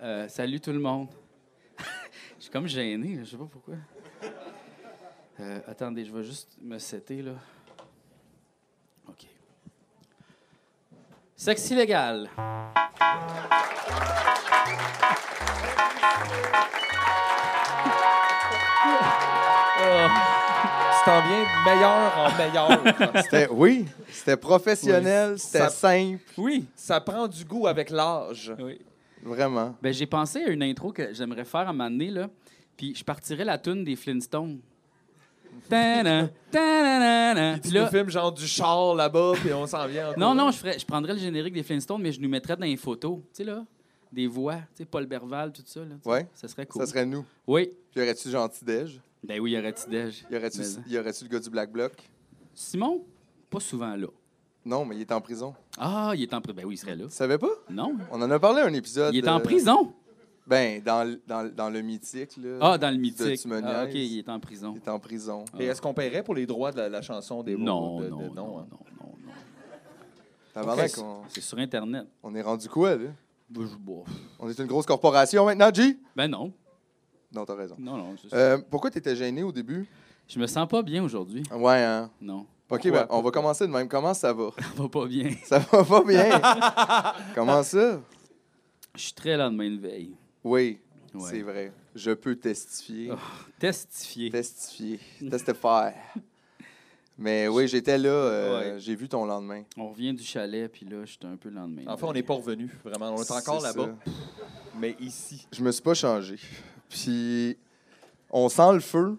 Euh, salut tout le monde. je suis comme gêné, là, je sais pas pourquoi. Euh, attendez, je vais juste me setter là. OK. Sexe illégal. Tu t'en viens de meilleur en meilleur. C'était- oui, c'était professionnel, c'était Ça- simple, Oui. ça prend du goût avec l'âge. Oui. vraiment. Ben, j'ai pensé à une intro que j'aimerais faire à un moment donné, là. Puis je partirais la tune des Flintstones. Ta-da, ta-da-da-da. Puis Puis tu là- nous filmes genre du char là-bas, puis on s'en vient. Non, non, je, ferais, je prendrais le générique des Flintstones, mais je nous mettrais dans les photos. Tu sais, là, des voix. Tu sais, Paul Berval, tout ça. Là, tu sais. Ouais. Ça serait cool. Ça serait nous. Oui. Puis y aurait-tu Gentil Dej? Ben oui, il y aurait Tidej. Y aurait-tu Mais- y aurait-tu le gars du Black Bloc? Simon, pas souvent là. Non, mais il est en prison. Ah, il est en prison. Ben oui, il serait là. Tu savais pas? Non. hein. On en a parlé à un épisode. Il est en euh, prison. Ben, dans, l- dans, l- dans le mythique, là. Ah, dans le euh, de mythique. Tu me Ah, niaises. OK, il est en Il prison. est en prison. Et est-ce qu'on paierait pour les droits de la, la chanson des Non, de- de- non, de- non, non, hein? non, non. Tabarnak, Ok. on, C'est sur Internet. on est rendu quoi, là? Ben, je- bon. On est une grosse corporation maintenant, G? Ben non. Non, t'as raison. Non, non. c'est- Euh, pourquoi t'étais gêné au début? Je me sens pas bien aujourd'hui. Ouais, hein? Non. OK, Pourquoi? ben, on va commencer de même. Comment ça va? Ça va pas bien. Ça va pas bien. Comment ça? Je suis très lendemain de veille. Oui, Ouais. c'est vrai. Je peux testifier. Ah. Testifié. Testifier. Testifier. Mais oui, j'étais là. euh, J'ai vu ton lendemain. On revient du chalet, puis là, j'étais un peu le lendemain. de Enfin, on veille. n'est pas revenu, vraiment. On est encore C'est là-bas, ça. mais ici. Je me suis pas changé. Puis on sent le feu.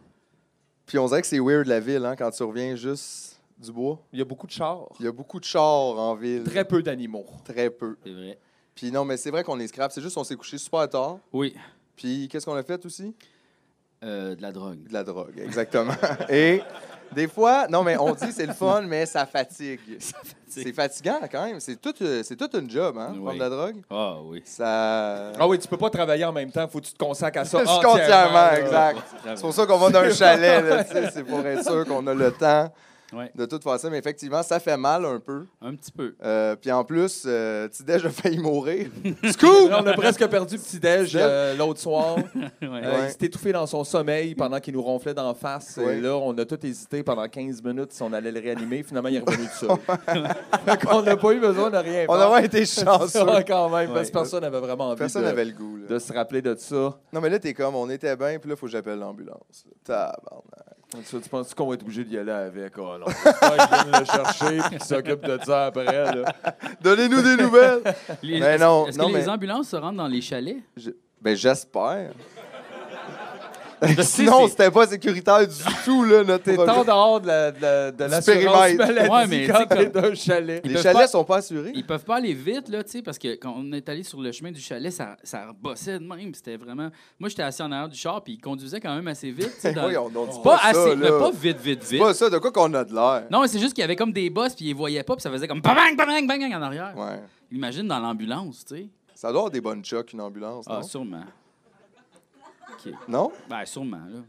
Puis on dirait que c'est weird la ville hein, quand tu reviens juste du bois. Il y a beaucoup de chars. Il y a beaucoup de chars en ville. Très peu d'animaux. Très peu. C'est vrai. Puis non, mais c'est vrai qu'on est scrap. C'est juste qu'on s'est couché super tard. Oui. Puis qu'est-ce qu'on a fait aussi? Euh, de la drogue. De la drogue, exactement. Et des fois, non, mais on dit c'est le fun, mais ça fatigue. C'est fatigant quand même. C'est toute euh, c'est toute une job, hein, Oui. prendre de la drogue. Ah oui. Ça. Ah oui, tu peux pas travailler en même temps. Faut que tu te consacres à ça. Je suis entièrement, entièrement, là. exact. C'est pour ça qu'on va dans un chalet, là, tu sais, c'est pour être sûr qu'on a le temps Ouais. de tout faire ça. Mais effectivement, ça fait mal un peu. Un petit peu. Euh, Puis en plus, euh, Tidej a failli mourir. Scoop! on a presque perdu petit-déj euh, l'autre soir. Ouais. Euh, Ouais. Il s'est étouffé dans son sommeil pendant qu'il nous ronflait d'en face. Ouais. Et là, on a tout hésité pendant 15 minutes si on allait le réanimer. Finalement, il est revenu de ça. fait qu'on n'a pas eu besoin de rien On faire. aurait été chanceux. ça quand même, parce Ouais. que personne n'avait vraiment envie Personne de, n'avait le goût. là. de se rappeler de ça. Non, mais là, t'es comme, on était bien, puis là, faut que j'appelle l'ambulance. là. Tabarnak. Ça, tu penses qu'on va être obligé d'y aller avec? Oh, non, j'espère qu'il vienne le chercher puis qu'il s'occupe de ça après. là. Donnez-nous des nouvelles! Les- Mais est-ce- Ben non, Est-ce non, que les mais- ambulances se rendent dans les chalets? Je- Ben, j'espère. sais, Sinon, c'est- c'était pas sécuritaire du tout, là, notre T'es projet. en dehors de la- de la- de Du l'assurance périmètre. maladie Ouais, mais quand tu sais, t'es d'un chalet. Ils Les peuvent chalets pas- sont pas assurés. Ils peuvent pas aller vite, là, tu sais, parce que quand on est allé sur le chemin du chalet, ça, ça bossait de même. C'était vraiment. Moi, j'étais assis en arrière du char, puis il conduisait quand même assez vite. tu sais, dans- Voyons, on dit Pas ça, assez, mais là. pas vite, vite, C'est vite. pas ça, de quoi qu'on a de l'air. Non, mais c'est juste qu'il y avait comme des bosses, puis ils voyaient pas, puis ça faisait comme bang, bang, bang, bang en arrière. Ouais. Imagine dans l'ambulance, tu sais. Ça doit avoir des bonnes chocs, une ambulance, Ah, non? sûrement. OK. Non? Ben, sûrement, là.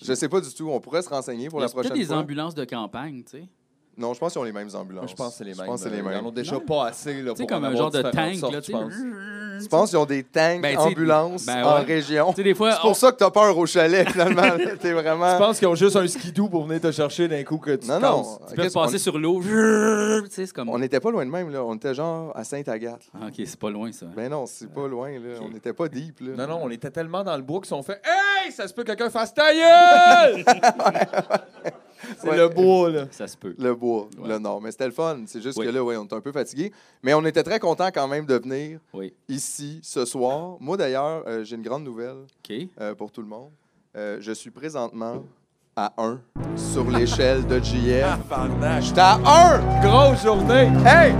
Je sais pas du tout. On pourrait se renseigner pour Il y a la peut-être prochaine des fois. ambulances de campagne, tu sais. Non, je pense qu'ils ont les mêmes ambulances. Moi, je pense que c'est les mêmes. Je pense que c'est les euh, Ils en ont mêmes. déjà Non. pas assez là, Tu sais, pour comme en un genre avoir de différentes tank, sortes, là, je tu sais. pense. Tu Tu penses qu'ils ont des Ben, tanks tu sais, ambulances ben en ouais. région? sais, des fois, C'est pour ça que t'as peur au chalet, finalement. là. T'es Tu vraiment... penses qu'ils ont juste un skidoo pour venir te chercher d'un coup que tu Ah. Non, penses? non. on, tu peux Qu'est-ce- passer sur l'eau. Tu sais, c'est on- comme. On n'était pas loin de même, là. On était genre à Sainte-Agathe. là. Ah, OK, c'est pas loin, ça. Ben non, c'est pas loin, là. ok. On n'était pas deep, là. Non, non, on était tellement dans le bois qu'ils sont fait Hey, ça se peut que quelqu'un fasse ta gueule! C'est Ouais. le bois, là. Ça se peut. Le bois, Ouais. le nord. Mais c'était le fun. C'est juste Oui. que là, ouais, on était un peu fatigué. Mais on était très contents quand même de venir Oui. ici ce soir. Moi, d'ailleurs, euh, j'ai une grande nouvelle OK. euh, pour tout le monde. Euh, je suis présentement à 1 sur l'échelle de JF. J'étais à 1! Grosse journée! Hey!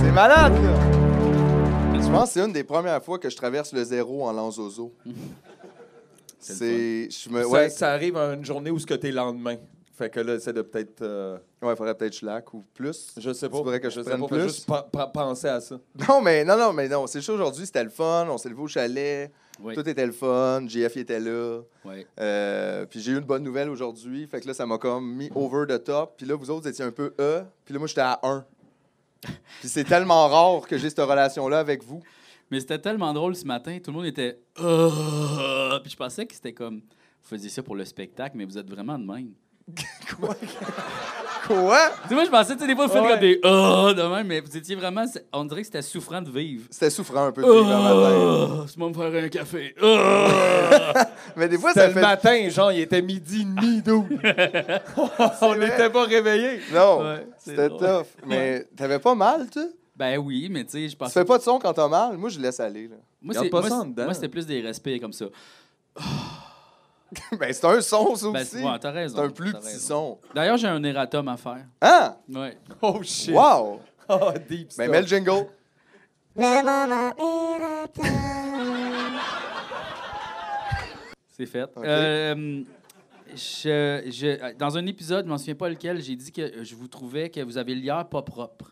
C'est malade, là! Je pense que c'est une des premières fois que je traverse le zéro en lanzozo. C'est le C'est. Je me. Ça- Ben Ouais, Ça, arrive à une journée où ce que t'es le lendemain. Fait que là, c'est de peut-être. euh, ouais, faudrait peut-être schlack ou plus. je sais pas. Tu voudrais que je je sais prenne pas. plus? Faut juste pen- pen- penser à ça. Non, mais non, non, mais non. C'est chaud aujourd'hui, c'était le fun. On s'est levé au chalet. Oui. Tout était le fun. JF il était là. Ouais. Euh, puis j'ai eu une bonne nouvelle aujourd'hui. Fait que là, ça m'a comme mis over the top. Puis là, vous autres, vous étiez un peu E. Puis là, moi, j'étais à 1. Puis c'est tellement rare que j'ai cette relation-là avec vous. Mais c'était tellement drôle ce matin, tout le monde était. Ah! Puis je pensais que c'était comme. Vous faisiez ça pour le spectacle, mais vous êtes vraiment de même. Quoi? Tu sais, moi, je pensais, tu sais, des fois, vous faites Ouais. comme des Ah! de même, mais vous étiez vraiment. On dirait que c'était souffrant de vivre. C'était souffrant un peu de vivre un matin. Ah! Tu vas me faire un café. Ah! Mais des fois, C'était ça le fait. matin, genre, il était midi et demi, d'où. On n'était pas réveillés. Non, Ouais, c'est c'était drôle. tough. Mais t'avais pas mal, tu? ben oui, mais tu sais, je Tu pensais. fais pas de son quand t'as mal? Moi, je laisse aller. Là. Moi, Garde c'est- pas moi, ça en c'est- dedans. moi, c'était plus des respects comme ça. ben, c'est un son, ça Ben, aussi. c'est- ouais, t'as raison. c'est un plus t'as petit raison. son. D'ailleurs, j'ai un erratum à faire. Hein? Ouais. Oh shit. Wow! Oh, deep Ben, stuff. mets le jingle. C'est fait. Ok. Euh, je- je- dans un épisode, je m'en souviens pas lequel, j'ai dit que je vous trouvais que vous avez l'air pas propre.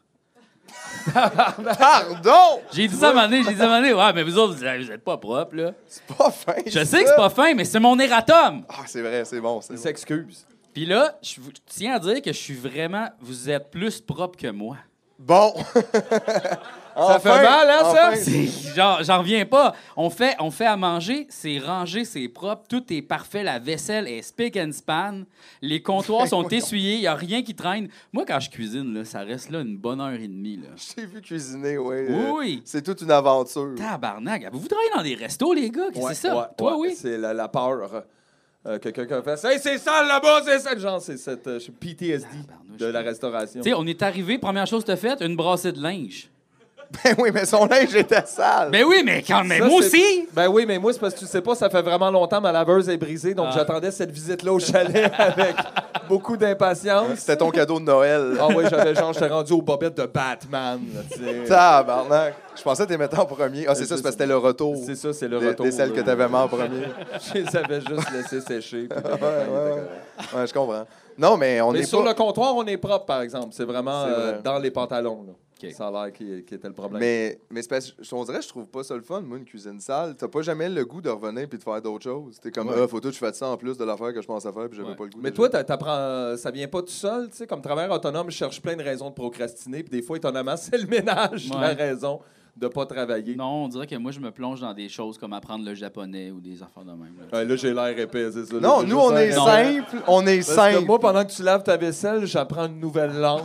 Pardon! J'ai dit ça à un moment donné, j'ai dit à un moment donné, ouais, mais vous autres, vous vous êtes pas propre, là. C'est pas fin. Je sais que c'est pas fin, mais c'est mon erratum. Ah, c'est vrai, c'est bon. C'est Il bon. s'excuse. Puis là, je vous- je tiens à dire que je suis vraiment, vous êtes plus propre que moi. Bon! Enfin, fait mal, hein, ça? enfin. C'est- Genre, j'en reviens pas. On fait, on fait à manger, c'est rangé, c'est propre, tout est parfait, la vaisselle est spick and span, les comptoirs sont essuyés, il y a rien qui traîne. Moi, quand je cuisine, là, ça reste là une bonne heure et demie. Là. Je t'ai vu cuisiner, ouais. euh, Oui! C'est toute une aventure. Tabarnak! Vous travaillez dans des restos, les gars? Ouais, c'est ça? ouais, Toi, ouais. oui? C'est la, la peur euh, que quelqu'un fasse. Hey, c'est sale là-bas, c'est sale. Genre, c'est cette euh, je suis PTSD Ah, Tabarnouche. de la restauration. Tu sais, on est arrivé, première chose que t'as faite, une brassée de linge. Ben oui, mais son linge était sale. Ben oui, mais quand même, Ça, moi c'est- aussi! Ben oui, mais moi, c'est parce que tu sais pas, ça fait vraiment longtemps, ma laveuse est brisée, donc Ah. j'attendais cette visite-là au chalet avec beaucoup d'impatience. C'était ton cadeau de Noël. Ah oui, j'avais genre, j'étais rendu aux bobettes de Batman. là, tu sais. Tabarnak. Je pensais que t'es mettais en premier. Ah, c'est ça, c'est parce que c'était le retour. Euh, C'est ça, c'est le Des- retour. Des celles là. que t'avais mis en premier. Je les avais juste laissées sécher. puis le Ouais, Batman était ouais, correct. ouais. Ouais, je comprends. Non, mais on Mais est sur pas... le comptoir, on est propre, par exemple. C'est vraiment C'est euh, vrai. dans les pantalons. Là. Ok. Ça a l'air qui, qui était le problème. Mais, mais c'est parce que je- on dirait que je trouve pas ça le fun, moi, une cuisine sale. T'as pas jamais le goût de revenir puis de faire d'autres choses. T'es comme, Ouais. ah, faut tout que je fasse ça en plus de l'affaire que je pense à faire puis j'avais Ouais. pas le goût. Mais déjà. toi, t'a- t'apprends, euh, ça vient pas tout seul, tu sais, comme travailleur autonome, je cherche plein de raisons de procrastiner, puis des fois, étonnamment, c'est le ménage Ouais. la raison de pas travailler. Non, on dirait que moi, je me plonge dans des choses comme apprendre le japonais ou des affaires de même. là. Ouais, là, j'ai l'air épais, c'est ça. là, Non, j'ai nous, juste on l'air est épais. simple. On est Parce que simple. moi, pendant que tu laves ta vaisselle, j'apprends une nouvelle langue.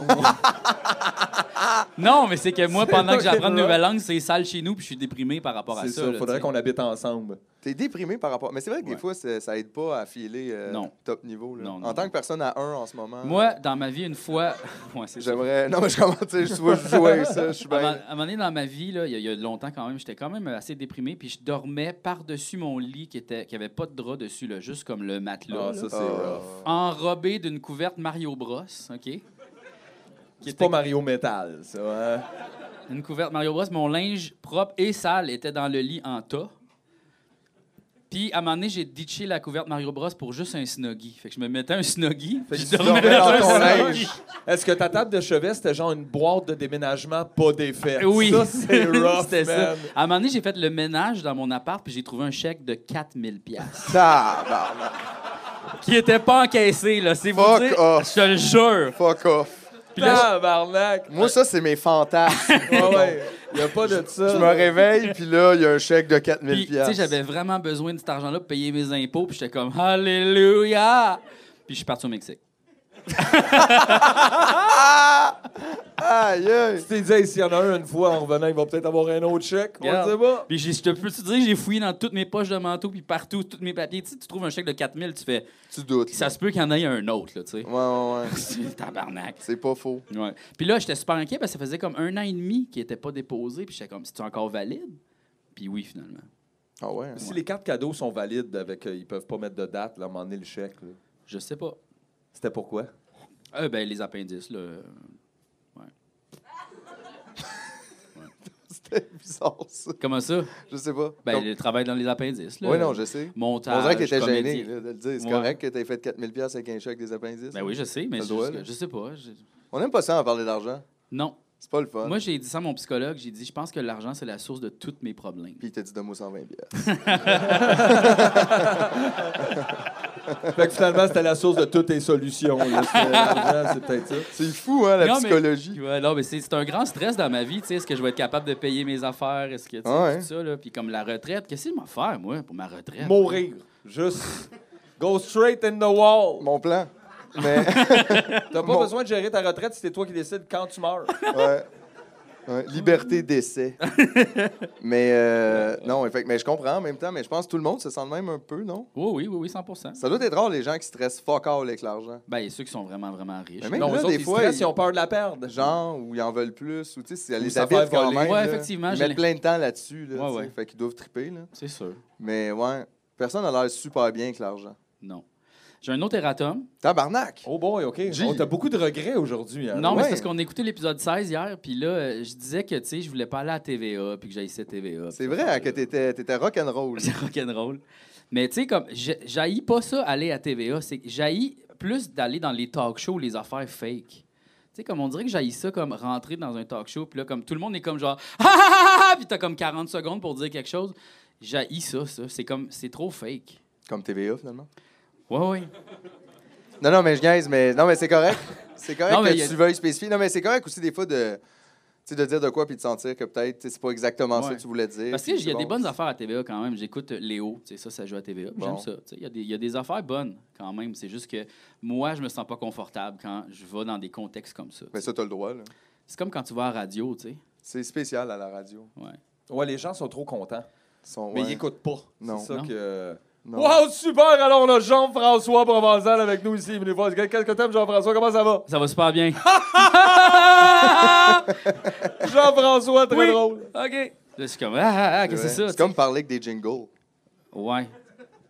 Non, mais c'est que moi, C'est pendant que fucking j'apprends une rough. nouvelle langue, c'est sale chez nous, puis je suis déprimé par rapport à c'est ça. ça, là, faudrait t'sais. qu'on habite ensemble. T'es déprimé par rapport. Mais c'est vrai que des Ouais. fois, c'est- ça aide pas à filer euh, Non. top niveau. là. Non, non, en tant non. que personne à 1 en ce moment. Moi, dans ma vie, une fois. Ouais, c'est ça. J'aimerais. Non, mais je commence, tu sais, je vois jouer ça, je suis À un moment- bien. à un moment donné dans ma vie, là, il y a- il y, a longtemps quand même, j'étais quand même assez déprimé, puis je dormais par-dessus mon lit qui était qui avait pas de drap dessus, là, juste comme le matelas, Ah, là, ça, c'est Ah. rough. enrobé d'une couverte Mario Bros, OK? C'est était- pas Mario Metal, ça. hein? Une couverte Mario Bros. Mon linge propre et sale était dans le lit en tas. Puis, à un moment donné, j'ai ditché la couverte Mario Bros pour juste un snuggie. Fait que je me mettais un snuggie. Fait que je tu dormais dormais dans un ton snuggie. linge. Est-ce que ta table de chevet, c'était genre une boîte de déménagement pas défaite? Oui. Ça, c'est rough, C'était ça. man. À un moment donné, j'ai fait le ménage dans mon appart, puis j'ai trouvé un chèque de 4000 pièces Tabarnak. qui était pas encaissé, là. C'est vous Fuck dire, off. je te le jure. Fuck off. Puis là, Tabarnak! Moi, ça, c'est mes fantasmes. Ah ouais, il a pas de ça. je me réveille, puis là, il y a un chèque de Puis, 4000 tu sais, j'avais vraiment besoin de cet argent-là pour payer mes impôts. Puis j'étais comme, Alléluia! Puis je suis parti au Mexique. Aïe, aïe. Tu t'es dit, hey, s'il y en a un une fois en revenant, il va peut-être avoir un autre chèque. On Regarde. le sait pas. Puis j'ai- je te peux te dire, j'ai fouillé dans toutes mes poches de manteau, puis partout, tous mes papiers. Tu sais, tu trouves un chèque de 4000, tu fais, Tu doutes. ça se peut qu'il y en ait un autre, là, tu sais. Ouais, ouais, ouais. C'est tabarnak. C'est pas faux. Ouais. Puis là, j'étais super inquiet parce que ça faisait comme un an et demi qu'il n'était pas déposé. Puis j'étais comme, c'est-tu encore valide? Puis oui, finalement. Ah ouais. Si les cartes cadeaux sont valides, avec, euh, ils peuvent pas mettre de date, là, à un moment donné, le chèque. là. Je sais pas. C'était pourquoi? Euh, ben, les appendices, là. euh, C'était bizarre, ça. Comment ça? Je sais pas. Ben, Donc- le travail dans les appendices, là. Oui, non, je sais. Montage, On dirait que t'étais gêné comédie. là, de le dire. C'est Ouais. correct que t'aies fait 4000 pièces avec un chèque des appendices. Ben oui, je sais, mais Ça je, doit, je- là. je sais pas. je- On aime pas ça en parler d'argent. Non. C'est pas le fun. Moi, j'ai dit ça à mon psychologue. J'ai dit, je pense que l'argent, c'est la source de tous mes problèmes. Puis il t'a dit de moi 120 pièces. Fait que finalement, c'était la source de toutes tes solutions. là. C'était l'argent, C'est peut-être ça. C'est fou, hein, la Non, mais- psychologie. Ouais, non, mais c'est c'est un grand stress dans ma vie. tu sais. Est-ce que je vais être capable de payer mes affaires? Est-ce que tu sais, Ah ouais. tout ça? Là? Puis comme la retraite, qu'est-ce qu'il m'a faire, moi, pour ma retraite? Mourir. Juste. Go straight in the wall. Mon plan. Mais, T'as pas Mon- besoin de gérer ta retraite si c'est toi qui décides quand tu meurs. ouais. Ouais, Liberté d'essai. mais, euh, non, fait que- mais je comprends en même temps, mais je pense que tout le monde se sent de même un peu, non? Oui, oui, oui, oui, 100 Ça doit être rare, les gens qui stressent fuck all avec l'argent. Ben, il y a ceux qui sont vraiment, vraiment riches. Mais même non, là, eux autres, des ils fois, stressent, ils- ils ont peur de la Mm-hmm. perdre. Genre, où ils en veulent plus, ou tu sais, ça les ça habite fait quand voler. même. Ouais, là. effectivement, Ils j'ai mettent plein de temps là-dessus, là, Ouais, tu sais. ouais. Fait qu'ils doivent triper, là. C'est sûr. Mais ouais, personne n'a l'air super bien avec l'argent. Non. J'ai un autre erratum. Tabarnak! Oh boy, OK. Gee. On t'a beaucoup de regrets aujourd'hui. hein. Non, mais Ah ouais. c'est parce qu'on a écouté l'épisode 16 hier, puis là, euh, je disais que, tu sais, je voulais pas aller à TVA, puis que j'haïssais TVA. C'est vrai hein, que t'étais, t'étais rock'n'roll. C'est rock'n'roll. Mais tu sais, comme, j'ai- j'haïs pas ça, aller à TVA. C'est que j'haïs plus d'aller dans les talk shows, les affaires fake. Tu sais, comme on dirait que j'haïs ça, comme rentrer dans un talk show, puis là, comme tout le monde est comme genre, ah, ah, ah, ah, puis t'as comme 40 secondes pour dire quelque chose. J'haïs ça, ça. C'est comme, c'est trop fake. Comme TVA, finalement. Ouais, ouais. Non, non, mais je niaise, mais... Non, mais c'est correct. C'est correct Non, mais que y a- tu veuilles spécifier. Non, mais c'est correct aussi, des fois, de... tu sais, de dire de quoi puis de sentir que peut-être tu sais, c'est pas exactement ça Ouais. que tu voulais dire. Parce que puis il y a c'est des bon. bonnes affaires à TVA quand même. J'écoute euh, Léo, tu sais, ça, ça joue à TVA. puis Bon. J'aime ça. tu sais. Il y, a des- il y a des affaires bonnes quand même. C'est juste que moi, je me sens pas confortable quand je vais dans des contextes comme ça. tu Mais sais. ça, t'as le droit, là. C'est comme quand tu vas à la radio, tu sais. C'est spécial à la radio. Ouais. Ouais, les gens sont trop contents. Ils sont- Mais ouais. ils écoutent pas. Non. C'est ça Non. que. Non. Wow, super! Alors, on a Jean-François Provençal avec nous ici. Il est venu voir. Qu'est-ce que t'aimes, Jean-François? Comment ça va? Ça va super bien. Jean-François, très Oui. drôle. OK. Là, je suis comme, ah, ah, ah, qu'est-ce que vrai. c'est ça? C'est comme parler avec des jingles. Ouais.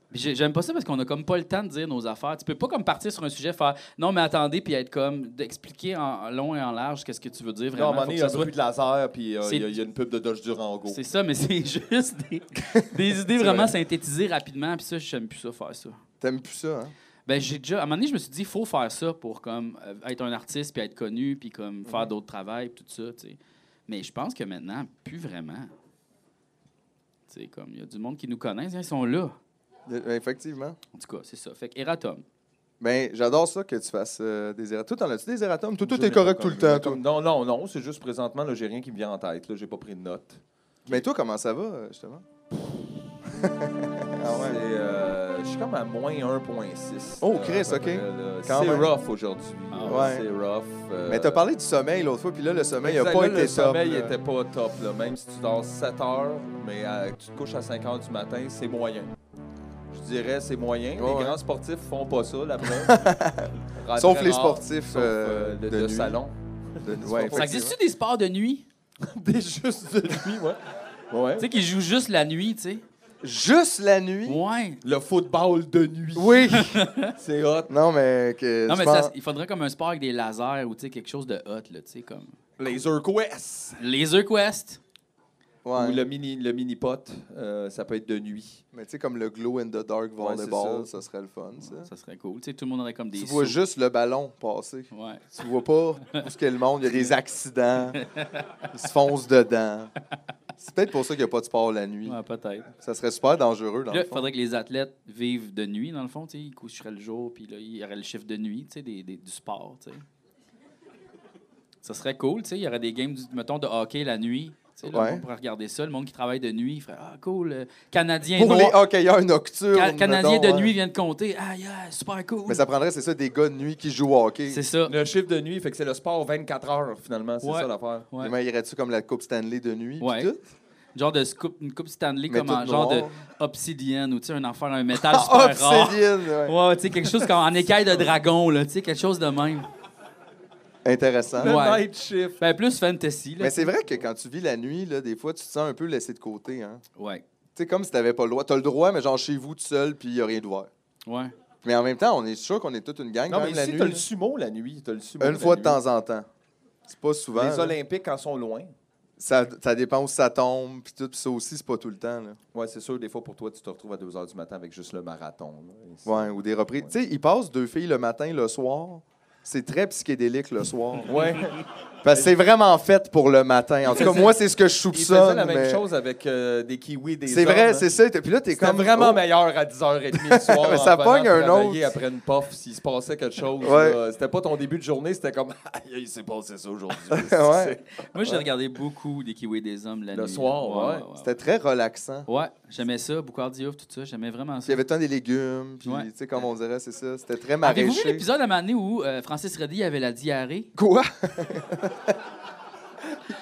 Puis j'ai- J'aime pas ça parce qu'on a comme pas le temps de dire nos affaires. Tu peux pas comme partir sur un sujet, faire non, mais attendez, puis être comme, d'expliquer en long et en large qu'est-ce que tu veux dire vraiment. Non, à un moment Faut donné, que il y a ça un soit- bruit de laser, puis euh, C'est- il y a- il y, a une pub de Dodge Durango. C'est ça, mais c'est juste des, des idées vraiment synthétisées rapidement. Puis ça, j'aime plus ça, faire ça. T'aimes plus ça, hein? Ben, j'ai déjà, à un moment donné, je me suis dit, il faut faire ça pour comme, euh, être un artiste, puis être connu, puis comme, faire d'autres travails, puis tout ça. tu sais. Mais je pense que maintenant, plus vraiment. Tu sais, comme, il y a du monde qui nous connaissent, ils sont là. Euh, Effectivement. En tout cas, c'est ça. Fait que Eratom. Ben, j'adore ça que tu fasses euh, des erratums. Tout en as-tu des erratums? Tout, tout Je est n'ai correct pas tout le comme- temps, toi. comme- Non, non, non. C'est juste présentement, là, j'ai rien qui me vient en tête. Là, j'ai pas pris de notes. Mais toi, comment ça va, euh, justement? ah ouais. C'est, euh, je suis comme à moins 1,6. Oh, là, Chris, à peu OK. près, là. Quand C'est même. rough aujourd'hui. Ah, là, ouais. C'est rough. euh, Mais Ben, t'as parlé du sommeil l'autre fois, puis là, le sommeil n'a Exact, pas là, été Le top. sommeil là. était pas top. Là. Même si tu dors 7 heures, mais euh, que tu te couches à 5 heures du matin, c'est moyen. Je dirais c'est moyen. les Ouais, ouais. grands sportifs font pas ça, la preuve. Rare, Sauf très les rare. sportifs Sauf euh, euh, de, de de nuit. salon. De- ouais, Ça existe-tu des sports de nuit? Des juste de nuit, ouais. ouais. Tu sais, qui jouent juste la nuit, tu sais. Juste la nuit? Ouais. Le football de nuit, Oui! c'est hot. non, mais que. Non, je mais pense- ça, il faudrait comme un sport avec des lasers ou, tu sais, quelque chose de hot, là, tu sais, comme... Laser Quest. Laser Quest. Ouais. Ou le mini, le mini pot, euh, ça peut être de nuit. Mais tu sais, comme le glow in the dark volleyball, Ouais, c'est ça. serait le fun, ça. Ça serait cool. Tu sais, tout le monde aurait comme des Tu vois sauts. juste le ballon passer. Ouais. Tu vois pas où ce qu'est le monde. Il y a des accidents. Ils se foncent dedans. C'est peut-être pour ça qu'il n'y a pas de sport la nuit. Ouais, peut-être. Ça serait super dangereux, dans Là, le il fond. faudrait que les athlètes vivent de nuit, dans le fond. tu sais, Ils coucheraient le jour, puis là, il y aurait le chiffre de nuit tu sais, des, des- du sport. tu sais. Ça serait cool. tu sais, Il y aurait des games, du- mettons, de hockey la nuit. Tu sais, là, Ouais. le monde pourrait regarder ça. Le monde qui travaille de nuit, il ferait Ah, cool. euh, Canadien Pour les noir. hockeyeurs nocturnes. Ca- Canadien mettons, de ouais. nuit vient de compter. Ah, yeah, super cool. Mais ça prendrait, c'est ça, des gars de nuit qui jouent au hockey. C'est ça. Le chiffre de nuit, fait que c'est le sport 24 heures, finalement. C'est Ouais. ça l'affaire. Ouais. Mais ben, irais-tu comme la Coupe Stanley de nuit? Ouais. pis tout? Genre de scoop- une coupe Stanley, Mais comme tout un genre de noir. obsidienne ou tu sais, un affaire, un métal Ah, super rare. Obsidian! ouais. Ouais, tu sais, quelque chose comme en écaille de dragon, là, tu sais, quelque chose de même. Intéressant. Le Ouais. night shift. Ben, plus fantasy, là. Mais c'est vrai que quand tu vis la nuit, là, des fois, tu te sens un peu laissé de côté. Hein. Ouais. Tu sais, comme si t'avais pas le droit. T'as le droit, mais genre chez vous, tout seul, puis il a rien de voir. Ouais. Mais en même temps, on est sûr qu'on est toute une gang Non, quand mais même, la ici, nuit. t'as le là. sumo la nuit. T'as le sumo Une la fois de nuit. temps en temps. C'est pas souvent. Les là. Olympiques en sont loin. Ça, ça dépend où ça tombe, puis tout. Puis ça aussi, c'est pas tout le temps. Là. Ouais, c'est sûr, des fois, pour toi, tu te retrouves à 2 h du matin avec juste le marathon. là, ici. Ouais, ou des reprises. Tu sais, ils passent deux filles le matin, le soir. C'est très psychédélique le soir. Ouais. Parce que c'est vraiment fait pour le matin. En tout cas, faisait- moi, c'est ce que je Il faisait soupçonne. la même mais chose avec euh, des kiwis, des C'est vrai, hommes. hein. c'est ça. Puis là, t'es C'était comme. vraiment oh. meilleur à 10h30 le soir. Mais ça en venant pogne un travailler autre. après une puff, s'il se passait quelque chose. Ouais. là. C'était pas ton début de journée, c'était comme Aïe, il s'est passé ça aujourd'hui. Ouais. Moi, j'ai regardé beaucoup des Kiwis des hommes la Le nuit. soir, ouais. C'était très relaxant. Ouais, j'aimais ça, Boucard Diouf, tout ça, j'aimais vraiment Il y ça. avait tant des légumes, puis Ouais. tu sais, comme on dirait, c'est ça. C'était très Avez-vous vu maraîcher. l'épisode à un moment donné où euh, Francis Reddy avait la diarrhée? Quoi?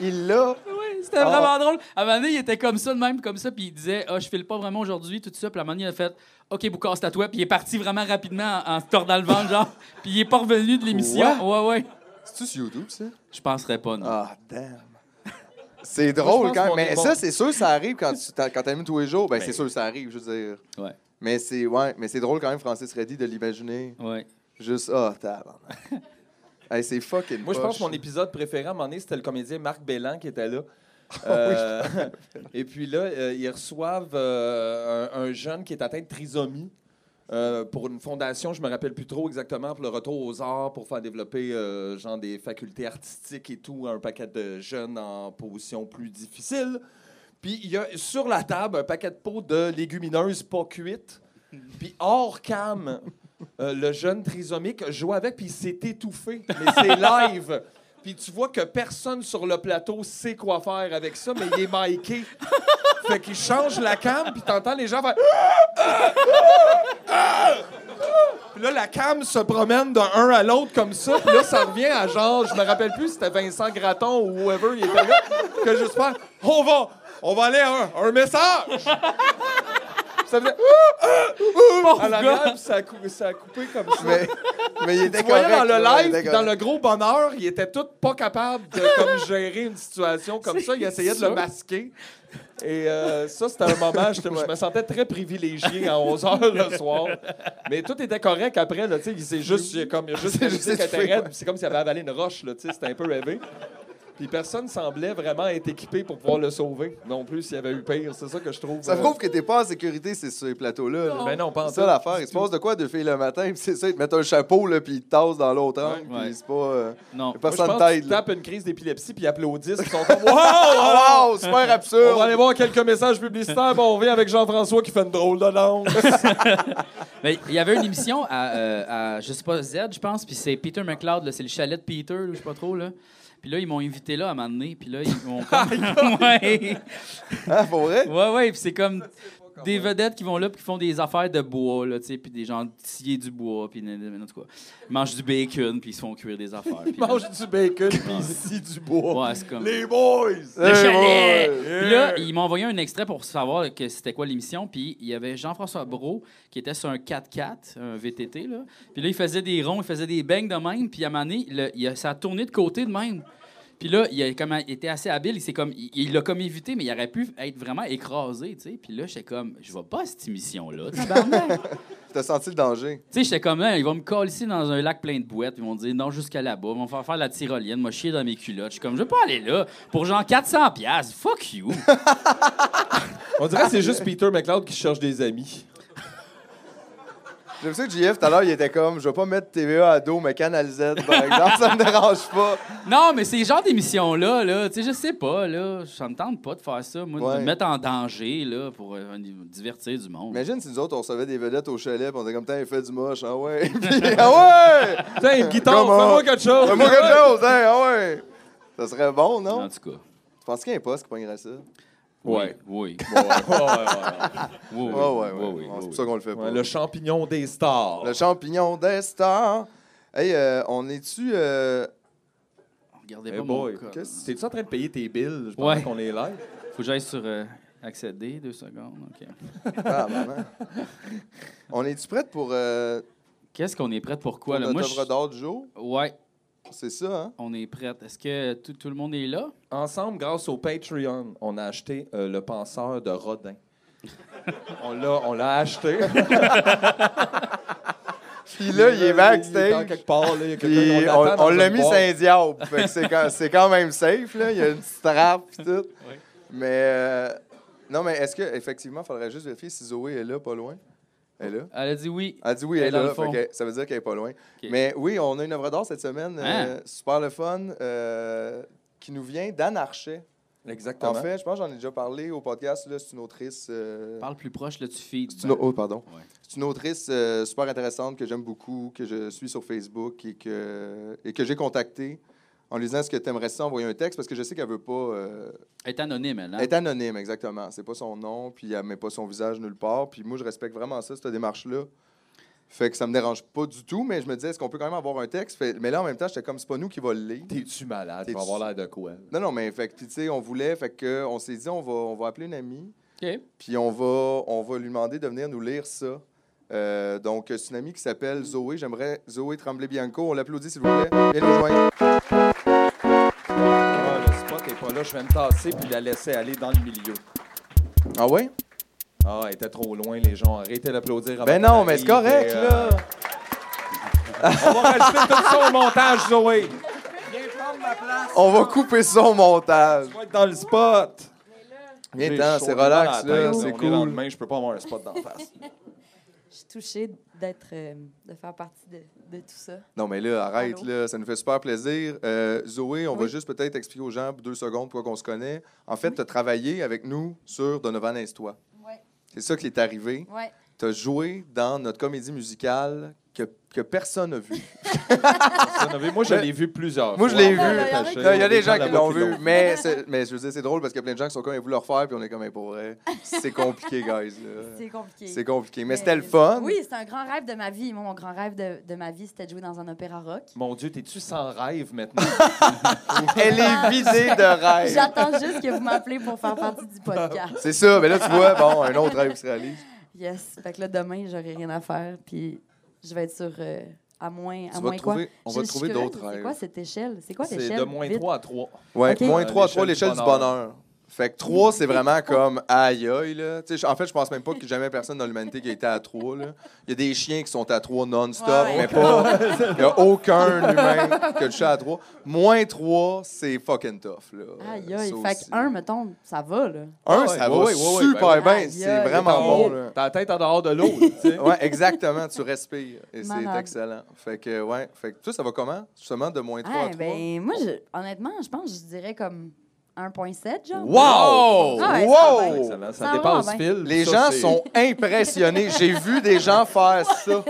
Il l'a. Oui, c'était Ah. vraiment drôle. À un moment donné, il était comme ça, de même, comme ça, puis il disait Ah, je file pas vraiment aujourd'hui, tout ça. Puis à un moment donné, il a fait OK, Boucard, c'est à toi. Puis il est parti vraiment rapidement en, en se tordant le ventre, genre. Puis il est pas revenu de l'émission. Ouais, ouais. C'est-tu sur YouTube, ça? Je penserais pas, non. Ah, damn. C'est Moi, je drôle pense quand qu'on Mais est bon. ça, c'est sûr, ça arrive quand tu t'en- quand t'animes tous les jours. Ben, c'est sûr, ça arrive, je veux dire. Ouais. Mais c'est ouais, mais c'est drôle quand même, Francis Reddy, de l'imaginer. Ouais. Juste, ah, tabarnak. hey, c'est fucking Moi, je pense poche. que mon épisode préféré à un moment donné, c'était le comédien Marc Bellan qui était là. Euh, et puis là, euh, ils reçoivent euh, un, un jeune qui est atteint de trisomie euh, pour une fondation, je me rappelle plus trop exactement, pour le retour aux arts, pour faire développer euh, genre des facultés artistiques et tout, à un paquet de jeunes en position plus difficile. Puis il y a sur la table un paquet de pots de légumineuses pas cuites. Puis hors cam, euh, le jeune trisomique joue avec, puis il s'est étouffé. Mais c'est live. Puis tu vois que personne sur le plateau sait quoi faire avec ça, mais il est miqué. fait qu'il change la cam, puis t'entends les gens faire. Puis là, la cam se promène d'un un à l'autre comme ça. Puis là, ça revient à genre, je me rappelle plus si c'était Vincent Gratton ou whoever il était là, que je fais on va, on va aller à un, un message. ça faisait à l'arrière, puis ça a, cou- ça a coupé comme ça. Mais, mais il était Tu voyais correct, dans le là, il live, était puis dans correct. le gros bonheur, il était tout pas capable de comme, gérer une situation comme ça. Il C'est essayait de sûr. le masquer. Et euh, ça, c'était un moment, j'étais- je me sentais très privilégié à 11 h le soir. Mais tout était correct après. Là, tu sais, il s'est juste, il a comme, il a juste C'est juste réalisé qu'elle était fait, raide, puis c'est comme s'il avait avalé une roche. là, tu sais, C'était un peu rêvé. Puis personne semblait vraiment être équipé pour pouvoir le sauver non plus s'il y avait eu pire. C'est ça que je trouve. Ça euh, prouve que t'es pas en sécurité, c'est sur les plateaux-là. là. Ben non, pas en C'est ça tout. l'affaire. Il se passe de quoi deux filles le matin, puis c'est ça, ils te mettent un chapeau, là, puis ils te tassent dans l'autre Ouais. angle, Ouais. puis c'est pas. euh, Non. Moi, y a je personne pense qu'ils t'aide. là. tapent une crise d'épilepsie puis ils applaudissent. Ils sont comme Wow! Oh, wow, super On va aller absurde! voir quelques messages publicitaires. Bon, on revient avec Jean-François qui fait une drôle de langue. Mais il y avait une émission à, euh, à, je sais pas, Z, je pense, puis c'est Peter McLeod, là, c'est le chalet de Peter, là, je sais pas trop, là. Puis là, ils m'ont invité là à un moment donné, puis là, ils m'ont... Ah, comme- ouais, Ah, pour vrai? ouais, ouais, puis c'est comme des vedettes qui vont là puis qui font des affaires de bois, là, tu sais, puis des gens sciés du bois, puis en tout cas, ils mangent du bacon, puis ils se font cuire des affaires. puis Ils là- mangent du bacon puis ils scient du bois. Ouais, c'est comme... Les boys! Le Hey, chalet! boy! Puis là, il m'a envoyé un extrait pour savoir que c'était quoi l'émission. Puis il y avait Jean-François Brault qui était sur un 4x4, un VTT. Là. Puis là, il faisait des ronds, il faisait des bangs de même. Puis à un moment donné, le- il a- ça a tourné de côté de même. Puis là, il, a, comme, il était assez habile. Il s'est comme, il- il l'a comme évité, mais il aurait pu être vraiment écrasé. tu sais. Puis là, j'étais comme, je vais pas à cette émission-là. tabarnak. T'as senti le danger. Tu sais, j'étais comme là, ils vont me coller ici dans un lac plein de boîtes, ils vont dire non jusqu'à là-bas, ils vont faire faire la tyrolienne, moi chier dans mes culottes. Je suis comme, je veux pas aller là pour genre 400 piastres, fuck you. On dirait que c'est juste Peter McLeod qui cherche des amis. J'ai vu que JF, tout à l'heure, il était comme, je vais pas mettre TVA à dos, mais Canal Z, par exemple, ça me dérange pas. non, mais ces genres d'émissions-là, là, tu sais, je sais pas, là, ça me tente pas de faire ça, moi, de Ouais. me mettre en danger, là, pour euh, divertir du monde. Imagine si nous autres, on recevait des vedettes au chalet, puis on était comme, t'as fait du moche, ah ouais. Puis, ah ouais! Putain, une guitare, Come on. fais-moi quelque chose! Fais-moi quelque chose, hein, ah ouais! Ça serait bon, non? En tout cas. Tu penses qu'il y a un poste qui pognerait ça? Ouais. Oui. Oui. Ouais, ouais, ouais, oui, Ah ouais, ouais. oui, oui, Bon, c'est oui, pour ça qu'on le fait ouais. pas. Ouais, le champignon des stars. Le champignon des stars. Hey, euh, on est-tu. euh, oui. Regardez Hey pas mon boy, code. qu'est-ce- t'es-tu en train de payer tes bills? Je Ouais. pense qu'on est là. Faut que j'aille sur euh, accéder, deux secondes, OK. ah, maman. on est-tu prête pour, euh, Qu'est-ce qu'on est prête pour quoi, pour là? notre Moi, œuvre je... d'art du jour? Ouais, C'est ça, hein? on est prête. Est-ce que tout, tout le monde est là? Ensemble, grâce au Patreon, on a acheté euh, le penseur de Rodin. on l'a on l'a acheté. Puis là, il est Euh, Il est en backstage. quelque part, là, il y a quelqu'un, Puis on on, l'attend dans on l'a une mis boîte. Saint-Diable. Fait que c'est quand, c'est quand même safe, là. Il y a une petite trappe pis tout. Mais euh, non, mais est-ce que effectivement, faudrait juste vérifier si Zoé est là, pas loin? Elle est là. Elle a dit oui. Elle dit oui, elle est dans le là. fond. fait que ça veut dire qu'elle est pas loin. Mais oui, on a une œuvre d'art cette semaine. euh, super le fun. euh, qui nous vient d'Anne Archet. Exactement. En fait, je pense que j'en ai déjà parlé au podcast. là, C'est une autrice. euh, Parle plus proche, là, tu feed. C'est une, au- oh, pardon. Ouais. C'est une autrice euh, super intéressante que j'aime beaucoup, que je suis sur Facebook et que, et que j'ai contactée en lui disant est-ce que tu aimerais ça envoyer un texte parce que je sais qu'elle veut pas. euh, Elle est anonyme, elle. hein? Elle est anonyme, exactement. C'est pas son nom, puis elle met pas son visage nulle part. Puis moi, je respecte vraiment ça, cette démarche-là. Fait que ça me dérange pas du tout, mais je me disais est-ce qu'on peut quand même avoir un texte Fait- Mais là, en même temps, j'étais comme c'est pas nous qui va le lire. T'es-tu malade? Tu vas T'es-tu- avoir l'air de quoi? Non, non, mais fait que, puis, tu sais, on voulait, fait que, on s'est dit on va, on va appeler une amie. OK. Puis on va, on va lui demander de venir nous lire ça. Euh, donc, c'est une amie qui s'appelle Zoé. J'aimerais Zoé Tremblay-Bianco. On l'applaudit, s'il vous plaît. Viens nous joindre. Ah, le spot n'est pas là. Je vais me tasser puis la laisser aller dans le milieu. Ah ouais? Ah, elle était trop loin, les gens. Arrêtez d'applaudir. avant Ben qu'on non, mais c'est arrive, correct, mais, euh, là. On va rajouter tout ça au montage, Zoé. Viens prendre ma place. On va couper son montage. Tu vas être dans le spot. Viens, J'ai t'en, chaud c'est dans la relax, tête, là. on C'est est dans le cool. main, je peux pas avoir un spot d'en face. Je suis touchée d'être, euh, de faire partie de, de tout ça. Non, mais là, arrête, Allô? là. Ça nous fait super plaisir. Euh, Zoé, on va Oui. juste peut-être expliquer aux gens pour deux secondes pourquoi qu'on se connaît. En fait, tu as travaillé avec nous sur Donovan Estois. Ouais, C'est ça qui est arrivé. ouais. Tu as joué dans notre comédie musicale que, que personne n'a vue. Ça, non, mais Moi, je l'ai vu plusieurs Moi, je fois. l'ai vu. Il y en Non, Il y a des gens qui là-bas l'ont qui vu, mais, c'est- mais je veux dire, c'est drôle parce qu'il y a plein de gens qui sont comme, ils voulaient le refaire, puis on est comme, Hey, pour vrai, c'est compliqué, guys. là. C'est compliqué. Euh, C'est compliqué, mais c'était le fun. Oui, c'est un grand rêve de ma vie. Moi, mon grand rêve de, de ma vie, c'était de jouer dans un opéra rock. Mon Dieu, t'es-tu sans rêve maintenant? Elle est vidée de rêve. J'attends juste que vous m'appelez pour faire partie du podcast. C'est ça, mais là, tu vois, bon, un autre rêve qui se réalise. Yes. Fait que là, demain, j'aurai rien à faire, puis je vais être sur euh, à moins, Tu à vas moins quoi. trouver, on va Je- je suis trouver curieuse, d'autres C'est quoi rêves. cette échelle? C'est quoi l'échelle? C'est de moins Vite. 3 à 3. Ouais, Ok. moins Euh, 3 à 3, l'échelle l'échelle du du bonheur. Fait que 3, c'est vraiment comme aïe aïe, là. Tu sais, je- en fait, je pense même pas que jamais personne dans l'humanité qui a été à 3, là. Il y a des chiens qui sont à 3 non-stop, Ouais. mais pas. Il y a aucun humain qui a touché à 3. Moins 3, c'est fucking tough, là. Aïe, aïe. Euh, Ça Fait Ah aussi. que un, mettons, ça va, là. Un, Ouais, ça ouais, va ouais, ouais, super ouais, ben bien. oui. C'est Aïe, aïe. vraiment bon, Bon. là. T'as la tête en dehors de l'eau, tu sais. Ouais, exactement. Tu respires. Et c'est Malade. excellent. Fait que, ouais. Fait que, toi, ça va comment? Justement, de moins 3 à Ah, 3. ben, moi, je- honnêtement, je pense que je dirais comme 1,7, genre. Wow! Ah ouais, c'est pas wow! Excellent, Ça Oh! Ça va dépasse bien. fil. Les Ça, gens c'est- sont impressionnés. J'ai vu des gens faire ça.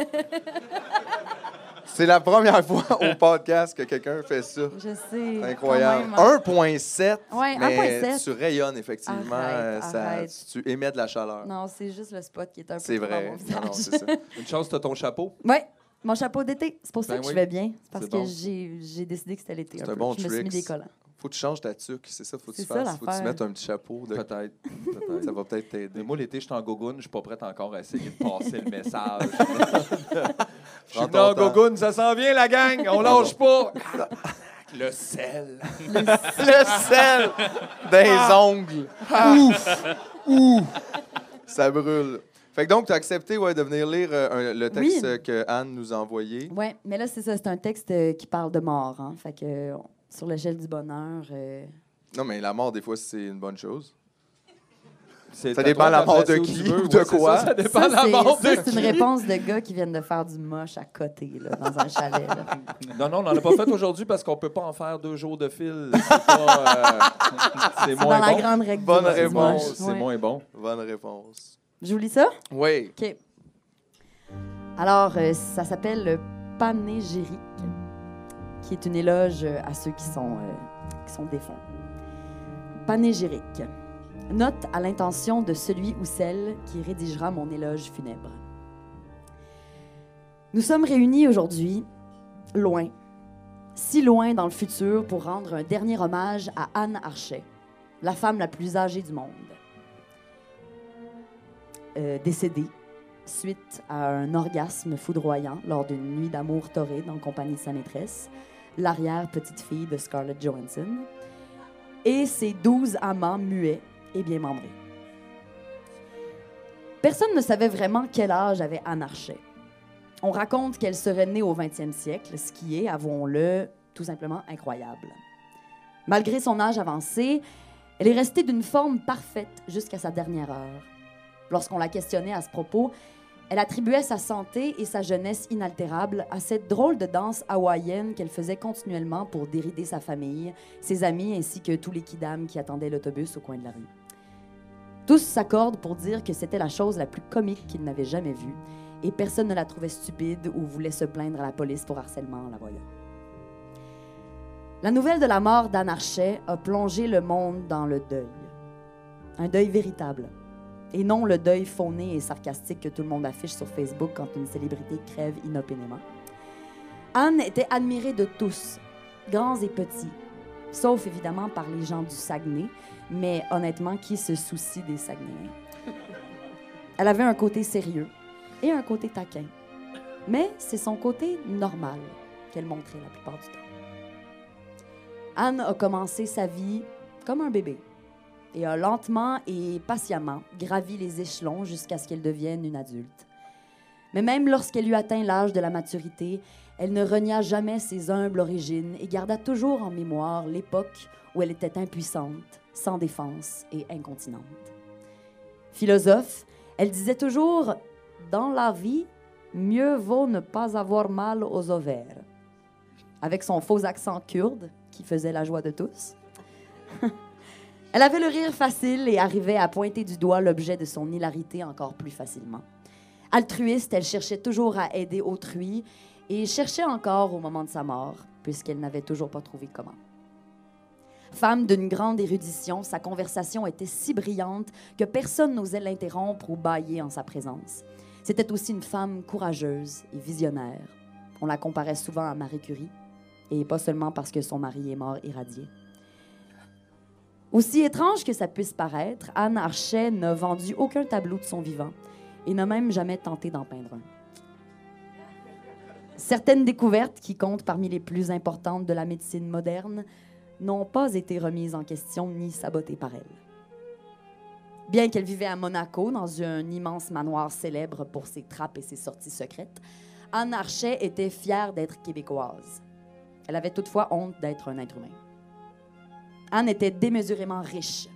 C'est la première fois au podcast que quelqu'un fait ça. Je sais. C'est incroyable. quand même. hein. 1,7. Ouais, mais 1,7. tu rayonnes, effectivement. Arrête, euh, ça- arrête. Tu, tu émets de la chaleur. Non, c'est juste le spot qui est un peu C'est trop vrai. dans mon Non, non, c'est visage. ça. Une chance, t'as ton chapeau. Ouais, mon chapeau d'été. C'est pour ça Ben que oui. je vais bien. C'est parce C'est bon. que j'ai j'ai décidé que c'était l'été. C'est un un peu. bon Je me suis mis tricks. des collants. Faut que tu changes ta tuque, c'est ça, faut que tu C'est ça, fasses. Faut que tu l'affaire. mettes un petit chapeau. De... Peut-être. Ça va peut-être Mais t'aider. moi, l'été, je suis en gogoune. Je suis pas prête encore à essayer de passer le message. Je suis Prends venu ton en temps. gogoune. Ça s'en vient, la gang. On lâche pas. Le sel. Le sel des ongles. Ouf! Ouf! Ça brûle. Fait que donc, tu as accepté ouais, de venir lire euh, un- le texte Oui. que Anne nous a envoyé. Ouais, mais là, c'est ça. C'est un texte euh, qui parle de mort. Hein. Fait que euh, on- sur l'échelle du bonheur. euh, Non, mais la mort, des fois, c'est une bonne chose. C'est Ça à toi dépend la mort placer de où qui tu veux. ou de Ouais, c'est quoi. Ça, ça dépend Ça, la mort c'est- de ça, c'est une réponse de gars qui viennent de faire du moche à côté, là, dans un chalet. là. Non, non, on n'en a pas fait aujourd'hui parce qu'on peut pas en faire deux jours de fil. C'est pas, euh, c'est C'est dans moins la bon. grande règle du Bonne moche, du réponse, moche. C'est Ouais. moins bon. Bonne réponse. Je vous lis ça? Oui. OK. Alors, euh, ça s'appelle euh, Panégyrique, qui est une éloge euh, à ceux qui sont, euh, qui sont défunts. Panégyrique. Note à l'intention de celui ou celle qui rédigera mon éloge funèbre. Nous sommes réunis aujourd'hui, loin, si loin dans le futur pour rendre un dernier hommage à Anne Archet, la femme la plus âgée du monde. Euh, décédée suite à un orgasme foudroyant lors d'une nuit d'amour torride en compagnie de sa maîtresse, l'arrière-petite-fille de Scarlett Johansson, et ses douze amants muets et bien membrés. Personne ne savait vraiment quel âge avait Anne Archet. On raconte qu'elle serait née au 20e siècle, ce qui est, avouons-le, tout simplement incroyable. Malgré son âge avancé, elle est restée d'une forme parfaite jusqu'à sa dernière heure. Lorsqu'on la questionnait à ce propos, Elle attribuait sa santé et sa jeunesse inaltérable à cette drôle de danse hawaïenne qu'elle faisait continuellement pour dérider sa famille, ses amis ainsi que tous les kidams qui attendaient l'autobus au coin de la rue. Tous s'accordent pour dire que c'était la chose la plus comique qu'ils n'avaient jamais vue, et personne ne la trouvait stupide ou voulait se plaindre à la police pour harcèlement en la voyant. La nouvelle de la mort d'Anne Archet a plongé le monde dans le deuil. Un deuil véritable. Et non le deuil fauné et sarcastique que tout le monde affiche sur Facebook quand une célébrité crève inopinément. Anne était admirée de tous, grands et petits, sauf évidemment par les gens du Saguenay, mais honnêtement, qui se soucie des Saguenayens? Elle avait un côté sérieux et un côté taquin, mais c'est son côté normal qu'elle montrait la plupart du temps. Anne a commencé sa vie comme un bébé et a lentement et patiemment gravi les échelons jusqu'à ce qu'elle devienne une adulte. Mais même lorsqu'elle eut atteint l'âge de la maturité, elle ne renia jamais ses humbles origines et garda toujours en mémoire l'époque où elle était impuissante, sans défense et incontinente. Philosophe, elle disait toujours Dans la vie, mieux vaut ne pas avoir mal aux ovaires. Avec son faux accent kurde, qui faisait la joie de tous. Elle avait le rire facile et arrivait à pointer du doigt l'objet de son hilarité encore plus facilement. Altruiste, elle cherchait toujours à aider autrui et cherchait encore au moment de sa mort, puisqu'elle n'avait toujours pas trouvé comment. Femme d'une grande érudition, sa conversation était si brillante que personne n'osait l'interrompre ou bâiller en sa présence. C'était aussi une femme courageuse et visionnaire. On la comparait souvent à Marie Curie, et pas seulement parce que son mari est mort irradié. Aussi étrange que ça puisse paraître, Anne Archet n'a vendu aucun tableau de son vivant et n'a même jamais tenté d'en peindre un. Certaines découvertes qui comptent parmi les plus importantes de la médecine moderne n'ont pas été remises en question ni sabotées par elle. Bien qu'elle vivait à Monaco, dans un immense manoir célèbre pour ses trappes et ses sorties secrètes, Anne Archet était fière d'être québécoise. Elle avait toutefois honte d'être un être humain. Anne était démesurément riche,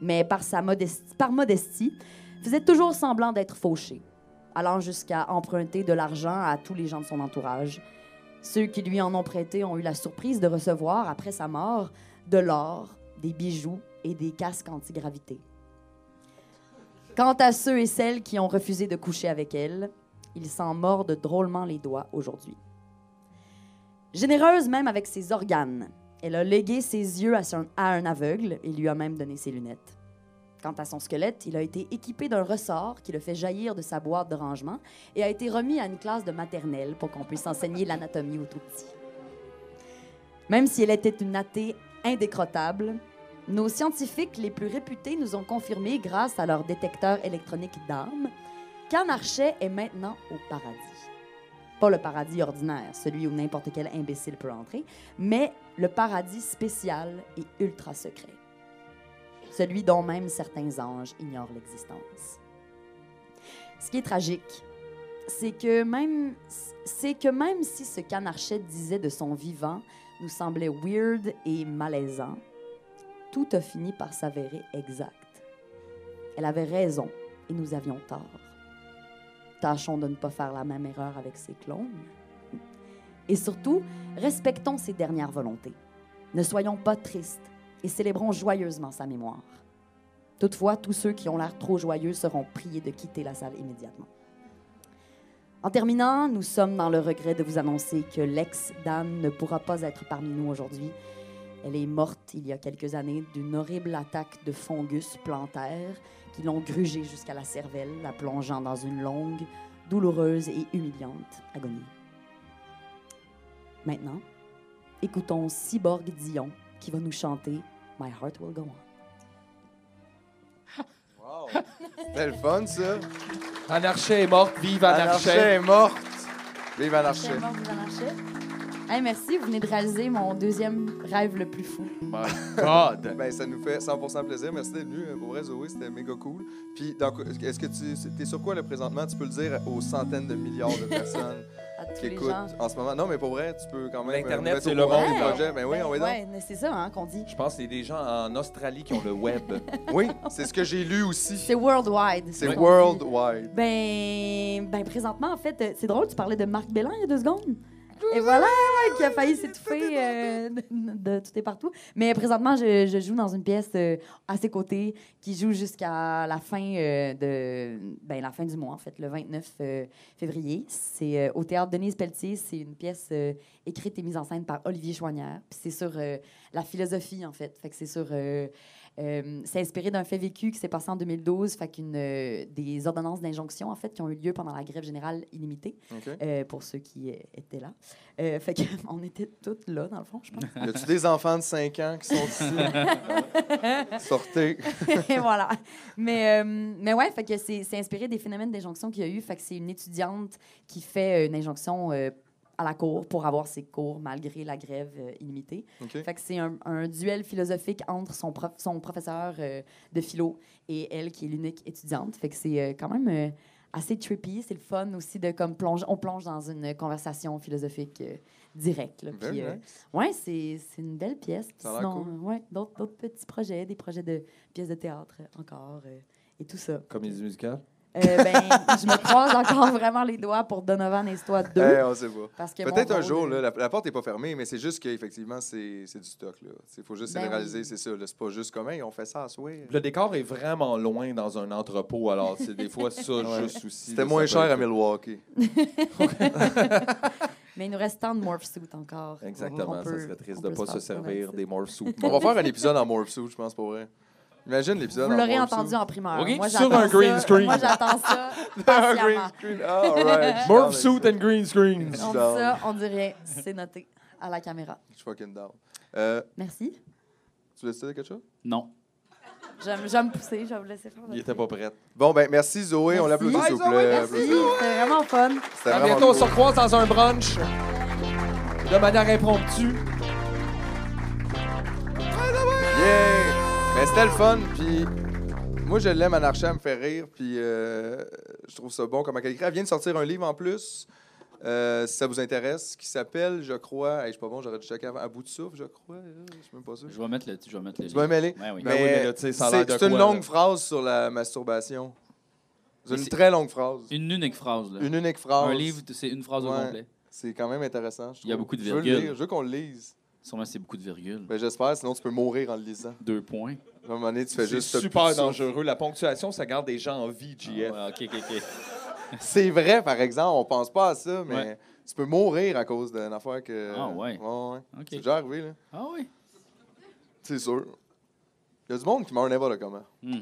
mais par, sa modestie, par modestie, faisait toujours semblant d'être fauchée, allant jusqu'à emprunter de l'argent à tous les gens de son entourage. Ceux qui lui en ont prêté ont eu la surprise de recevoir, après sa mort, de l'or, des bijoux et des casques antigravité. Quant à ceux et celles qui ont refusé de coucher avec elle, ils s'en mordent drôlement les doigts aujourd'hui. Généreuse même avec ses organes, elle a légué ses yeux à, son- à un aveugle et lui a même donné ses lunettes. Quant à son squelette, il a été équipé d'un ressort qui le fait jaillir de sa boîte de rangement et a été remis à une classe de maternelle pour qu'on puisse enseigner l'anatomie aux tout petits. Même si elle était une athée indécrottable, nos scientifiques les plus réputés nous ont confirmé, grâce à leur détecteur électronique d'âme, qu'Anne Archet est maintenant au paradis pas le paradis ordinaire, celui où n'importe quel imbécile peut entrer, mais le paradis spécial et ultra secret, celui dont même certains anges ignorent l'existence. Ce qui est tragique, c'est que même c'est que même si ce qu'Anarchet disait de son vivant nous semblait weird et malaisant, tout a fini par s'avérer exact. Elle avait raison et nous avions tort. Tâchons de ne pas faire la même erreur avec ses clones. Et surtout, respectons ses dernières volontés. Ne soyons pas tristes et célébrons joyeusement sa mémoire. Toutefois, tous ceux qui ont l'air trop joyeux seront priés de quitter la salle immédiatement. En terminant, nous sommes dans le regret de vous annoncer que l'ex d'Anne ne pourra pas être parmi nous aujourd'hui. Elle est morte il y a quelques années d'une horrible attaque de fungus plantaire qui l'ont grugée jusqu'à la cervelle, la plongeant dans une longue, douloureuse et humiliante agonie. Maintenant, écoutons Cyborg Dion qui va nous chanter My Heart Will Go On. Wow. C'était le fun, ça. Anne Archet est morte, vive Anne Anarchet Archet. est morte. Vive Anarchet. Hey, merci, vous venez de réaliser mon deuxième rêve le plus fou. My God! Ben, ça nous fait 100% plaisir. Merci d'être venu. Euh, Pour vrai, Zoé, c'était méga cool. Puis, dans quoi- est-ce que tu es sur quoi, là, présentement? Tu peux le dire aux centaines de milliards de personnes. tous qui les écoutent gens. en ce moment. Non, mais pour vrai, tu peux quand même. euh, L'Internet, nous mettre c'est au le courant monde, des là. projets. Ben oui, Ben on est ouais, mais c'est ça hein, qu'on dit. Je pense que c'est des gens en Australie qui ont le web. Oui, c'est ce que j'ai lu aussi. C'est worldwide. C'est ce qu'on dit. worldwide. Ben, ben, présentement, en fait, euh, c'est drôle, tu parlais de Marc Bellin il y a deux secondes. Et voilà, ouais, qui a failli s'étouffer euh, de, de tout et partout. Mais présentement, je, je joue dans une pièce euh, à ses côtés qui joue jusqu'à la fin euh, de ben, la fin du mois, en fait, le 29 euh, février. C'est euh, au théâtre Denise Pelletier. C'est une pièce euh, écrite et mise en scène par Olivier Chouanière. Puis c'est sur euh, la philosophie, en fait. Fait que c'est sur. euh, euh, c'est inspiré d'un fait vécu qui s'est passé en 2012, fait qu'une euh, des ordonnances d'injonction en fait qui ont eu lieu pendant la grève générale illimitée OK. euh, pour ceux qui euh, étaient là. Euh, fait que on était toutes là dans le fond, je pense. Y a-tu des enfants de 5 ans qui sont ici? Sortez. Et voilà. Mais, euh, mais ouais, fait que c'est c'est inspiré des phénomènes d'injonction qu'il y a eu. Fait que c'est une étudiante qui fait euh, une injonction euh, à la cour pour avoir ses cours malgré la grève euh, illimitée. OK. Fait que c'est un, un duel philosophique entre son, prof- son professeur euh, de philo et elle qui est l'unique étudiante. Fait que c'est euh, quand même euh, assez trippy. C'est le fun aussi de comme plonger. On plonge dans une conversation philosophique euh, directe. là. Very Puis, euh, nice. ouais, c'est c'est une belle pièce. Puis Ça a l'air Sinon, cool. euh, ouais, d'autres d'autres petits projets, des projets de pièces de théâtre euh, encore euh, et tout ça. Comédie musicale. Euh, ben, je me croise encore vraiment les doigts pour Donovan et toi deux. Eh, on sait pas. parce que mon Peut-être un rôle, jour, euh, là, la, la porte n'est pas fermée, mais c'est juste qu'effectivement, c'est c'est du stock. Il faut juste Ben généraliser, oui. c'est ça. là. C'est pas juste comment on fait ça à souhait. Le décor est vraiment loin dans un entrepôt, alors c'est des fois ça Ouais. juste aussi. C'était là, moins ça peut cher à être- Milwaukee. Mais il nous reste tant de morph suit encore. Exactement, On ça peut- serait triste on de peut ne pas se faire servir ça. des morph soup. On va faire un épisode en Morph Suit, je pense, pour vrai. Imagine l'épisode Vous en l'aurez morph suit. entendu en primeur. Ok, Moi, sur j'attends un green ça- screen. Moi, j'attends ça Un green patiemment. screen. Ah, all right. Morph suit and green On screen. dit Je suis down. ça, on dit rien. C'est noté à la caméra. Je suis fucking down. Euh, Merci. tu veux dire quelque chose? Non. J'aime j'aime pousser, je vais vous laisser faire. Il était pas prêt. Bon, ben merci Zoé. On Merci. l'applaudit, s'il vous Bye, Zoé, plaît. Merci, Applaudissez. c'était vraiment fun. C'était À vraiment bientôt, on cool. se recroise dans un brunch de manière impromptue. Yeah! Mais c'était le fun, puis moi je l'aime, Anarchie, elle me fait rire, puis euh, je trouve ça bon comment elle écrit. Elle vient de sortir un livre en plus, euh, si ça vous intéresse, qui s'appelle, je crois, hey, je suis pas bon, j'aurais dû checker avant, à bout de souffle, je crois, euh, je suis même pas sûr. Je vais mettre le. Je vais mettre le Tu lien. vas mêler. Ouais, oui. Ben oui, mais là, tu sais, c'est ça a l'air de c'est une quoi, longue là? phrase sur la masturbation. C'est Mais une c'est- très longue phrase. Une, Une unique phrase. Là. unique phrase. Un livre, c'est une phrase au Ouais. complet. C'est quand même intéressant. je Il y a trouve. beaucoup de Je veux le virgules. lire, Je veux qu'on le lise. Sûrement, c'est beaucoup de virgules. Ben, J'espère, sinon tu peux mourir en le lisant. Deux points. À un moment donné, tu fais C'est juste. t'as plus super de souffle. dangereux. La ponctuation, ça garde des gens en vie, JF. Ah, ouais, ok, ok, ok. C'est vrai, par exemple, on pense pas à ça, mais Ouais. tu peux mourir à cause d'une affaire que. Ah ouais. ouais. Ok. C'est déjà arrivé, là. Ah oui. C'est sûr. Il y a du monde qui meurt n'importe comment. Hmm.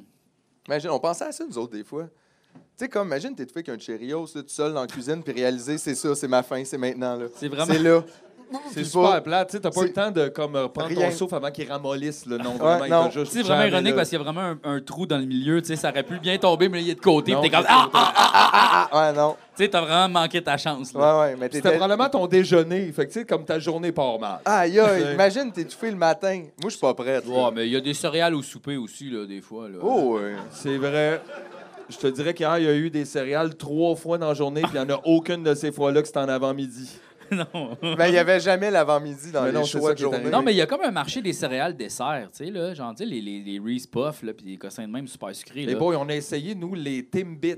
Imagine, on pensait à ça, nous autres, des fois. Tu sais, comme, imagine, t'es tout fait qu'un Cheerios, là, tout seul dans la cuisine, puis réaliser, c'est ça, c'est ma fin, c'est maintenant, là. C'est vraiment- C'est là. C'est Puis super pas- plat. Tu sais, t'as pas c'est- le temps de comme, euh, prendre Rien. ton souffle avant qu'il ramollisse. Là. Non, Ouais, vraiment, il non. va juste C'est vraiment jammer, ironique là. parce qu'il y a vraiment un, un trou dans le milieu. Tu sais, ça aurait pu bien tomber, mais là, il est de côté. Non, puis t'es comme. il est Ah, de ah, ah! Ah, ouais, non. Tu sais, t'as vraiment manqué ta chance. Là. Ouais, ouais, mais C'était t'étais. probablement ton déjeuner. Fait que, tu sais, comme ta journée part mal. Aïe, aïe, imagine, t'es étouffé le matin. Moi, je suis pas prête. Ouais, là. mais il y a des céréales au souper aussi, là, des fois. Là. Oh, ouais. C'est vrai. Je te dirais qu'hier, il y a eu des céréales trois fois dans la journée, puis il n'y en a aucune de ces fois-là que c'était en avant-midi. non. Mais Ben, il y avait jamais l'avant-midi dans Mais les non, c'est choix ça de qui est journée. arrivé. Non, mais il y a comme un marché des céréales dessert, tu sais, là. Genre, tu sais, les, les, les Reese Puffs, là, puis les cossins de même super sucrés, Les là. boys, on a essayé, nous, les Timbits.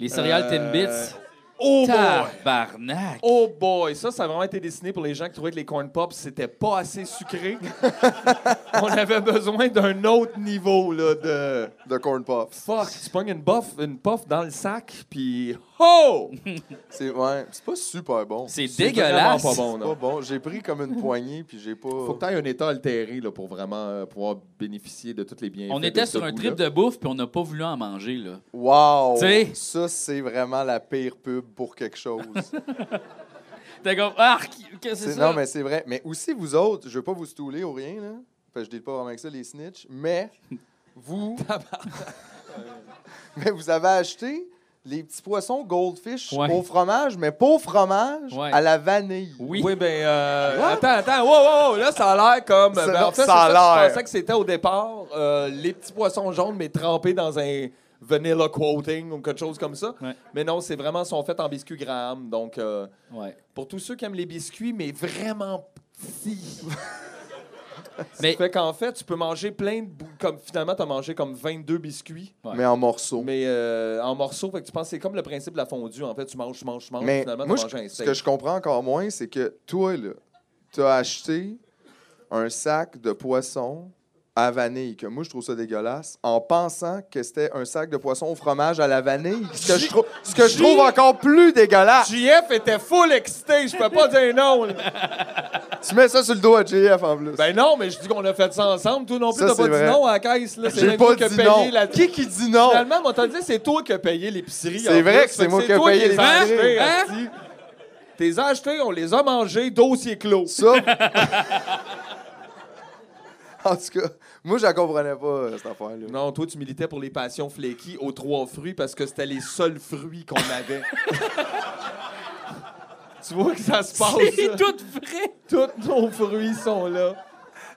Les céréales Euh, Timbits. Oh boy! Tabarnak! Oh boy! Ça, ça a vraiment été dessiné pour les gens qui trouvaient que les corn pops, c'était pas assez sucré. on avait besoin d'un autre niveau, là, de... De corn pop. Fuck! Tu pognes une puff, une puff dans le sac, puis... Oh! C'est ouais, c'est pas super bon. C'est C'est dégueulasse! vraiment pas bon, C'est non. pas bon. J'ai pris comme une poignée, puis j'ai pas. Faut que tu aies un état altéré là, pour vraiment euh, pouvoir bénéficier de tous les bienfaits. On de était ce sur un goût-là. trip de bouffe, puis on n'a pas voulu en manger, là. Wow! Tu sais? Ça, c'est vraiment la pire pub pour quelque chose. T'es comme, ah, qu'est-ce que c'est C'est- ça? non, mais c'est vrai. Mais aussi, vous autres, je veux pas vous stouler ou rien, là. Enfin, je dis pas vraiment que ça, les snitch. Mais vous. mais vous avez acheté les petits poissons goldfish Ouais. au fromage, mais pas au fromage, Ouais. à la vanille. Oui. Oui, ben, euh, What? attends, attends, wow, wow, wow, là, ça a l'air comme... Ça- ben, en non, fait, ça a c'est que je l'air. pensais que c'était au départ euh, les petits poissons jaunes, mais trempés dans un, vanilla quoting ou quelque chose comme ça. Ouais. Mais non, c'est vraiment sont faits en biscuits Graham. Donc, euh, Ouais. pour tous ceux qui aiment les biscuits, mais vraiment petits. Mais- mais... Fait qu'en fait, tu peux manger plein de... bou- Comme, finalement, tu as mangé comme 22 biscuits, Ouais. Mais en morceaux. mais euh, en morceaux. Fait que tu penses, c'est comme le principe de la fondue. En fait, tu manges, tu manges, tu manges, Mais finalement, tu moi, je- manges un ce steak. que je comprends encore moins, c'est que toi, là, t'as acheté un sac de poisson à vanille, que moi, je trouve ça dégueulasse, en pensant que c'était un sac de poisson au fromage à la vanille. Ce que je, trou- ce que je trouve encore plus dégueulasse. JF était full excité, je peux pas dire non. là. Tu mets ça sur le dos à JF, en plus. Ben non, mais je dis qu'on a fait ça ensemble. Toi non plus, Ça, t'as pas c'est dit vrai. non à la caisse. là. C'est J'ai même pas toi dit qui as payé non. la- Qui qui dit non? Finalement, on t'a dit c'est toi qui as payé l'épicerie. C'est en vrai plus. que c'est Fait moi qui ai toi payé les as l'épicerie. achetés, Hein? hostie. T'es acheté, on les a mangés, dossier clos. Ça... en tout cas, moi, je la comprenais pas, euh, cette affaire-là. Non, toi, tu militais pour les passions fléquies aux trois fruits parce que c'était les seuls fruits qu'on avait. tu vois que ça se passe. C'est là. tout vrai. Tous nos fruits sont là.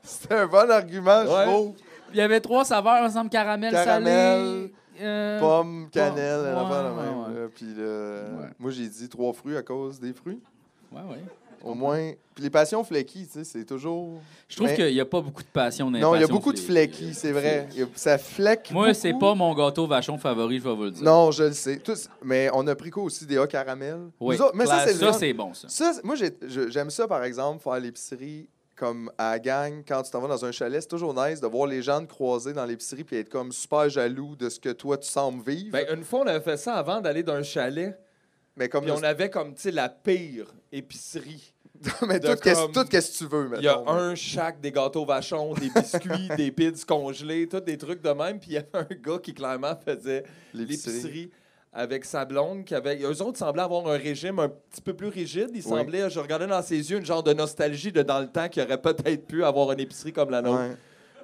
C'était un bon argument, Ouais. je trouve. Il y avait trois saveurs ensemble caramel, Caramel, salé. euh, Pomme, cannelle, ouais, un affaire de même. ouais, ouais. là. Puis le- Ouais. moi, j'ai dit trois fruits à cause des fruits. ouais, ouais. Au moins. Puis les passions fléquies, tu sais, c'est toujours. Je trouve Mais- qu'il n'y a pas beaucoup de passion dans les Non, il y a passions euh, beaucoup de fléquis, c'est vrai. Il y a- Ça fleque. Moi, c'est beaucoup. pas mon gâteau vachon favori, je vais vous le dire. Non, je le sais. Tous- Mais on a pris quoi aussi des hauts caramel? Oui. Nous autres- Mais ça, Classe- c'est le ça, fun. c'est bon, ça. Ça, c'est- moi, j'ai- je- j'aime ça, par exemple, faire l'épicerie comme à la gang, quand tu t'en vas dans un chalet. C'est toujours nice de voir les gens te croiser dans l'épicerie puis être comme super jaloux de ce que toi, tu sembles vivre. Ben, une fois, on avait fait ça avant d'aller d'un chalet. mais comme. Puis on avait comme, tu sais, la pire épicerie. mais de tout, qu'est-ce comme- tout qu'est-ce que tu veux, Il y a mettons. un chaque des gâteaux vachons, des biscuits, des pizzas congelées, tous des trucs de même. Puis il y avait un gars qui clairement faisait l'épicerie avec sa blonde. Qui avait... Eux autres semblaient avoir un régime un petit peu plus rigide. Ils semblaient, je regardais dans ses yeux, une genre de nostalgie de dans le temps qu'il aurait peut-être pu avoir une épicerie comme la nôtre. Ouais.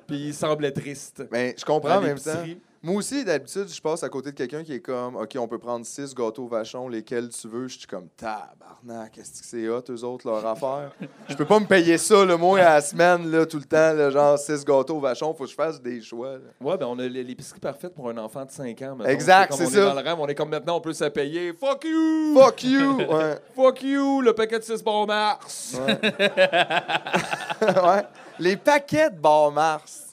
Puis il semblait triste. Mais je comprends en À même temps. l'épicerie. Moi aussi, d'habitude, je passe à côté de quelqu'un qui est comme OK, on peut prendre six gâteaux vachons, lesquels tu veux. Je suis comme Tabarnak, qu'est-ce que c'est hot, eux autres, leur affaire. Je peux pas me payer ça, le mois à la semaine, là, tout le temps, là, genre six gâteaux vachons, faut que je fasse des choix. là. Ouais, ben on a l'épicerie parfaite pour un enfant de 5 ans. mettons. Exact, comme c'est on ça. Est dans le rêve, on est comme maintenant, on peut se payer. Fuck you! Fuck you! Ouais. Fuck you! Le paquet de 6 bon mars! ouais. Ouais. Les paquets de bar Mars.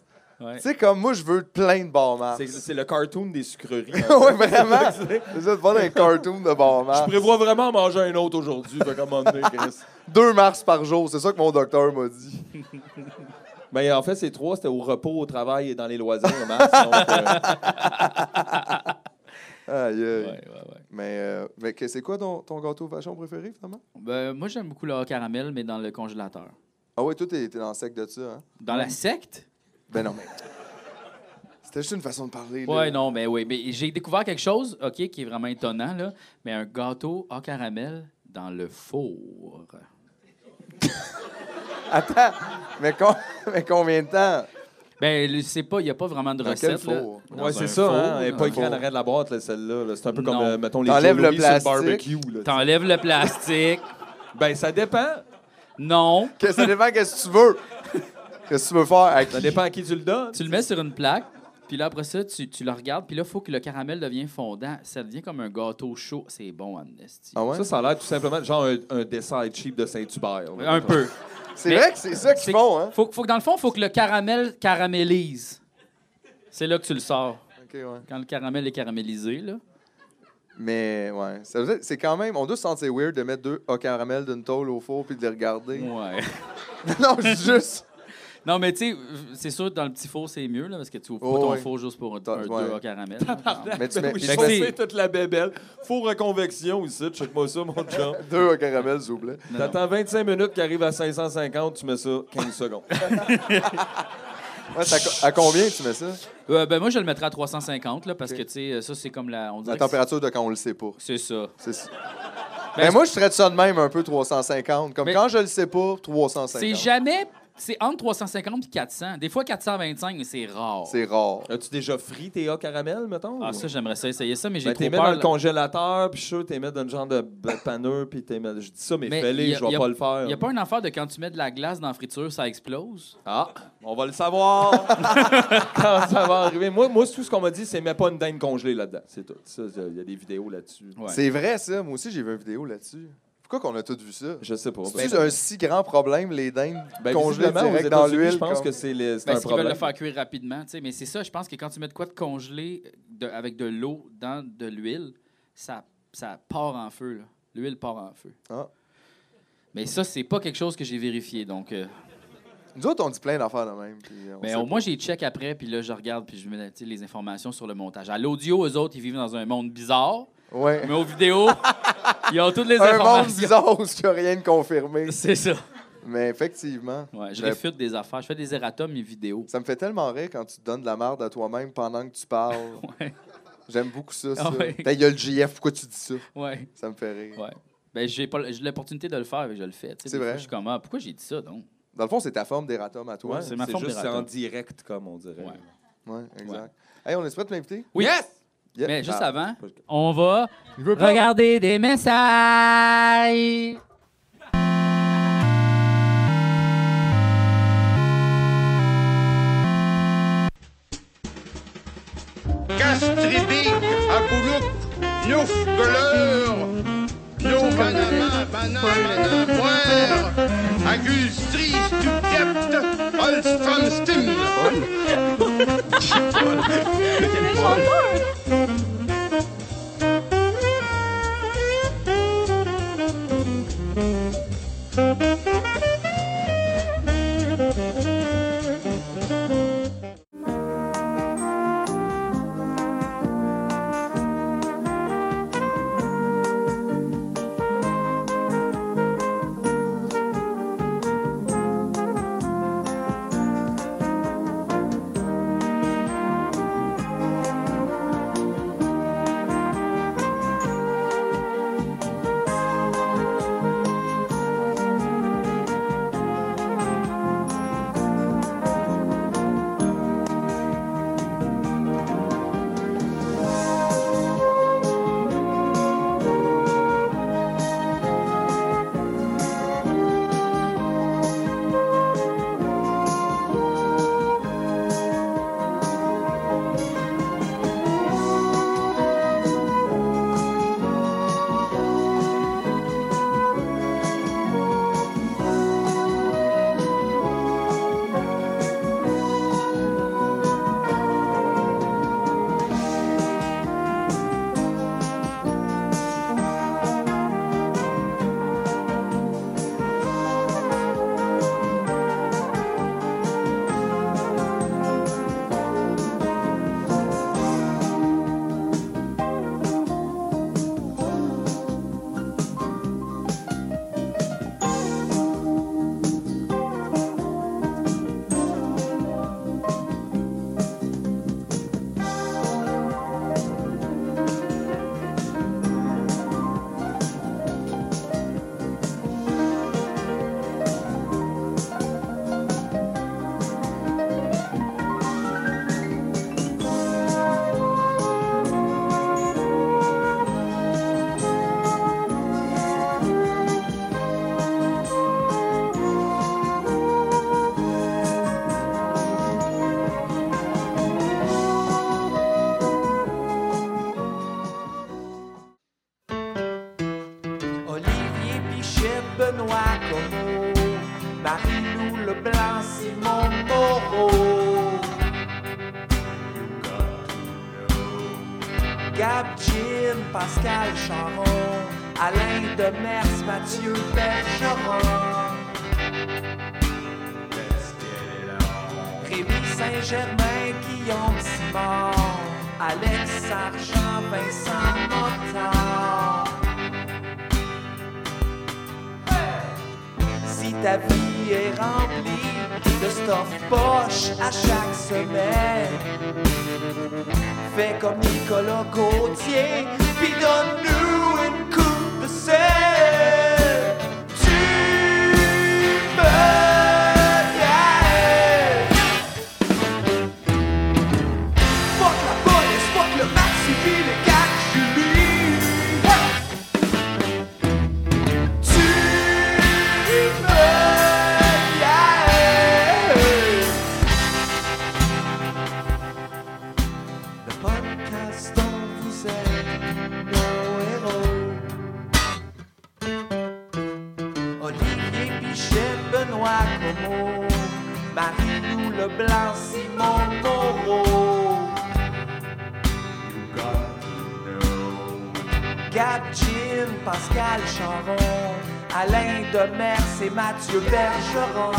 Ouais. Tu sais, comme moi, je veux plein de bar Mars. C'est- C'est le cartoon des sucreries. hein. ouais, vraiment. C'est ça, de voir un cartoon de bar Je Mars. prévois vraiment en manger un autre aujourd'hui. Fait qu'à un moment donné, Chris. Deux Mars par jour, c'est ça que mon docteur m'a dit. Ben, en fait, ces trois, c'était au repos, au travail et dans les loisirs. le mars, donc, euh, Aïe, aïe. Ouais, ouais, ouais. Mais, euh, mais que- c'est quoi ton, ton gâteau vachon préféré, finalement? Ben, moi, j'aime beaucoup le caramel, mais dans le congélateur. Ah ouais, toi, t'es t'es dans le sec de ça, hein? Dans la secte? Ben non, mais... C'était juste une façon de parler, là. Ouais, non, mais oui. Mais j'ai découvert quelque chose, OK, qui est vraiment étonnant, là. Mais un gâteau à caramel dans le four. Attends, mais, con- mais combien de temps? Ben, le- c'est pas, il n'y a pas vraiment de Dans recette. quel là. four? Dans ouais, un c'est ça. four, hein, Elle n'est dans pas un écrite four. en arrière de la boîte, là, celle-là. là. C'est un peu comme, Non. euh, mettons, les T'enlèves Joe Louis le sur plastique. barbecue. là. T'enlèves le plastique. Ben, ça dépend. Non. Que ça dépend qu'est-ce que tu veux. Qu'est-ce que tu veux faire? à qui? Ça dépend à qui tu le donnes. Tu le mets sur une plaque, puis là, après ça, tu, tu le regardes, puis là, il faut que le caramel devienne fondant. Ça devient comme un gâteau chaud. C'est bon, Amnesty. Ah ouais? Ça, ça a l'air tout simplement genre un, un dessert cheap de Saint-Hubert. là. Un peu. C'est mais- vrai que c'est ça qu'ils C'est- font, hein? Faut, que- faut que dans le fond, faut que le caramel caramélise. C'est là que tu le sors. OK, ouais. Quand le caramel est caramélisé, là. Mais, ouais. Ça veut dire- C'est quand même... On doit se sentir weird de mettre deux au caramel d'une tôle au four puis de les regarder. Ouais. non, c'est juste... Non, mais tu sais, c'est sûr que dans le petit four, c'est mieux, là, parce que tu ouvres Oh, pas ton ouais. four juste pour un, T'as- un ouais. deux à caramel. Mais tu mets, Ben oui, tu je fait que mets pensais c'est- toute la bébelle. Four à convection ici. Check-moi ça, mon chum. deux au caramel, s'il vous plaît. Non, non. T'attends 25 minutes qu'il arrive à 550, tu mets ça 15 secondes. Ouais, c'est à co- à combien tu mets ça? Euh, ben moi, je le mettrais à 350, là, parce Ok. que, tu sais, euh, ça, c'est comme la... On dirait La que température de quand on le sait pas. C'est c'est ça. C'est ça. Ben, Ben, moi, je traite ça de même un peu 350. Comme Mais- quand je le sais pas, C'est 350. jamais c'est entre 350 et 400. Des fois 425, mais c'est rare. C'est rare. As-tu déjà frit tes hauts caramel, mettons? Ah, ou- ça, j'aimerais ça essayer ça, mais j'ai Ben, t'es trop mis peur. dans le là. congélateur, puis je suis sûr, t'es mis dans une genre de b- panneur, puis t'es mis... Je dis ça, mais, Mais fais-les, y a- je vais y a- pas le faire. Il n'y a pas une affaire de quand tu mets de la glace dans la friture, ça explose. Ah, on va le savoir quand ça va arriver. Moi, moi tout ce qu'on m'a dit, c'est mets pas une dinde congelée là-dedans. C'est tout. Ça, Il y a des vidéos là-dessus. Ouais. C'est vrai, ça. Moi aussi, j'ai vu une vidéo là-dessus. Pourquoi qu'on a tous vu ça? Je sais pas. C'est un si grand problème, les dindes Ben, congelées visiblement, aux direct dans États-Unis, l'huile. Je pense comme- que c'est le- c'est Ben, s'ils un veulent problème. le faire cuire rapidement, tu sais. Mais c'est ça, je pense que quand tu mets de quoi de congelé de- avec de l'eau dans de l'huile, ça, ça part en feu, là. L'huile part en feu. Ah. Mais ça, c'est pas quelque chose que j'ai vérifié, donc... euh, Nous autres, on dit plein d'affaires de même. puis on Mais sait au pas. moins, j'ai check après, puis là, je regarde, puis je mets tu sais, les informations sur le montage. À l'audio, eux autres, ils vivent dans un monde bizarre, Ouais. mais aux vidéos, ils ont toutes les Un monde informations. bizarre où il n'y a rien de confirmé. C'est ça. Mais effectivement, Ouais, je Ben- réfute des affaires. Je fais des erratums et vidéos. ça me fait tellement rire quand tu te donnes de la merde à toi-même pendant que tu parles. Ouais, J'aime beaucoup ça. Ah ça. ouais. Ta gueule, JF, pourquoi tu dis ça? ouais, Ça me fait rire. ouais. Ben, j'ai pas l- j'ai l'opportunité de le faire, mais je le fais. tu sais. C'est Des fois, vrai. Je suis comme, ah, pourquoi j'ai dit ça, donc? Dans le fond, c'est ta forme d'erratum à toi. Ouais, Ouais, c'est ma c'est forme juste c'est d'erratum. en direct, comme on dirait. Ouais. exact. Hey, on est prêt de l'inviter? Oui. Yeah. Mais juste Ah. avant, pas le cas. on va regarder des messages. Castribig, Apoulouk, Gnouf, Goleur, Gno, Panama, Banana, Moire, Agus, Tris, Duquette, Holstrom, Stim. Olivier Pichet, Benoît Como, Marie-Lou Leblanc, Simon Moreau. Gab Jim, Pascal Charon, Alain Demers, Mathieu Bergeron. Rémi Saint-Germain, Guillaume Simon, Alex Sargent, Vincent Montand. Si ta vie est remplie de stuff poche à chaque semaine, fais comme Nicolas Gauthier, puis donne-nous une coupe de sel. Tu me Comeau, Marie-Lou Leblanc, Simon Moreau. You gotta know. Gab Chin, Pascal Charon, Alain Demers et Mathieu Bergeron.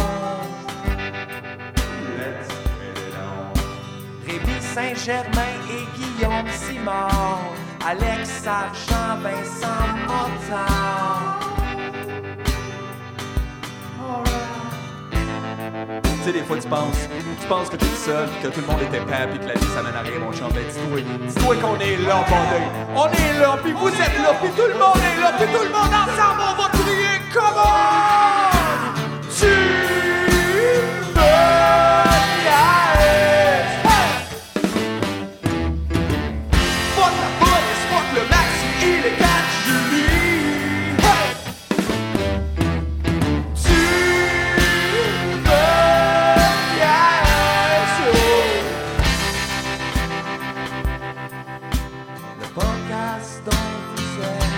Rémi Saint-Germain et Guillaume Simard, Alex Sargent, Vincent Montand. Tu sais, des fois, tu penses, tu penses que t'es le seul, que tout le monde était père, puis que la vie, ça mène à rien, mon chum. Ben, dis-toi, dis-toi qu'on est là, bordel. On est là, puis vous êtes là, puis tout le monde est là, puis tout le monde ensemble, on va crier comment tu me niaises. Hey! Fuck la police, fuck le maxi illégal, Julie. Hey! Tu me niaises. Le podcast dont vous êtes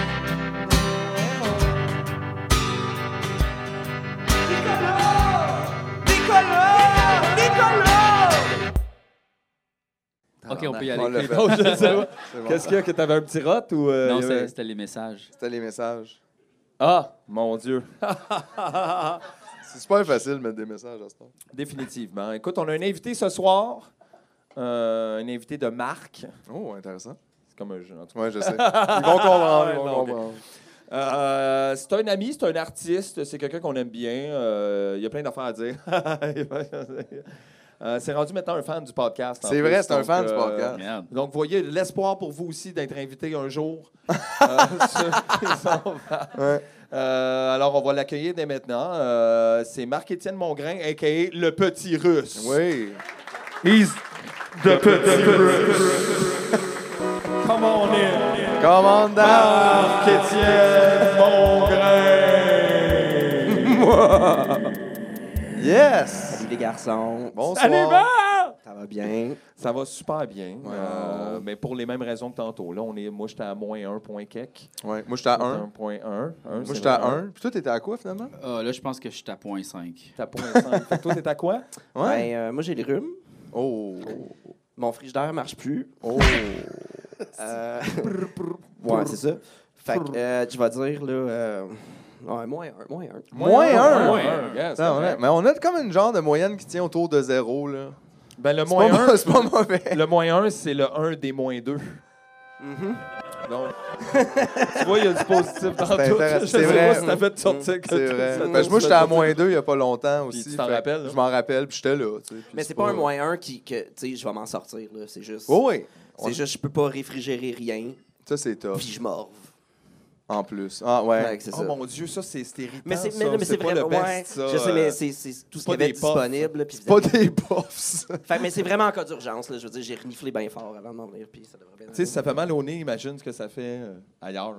Nicolas, Nicolas. OK, on peut y On l'a aller. fait. Oh, je sais pas. C'est bon. Qu'est-ce qu'il y a que t'avais un petit rot ou. euh, Non, il y avait- c'est- c'était les messages. C'était les messages. Ah, mon Dieu. C'est super facile de mettre des messages à ce temps. Définitivement. Écoute, on a un invité ce soir. Euh, un invité de marque. Oh, intéressant. C'est comme un jeu, en tout cas. Ouais, je sais. Ils vont comprendre, ils Ouais, vont non, comprendre. Euh, c'est un ami, c'est un artiste, c'est quelqu'un qu'on aime bien. Euh, il y a plein d'affaires à dire. Euh, c'est rendu maintenant un fan du podcast. en C'est plus, vrai, c'est un donc, fan du euh, podcast. Merde. Donc, voyez, l'espoir pour vous aussi d'être invité un jour. Euh, ceux qui sont fans. Ouais. Euh, alors, on va l'accueillir dès maintenant. Euh, c'est Marc-Étienne Mongrain, a.k.a. Le Petit Russe. Oui. He's the Petit Russe. Commandant! Ah! Marc-Étienne Mongrain. Yes! les garçons, Bonsoir. ça va bien? Ça va super bien. euh, mais pour les mêmes raisons que tantôt. Là, on est, moi, j'étais à moins 1 point quelques. Ouais, moi, j'étais à 1. 1.1. Moi, Moi, j'étais à 1. Puis toi, t'étais à quoi, finalement? Ah, là, je pense que je suis à point 5. T'as point cinq. Fait que Toi, t'es à quoi? Ouais. Ben, euh, moi, j'ai le rhume. Oh. Mon frigidaire marche plus. Oh. Euh, ouais, c'est ça. Fait que euh, tu vas dire, là, euh, ouais, moins un, moins un. Moins un. 1. Moins un, yes, Attends, correct. ouais. Mais on a comme une genre de moyenne qui tient autour de zéro, là. Ben, le C'est pas, moins 1, mo- c'est pas mauvais. le moins 1, c'est le 1 des moins 2. Donc, tu vois, il y a du positif dans tout. C'est intéressant, Je c'est sais vrai. pas si t'as fait sortir quelque C'est chose. vrai. Ça, Parce que moi, tu j'étais à fais moins 2 il y a pas longtemps aussi. Puis tu t'en Fait que rappelles, hein? là? Je m'en rappelle, puis j'étais là. tu sais, puis Mais c'est pas un moins un qui, que, tu sais, je vais m'en sortir, là. C'est juste. Oh oui. C'est juste, je peux pas réfrigérer rien, Ça, c'est top. puis je morve. En plus. Ah, ouais. Fait que c'est Oh ça. mon Dieu, ça, c'est c'est irritant. Mais c'est ça. mais, mais c'est pas vraiment. le best, ouais, ça. je sais, euh, mais c'est- c'est tout ce pas qu'il y avait des puffs. disponible. Puis vous Pas avez- des puffs. Fait, mais c'est vraiment en cas d'urgence, là. Je veux dire, j'ai reniflé bien fort avant de m'en venir, puis ça devrait bien Tu sais, aller. si ça fait mal au nez, imagine ce que ça fait euh, ailleurs.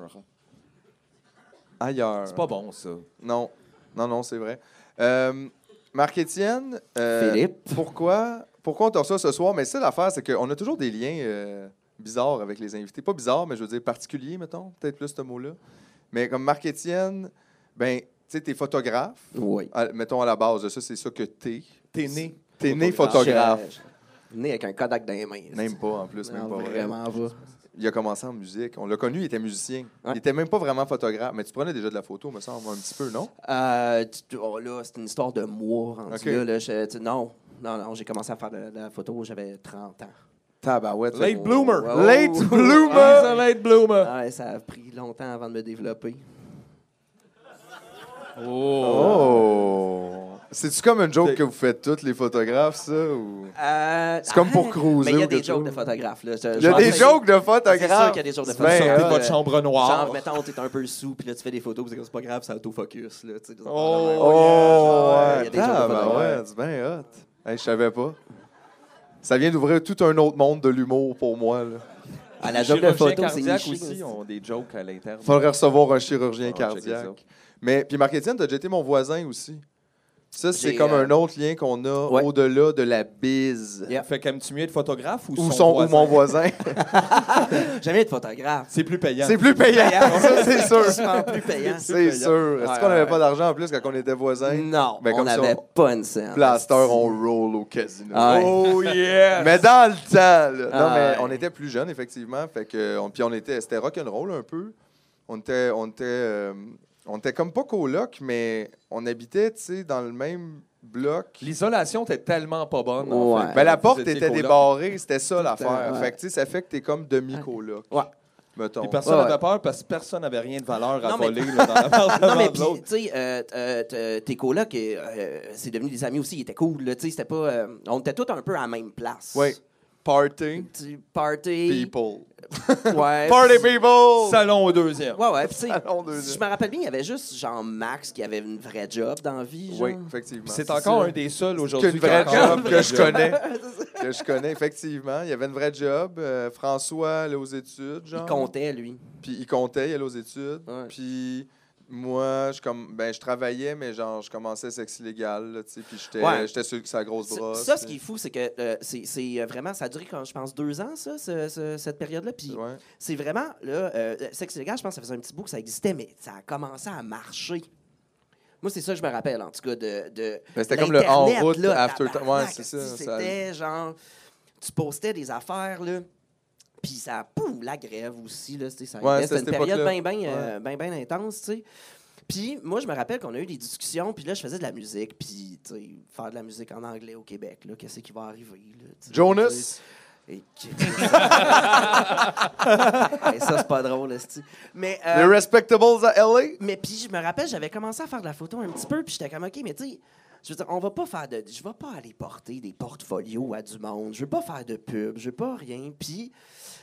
Ailleurs. C'est pas bon, ça. Non, non, non, c'est vrai. Euh, Marc-Étienne, euh, Philippe. pourquoi, pourquoi on te reçoit ce soir? Mais c'est l'affaire, c'est qu'on a toujours des liens euh, bizarres avec les invités. Pas bizarres, mais je veux dire particuliers, mettons, peut-être plus ce mot-là. Mais comme Marc-Étienne, ben, tu sais, t'es photographe, Oui. à- mettons à la base de ça, c'est ça que t'es. T'es né. T'es né photographe. Je- je- Né avec un Kodak dans les mains. Même pas, en plus, même Non, pas vrai. vraiment pas. Il a commencé en musique. On l'a connu, il était musicien. Ouais. Il était même pas vraiment photographe. Mais tu prenais déjà de la photo, me semble, un petit peu, non? Euh, tu- tu- oh là, c'est une histoire de mois rendu Ok. là. là, je- tu- non, non, non, j'ai commencé à faire de, de la photo, j'avais 30 ans. Tabarouette. oh. Late bloomer. Ouais, Late ouais, ouais. bloomer. He's a late bloomer. Ah, ouais, ça a pris longtemps avant de me développer. Oh! C'est-tu comme une joke C'est- que vous faites toutes les photographes, ça? Ou... Euh, C'est comme pour ah, cruiser Mais il y a ou des quelque jokes de chose. photographes. Là. Il y a des jokes de photographes. C'est sûr qu'il y a des jokes de C'est bien photographes. Sortez de euh, votre chambre noire. Genre, mettons, t'es un peu sous, puis là, tu fais des photos, puis c'est comme, c'est pas grave, ça autofocus. Là, tu sais, des affaires de même. Oh, il y ouais. a des jokes de Ah, ben photographes. ouais, c'est bien hot. Hey, je savais pas. Ça vient d'ouvrir tout un autre monde de l'humour pour moi. Là. Ah, la Les joke de chirurgiens photo, c'est cardiaques niché, aussi là. ont des jokes à l'interne. Faudrait recevoir un chirurgien Ah, checker ça. cardiaque. Mais, puis Marc-Étienne, t'as jeté mon voisin aussi. Ça, c'est J'ai, comme euh, un autre lien qu'on a ouais. au-delà de la bise. Yeah. Fait qu'aimes-tu mieux être photographe ou, son, Ou, son, ou voisin? mon voisin. Jamais être photographe. C'est plus payant. c'est plus payant. Payant. ça, c'est sûr. Quasiment plus payant. C'est payant. sûr. Est-ce Ouais, qu'on ouais. Mm. n'avait pas d'argent en plus quand on était voisins? Non, Ben, on comme si n'avait on- pas une scène. Plaster, on roll au casino. Ah ouais. Oh yeah! Mais dans le temps, là. Non, Ah mais ouais. on était plus jeunes, effectivement. Fait que, on, puis on était, c'était rock'n'roll un peu. On était, on était, euh, on était comme pas coloc, mais on habitait, tu sais, dans le même bloc. L'isolation était tellement pas bonne. en Ouais. fait. Ben, Mais Ben, la Vous porte étiez était coloc. débarrée, c'était ça l'affaire. ouais. Fait que, tu sais, ça fait que t'es comme demi-coloc. Ouais. Mettons. Puis personne Ouais, n'avait ouais. peur parce que personne n'avait rien de valeur à Non, mais- voler là, dans l'appartement Non, mais de puis, l'autre. tu sais, euh, t- euh, t- tes colocs, euh, euh, c'est devenu des amis aussi. Ils étaient cool, là. Tu sais, c'était pas. euh, on était tous un peu à la même place. Oui. Party Tu party. people. Ouais. Party people! Salon au deuxième. Ouais, ouais. Puis, tu sais, Salon de- si je me rappelle bien, il y avait juste, genre, Max qui avait une vraie job dans la vie. Genre. Oui, effectivement. Puis hein. C'est encore ça. un des seuls aujourd'hui. qu'une qui a vraie encore un job vrai que je job. connais. que je connais, effectivement. Il y avait une vraie job. Euh, François allait aux études, genre. Il comptait, lui. Puis il comptait, il allait aux études. Ouais. Puis moi, je, comme, ben, je travaillais, mais genre, je commençais sexe illégal, là, tu sais. Puis j'étais Ouais. j'étais sur sa grosse Ça, brosse. ça, ce là. qui est fou, c'est que euh, c'est- c'est euh, vraiment, ça a duré, quand, je pense, deux ans, ça, ce- ce- cette période-là. Puis Ouais. c'est vraiment, là, euh, sexe illégal, je pense que ça faisait un petit bout que ça existait, mais ça a commencé à marcher. Moi, c'est ça que je me rappelle, en tout cas, de. de Ben, c'était comme le en l'Internet, route là, after time. tabarnak, Ouais, c'est ça, esti, ça- C'était genre, tu postais des affaires, là. Puis ça, pouf, la grève aussi, là, tu sais, ça Ouais, arrivait. c'était C'était une cette période époque-là. bien, bien, euh, bien, bien intense, tu sais. Puis moi, je me rappelle qu'on a eu des discussions, puis là, je faisais de la musique, puis, tu sais, faire de la musique en anglais au Québec, là, qu'est-ce qui va arriver, là, tu sais, tu sais. Jonas, Et que- Hey, ça, c'est pas drôle, esti. Mais, euh, les Respectables à L.A.? mais puis, je me rappelle, j'avais commencé à faire de la photo un petit peu, puis j'étais comme, OK, mais tu sais, je veux dire, on va pas faire de. Je vais pas aller porter des portfolios à du monde. Je veux pas faire de pub. Je veux pas rien. Puis.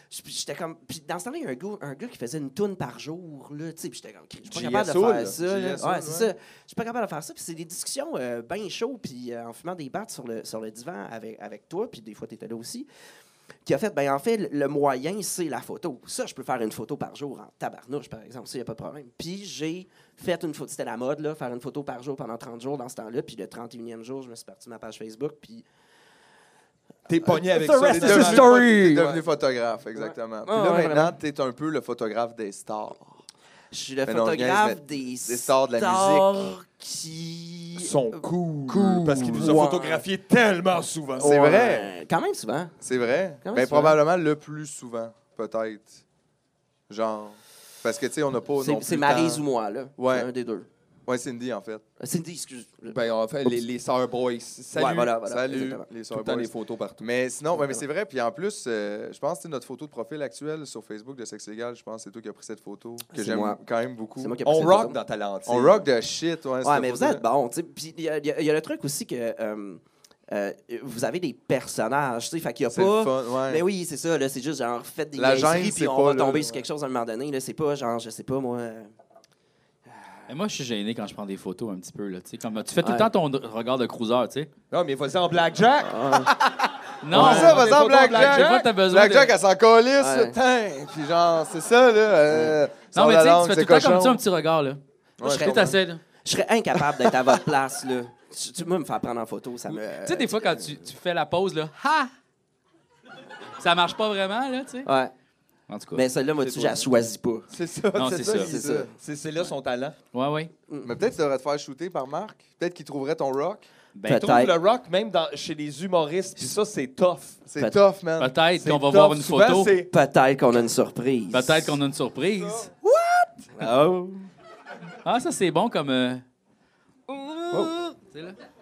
j- puis J'étais comme. Puis dans ce temps-là, il y a un gars, un gars qui faisait une toune par jour, là, tu sais. Puis j'étais comme. Je suis pas capable de JSO, faire là. ça. là. JSO, ouais, c'est ouais. ça. Je suis pas capable de faire ça. Puis c'est des discussions euh, bien chaudes, puis euh, en fumant des battes sur le, sur le divan avec, avec toi, puis des fois, t'étais là aussi qui a fait, ben en fait, le- le moyen, c'est la photo. Ça, je peux faire une photo par jour en tabarnouche, par exemple. Ça, il n'y a pas de problème. Puis j'ai fait une photo, c'était la mode, là, faire une photo par jour pendant 30 jours dans ce temps-là. Puis le 31e jour, je me suis parti de ma page Facebook. Puis T'es pogné avec The ça. rest les T'es is deux a devenu, ans. story. t'es devenu photographe, exactement. Puis Ouais, là, ouais, maintenant, t'es un peu le photographe des stars. je suis le Mais non, photographe niaise, mais des, des stars de la stars qui. sont cool, Cool. parce qu'ils nous ont Ouais. photographiés tellement souvent. C'est Ouais, vrai. Quand même souvent. C'est vrai? Comment Ben, ça? probablement le plus souvent, peut-être. Genre. Parce que, tu sais, on n'a pas. Oh, non C'est- plus C'est le Maryse temps. ou moi, là. Ouais. C'est un des deux. Ouais, Cindy, en fait. Euh, Cindy, excuse. Ben, en fait, les, les sœurs Boys. Salut. Ouais, voilà, voilà. Salut, exactement. les Tout Sour le temps Boys. les photos partout. Mais sinon, ouais, mais c'est vrai. Puis en plus, euh, je pense que tu sais, notre photo de profil actuelle sur Facebook de Sexe Légal, je pense que c'est toi qui as pris cette photo, que C'est j'aime moi. quand même beaucoup. C'est moi qui ai pris On cette rock photo. dans ta lentille. On rock de shit, ouais. Ouais, cette mais vous photo-là. êtes bon, tu sais. Puis il y, a- il y a- il y a le truc aussi que euh, euh, vous avez des personnages, tu sais. Fait qu'il y a C'est le pas. fun, ouais. Mais oui, c'est ça, là. C'est juste genre, faites des La niaiseries, gêne, c'est puis on pas, va là, tomber ouais. sur quelque chose à un moment donné. là. C'est pas genre, je sais pas, moi. euh, Mais moi, je suis gêné quand je prends des photos un petit peu. Là, tu sais, comme, tu fais tout Ouais. le temps ton d- regard de cruiser, tu sais. Non, mais vas-y en Blackjack. Ah. Non! Vas-y, vas-y, des photos Blackjack. Blackjack. Des fois, t'as besoin Blackjack, de- elle s'en calisse, Ouais. putain. Puis genre, c'est ça, là. euh, sans Non, mais la tu sais, tu langue, fais tout c'est le temps comme cochon. ça un petit regard, là. moi, je Tu serais- t'essaies, là. je serais incapable d'être à votre place, là. Tu, tu- moi, me faire prendre en photo, ça me. Tu sais, des fois, quand tu, tu fais la pause, là, ha! Ça marche pas vraiment, là, tu sais. Ouais. En tout cas. Mais celle-là, moi, tu la choisis pas. C'est ça, Non, c'est c'est ça. ça, c'est c'est ça. ça. C'est c'est là son talent. Ouais, ouais. Mais peut-être que tu devrais te faire shooter par Marc. Peut-être qu'il trouverait ton rock. Ben, Peut-être. Trouve le rock même dans- chez les humoristes. Puis ça, c'est tough. C'est Peut- tough, man. Peut-être C'est qu'on va tough. voir une Souvent, photo. c'est- Peut-être qu'on a une surprise. Peut-être qu'on a une surprise. Oh. Ah, ça, c'est bon comme. euh,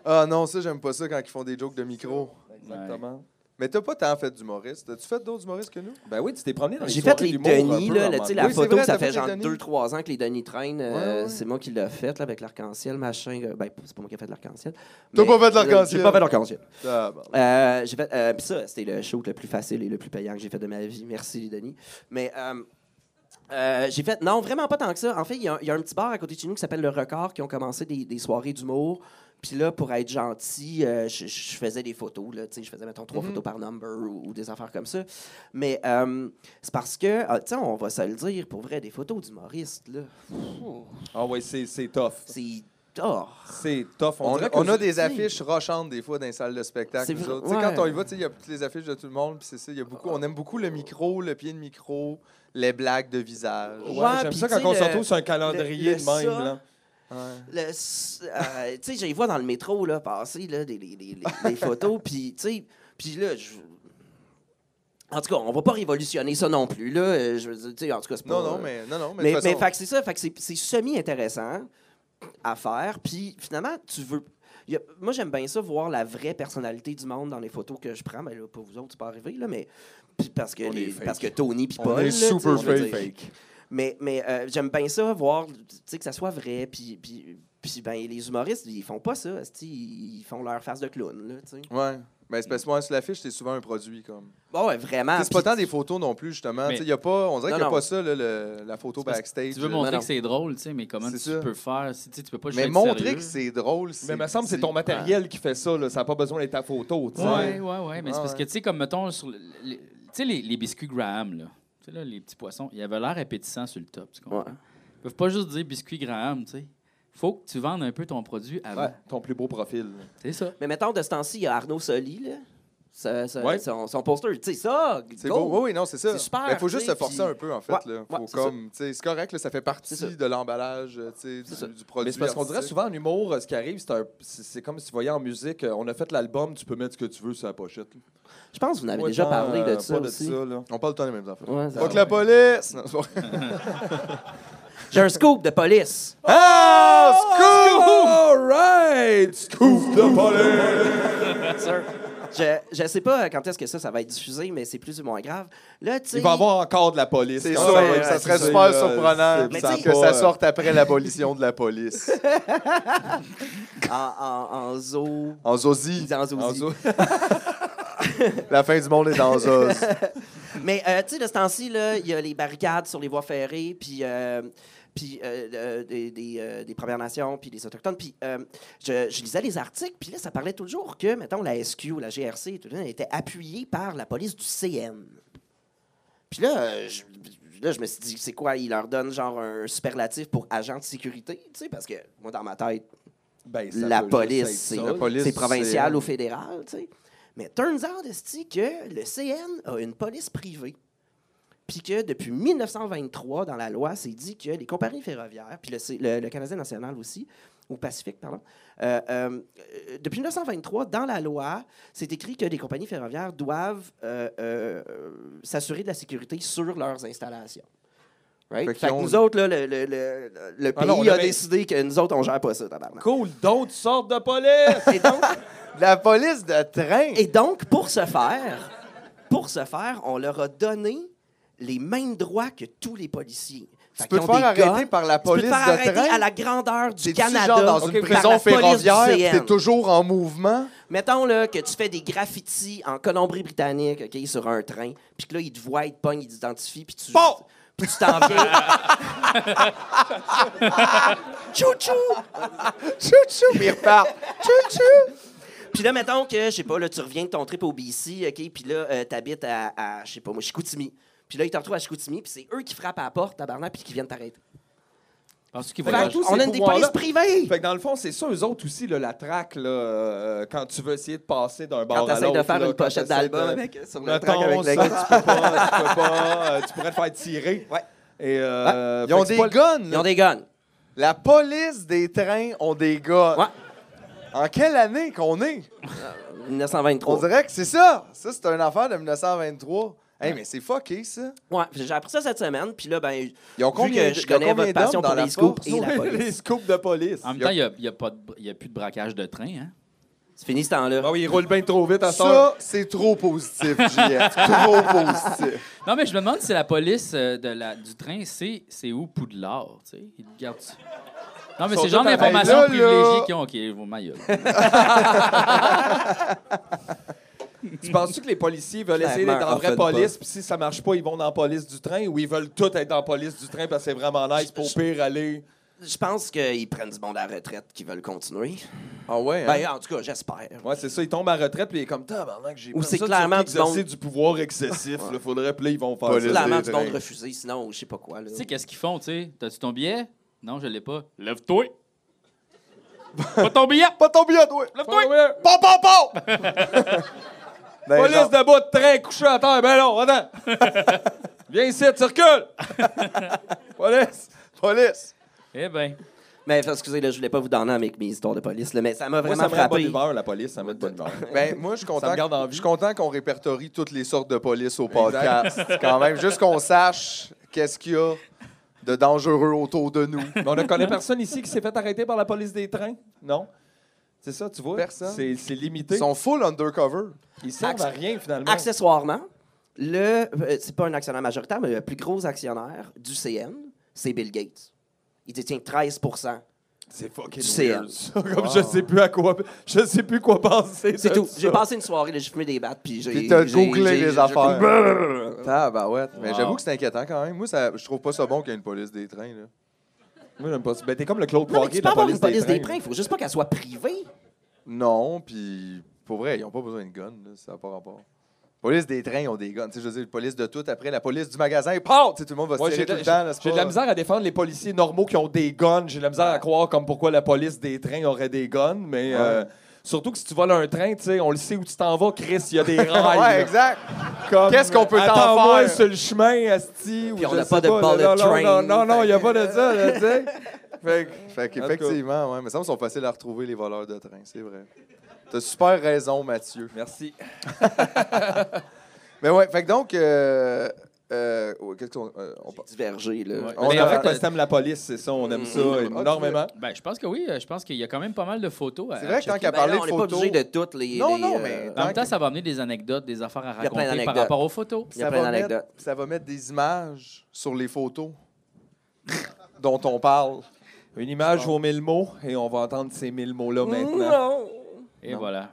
Ah non, ça, j'aime pas ça quand ils font des jokes de micro. Exactement. Mais t'as pas tant fait d'humoriste. T'as-tu fait d'autres humoristes que nous? Ben oui, tu t'es promené dans les J'ai fait soirées les d'humour un Denis, peu, là, à un là, tu moment donné. sais, la Oui, c'est photo, vrai, ça t'as fait fait genre les Denis. 2-3 ans que les Denis traînent. euh, Ouais, ouais. C'est moi qui l'ai faite, là, avec l'arc-en-ciel, machin. euh, Ben, c'est pas moi qui ai fait de l'arc-en-ciel. T'as mais- pas fait de l'arc-en-ciel. J'ai pas fait de l'arc-en-ciel. Ah, bon. Euh, j'ai fait, euh, pis ça, c'était le show le plus facile et le plus payant que j'ai fait de ma vie. Merci, Denis. Mais euh, euh, j'ai fait, non, vraiment pas tant que ça. En fait, il y, a un- il y a un petit bar à côté de chez nous qui s'appelle Le Record qui ont commencé des, des soirées d'humour. Puis là, pour être gentil, euh, je, je faisais des photos. Là, tu sais, je faisais, mettons, trois photos par number ou, ou des affaires comme ça. Mais euh, c'est parce que, ah, tu sais, on va se le dire, pour vrai, des photos d'humoristes, là, Ah oui, c'est c'est tough. c'est Oh. C'est tough. On, On, dirait on que- a des affiches rochantes des fois dans les salles de spectacle. C'est nous vrai- autres. Tu sais, ouais. Quand on y va, tu sais, il y a toutes les affiches de tout le monde. Puis c'est ça, il y a beaucoup, on aime beaucoup le micro, le pied de micro, les blagues de visage. Ouais, Ouais, J'aime puis ça tu quand sais, on se le- retrouve sur un calendrier le- de le même. ça, là. Ouais. Le s- euh, tu sais, je les vois dans le métro, là, passer, là, des, des- des- des- des photos, puis, tu sais, puis là, je... En tout cas, on va pas révolutionner ça non plus, là, euh, je veux dire, tu sais, en tout cas, c'est pas... Non, non, mais, non, non, mais, de Mais, toute mais façon- fait que c'est ça, fait que c'est- c'est semi-intéressant à faire, puis finalement, tu veux... il y a- moi, j'aime bien ça, voir la vraie personnalité du monde dans les photos que je prends, mais là, pour vous autres, c'est pas arrivé, là, mais... puis parce que, On est les- fake. parce que Tony puis On Paul, est là, tu sais, super je veux dire, fake. mais, mais euh, j'aime bien ça, voir tu sais, que ça soit vrai. Puis, puis, puis, ben, les humoristes, ils font pas ça. esti, Ils font leur face de clown. Là, tu sais. Ouais. Ben, c'est parce que moi, sur l'affiche, c'est souvent un produit. comme. bon, ouais, vraiment. Tu sais, c'est pas Ah, puis- tant des photos non plus, justement. Mais- Tu sais, y a pas, on dirait qu'il Non, n'y a non. pas ça, là, le- la photo C'est parce backstage. Tu veux là. montrer non. que c'est drôle, tu sais, mais comment C'est tu ça. peux faire si tu sais, tu peux pas juste Mais être montrer sérieux. que c'est drôle, Mais me semble que c'est petit. ton matériel qui fait ça. Là. Ça n'a pas besoin d'être ta photo. tu sais. Ouais, ouais, ouais. Mais Ouais, c'est parce ouais. que, tu sais, comme mettons, sur le- le- tu sais, les, les biscuits Graham, là, tu sais, là, les petits poissons, ils avaient l'air appétissants sur le top, tu comprends? Ouais. Ils peuvent pas juste dire biscuits Graham, tu sais. Faut que tu vendes un peu ton produit avant. Ouais, Ton plus beau profil. C'est ça. Mais mettons, de ce temps-ci, il y a Arnaud Soli, là. Ça- ça- Ouais. son, son poster. Tu sais, ça, C'est go! beau. Oui, oui, non, c'est ça. C'est super, Mais faut tu juste sais, se forcer puis- un peu, en fait. Ouais, là. ouais, Faut c'est comme, tu sais, c'est correct, là, ça fait C'est ça. partie de l'emballage euh, tu ça. sais, du, du produit. Mais c'est parce qu'on dirait artistique. souvent en humour, euh, ce qui arrive, c'est un- c'est c'est comme si tu voyais en musique, euh, on a fait l'album, tu peux mettre ce que tu veux sur la pochette. Je pense que vous en avez Moi, déjà tant, parlé euh, de ça pas aussi. là. On parle tout le temps des mêmes affaires. Ouais, c'est Pas ça. que la police! Non, c'est pas- J'ai un scoop de police. Ah! All right! Scoop de police! Je, je sais pas quand est-ce que ça, ça va être diffusé, mais c'est plus ou moins grave. Là, tu sais. Il va y avoir encore de la police. C'est quand sûr, va- ça serait c'est- super euh, surprenant c'est- Mais ça tu sais- que pas, ça euh, sorte après l'abolition de la police. En, en, en zoo. En Zosie. En zoo. en zo- La fin du monde est en Zos. Mais euh, tu sais, de ce temps-ci, là, il y a les barricades sur les voies ferrées, puis euh, puis euh, euh, des, des, euh, des Premières Nations, puis des Autochtones. Puis euh, je, je lisais les articles, puis là, ça parlait toujours que, mettons, la SQ ou la GRC, tout là, était appuyée par la police du CN. Puis là, euh, je, là, je me suis dit, c'est quoi? Ils leur donnent genre un superlatif pour agent de sécurité, tu sais, parce que moi, dans ma tête, Ben, ça la peut police, juste c'est être ça. euh, c'est provincial ou fédéral, tu sais. Mais turns out, esti, que le CN a une police privée. Puis que depuis 1923, dans la loi, c'est dit que les compagnies ferroviaires, puis le, C- le- le Canadien national aussi, au Pacifique, pardon, euh, euh, euh, depuis 1923, dans la loi, c'est écrit que les compagnies ferroviaires doivent euh, euh, euh, s'assurer de la sécurité sur leurs installations. Right? Fait Fait, qu'ils que ont- nous autres, là, le, le- le- le Ah pays non, on a avait- décidé que nous autres, on gère pas ça, tabarnak. Cool, d'autres sortes de police! Et donc, La police de train! Et donc, pour ce faire, pour ce faire, on leur a donné les mêmes droits que tous les policiers. Fait Tu peux qu'ils te ont faire des arrêter guns. par la Tu peux te police faire de arrêter train? à la grandeur du T'es-tu Canada. genre dans Ok, une par prison la police ferroviaire, du puis CN. t'es toujours en mouvement? Mettons là, que tu fais des graffitis en Colombie-Britannique ok, sur un train, puis que là, ils te voient, ils te pognent, ils t'identifient, puis tu... Bon! Puis tu t'en viens. Chou-chou! Chou-chou! Puis ils repartent. Chou-chou! Puis là, mettons que, je sais pas, là, tu reviens de ton trip au BC, OK, puis là, euh, t'habites à, à, je sais pas moi, Chicoutimi. Puis là, ils te retrouvent à Chicoutimi, puis c'est eux qui frappent à la porte, tabarnak, puis qui viennent t'arrêter. Parce qu'il Fait va que Fait dans tous on ces a une des pouvoirs-là- polices privées! Fait que dans le fond, c'est ça, eux autres aussi, là, la traque, là, euh, quand tu veux essayer de passer d'un bar Quand à t'essayes l'autre. de faire là, une quand pochette t'essayes de- d'album avec, euh, sur le Mettons, track avec la ça, gueule. tu peux pas, tu peux pas, euh, tu pourrais te faire tirer. Ouais. Et, euh, Ils ont fait des que c'est pas- guns! Ils ont des guns. La police des trains ont des guns. Ouais. En quelle année qu'on est? On 1923. dirait que c'est ça. Ça, c'est une affaire de 1923. Hey, mais c'est fucké, ça. Ouais, j'ai appris ça cette semaine, puis là, ben, Ils ont Vu combien, que je ils ont connais combien votre d'hommes passion dans pour la les scoops force? et la police. les scoops de police. En même temps, il n'y a, il y a, pas de- il y a plus de braquage de train, hein? c'est fini ce temps-là. Ah oui, ils roulent bien trop vite à Ça, c'est trop positif, JF. trop positif. Non, mais je me demande si la police euh, de la, du train, c'est c'est où Poudlard, tu sais? Ils gardent ça. Non, mais Ils sont c'est le genre tous à- d'informations Hey, là, là. privilégiées qui ont. OK, vos maillots. Tu penses-tu que les policiers veulent essayer Clairement, d'être on en vraie fait pas. police, puis si ça marche pas, ils vont dans la police du train, ou ils veulent tout être dans la police du train parce que c'est vraiment nice pour pire aller. Je pense qu'ils prennent du monde à la retraite qui veulent continuer. Ah ouais, Ben, en tout cas, j'espère. Ouais, c'est ça, ils tombent à retraite, puis ils sont comme tabarnak, j'ai Ou pas c'est ça, clairement surtout du exercer monde- du pouvoir excessif, là, faudrait, puis là, ils vont faire Police. ça. Clairement, des du monde drains. refusé, sinon, je sais pas quoi. Là. tu sais, qu'est-ce qu'ils font, tu sais? T'as-tu ton billet? Non, je l'ai pas. Lève-toi! Pas ton billet! Pas ton billet, toi! Lève-toi! Pom, pom, pom! Ben, genre- Police de bout de train couché à terre. Ben non, attends. Viens ici, tu recules. Police. Police! Eh ben, Mais enfin, excusez, là, je voulais pas vous donner avec mes histoires de police, là, mais ça m'a Moi, vraiment ça me met de bonne frappé. humeur, la police. Ça me met de bonne humeur. Ben, moi, je suis Ça me garde en content, vie. je suis content qu'on répertorie toutes les sortes de police au podcast, quand même. Juste qu'on sache qu'est-ce qu'il y a de dangereux autour de nous. Mais on ne connaît personne ici qui s'est fait arrêter par la police des trains? Non? C'est ça, tu vois? Personne. C'est c'est limité. Ils sont full undercover. Ils servent à rien, finalement. Accessoirement, le euh, c'est pas un actionnaire majoritaire, mais le plus gros actionnaire du CN, c'est Bill Gates. Il détient 13 C'est fucking Du CN. weird, ça. Comme je sais plus à quoi... Je sais plus quoi penser. C'est de tout. ça. Euh, J'ai passé une soirée, là, j'ai fumé des battes, puis j'ai. Puis t'as j'ai- googlé j'ai- les j'ai- affaires. Tabarouette. Mais Wow. j'avoue que c'est inquiétant quand même. Moi, ça, je trouve pas ça bon qu'il y ait une police des trains. Là. Moi, j'aime pas ça. Ben, t'es comme le Claude Non, mais Poirier tu de peux la avoir une police, police des trains. trains, il faut juste pas qu'elle soit privée. Non, puis pour vrai, ils ont pas besoin de guns. là, ça n'a pas rapport. Police des trains ils ont des guns. Tu sais, je veux dire, police de tout. Après, la police du magasin, pow! Tu sais, Tout le monde va se Moi, tirer j'ai de, tout le temps. là, c'est j'ai de pas- la misère à défendre les policiers normaux qui ont des guns. J'ai de la misère à croire comme pourquoi la police des trains aurait des guns, mais euh, surtout que si tu voles un train, tu sais, on le sait où tu t'en vas, Chris, il y a des rails. là. Ouais, exact. Comme, Qu'est-ce qu'on peut t'en attends-moi faire? sur le chemin, Asti. Puis ou on je n'a sais pas de bullet non, non, train. Non, non, non, il n'y a pas de ça, là, tu sais. Fait que- Fait qu'effectivement, ouais, mais ça me semble qu'ils sont faciles à retrouver, les voleurs de train. C'est vrai. T'as super raison, Mathieu. Merci. Mais ouais, fait que donc. euh, euh, ouais, qu'est-ce qu'on. euh, on par- Divergé, là. On Mais est en avec fait, le système la police, c'est ça, on aime ça énormément. ben, je pense que oui. euh, Je pense qu'il y a quand même pas mal de photos. à- C'est vrai que à tant checker. qu'à Ben là, parler on de n'est pas photos. obligé de toutes les. Non, les, non, euh, mais- En même temps, ça va amener des anecdotes, des affaires à Il y a plein raconter par d'anecdotes. rapport aux photos. Il y a ça plein va mettre- d'anecdotes. Ça va mettre des images sur les photos dont on parle. Une image vaut mille mots et on va entendre ces mille mots-là maintenant. Non. Et voilà.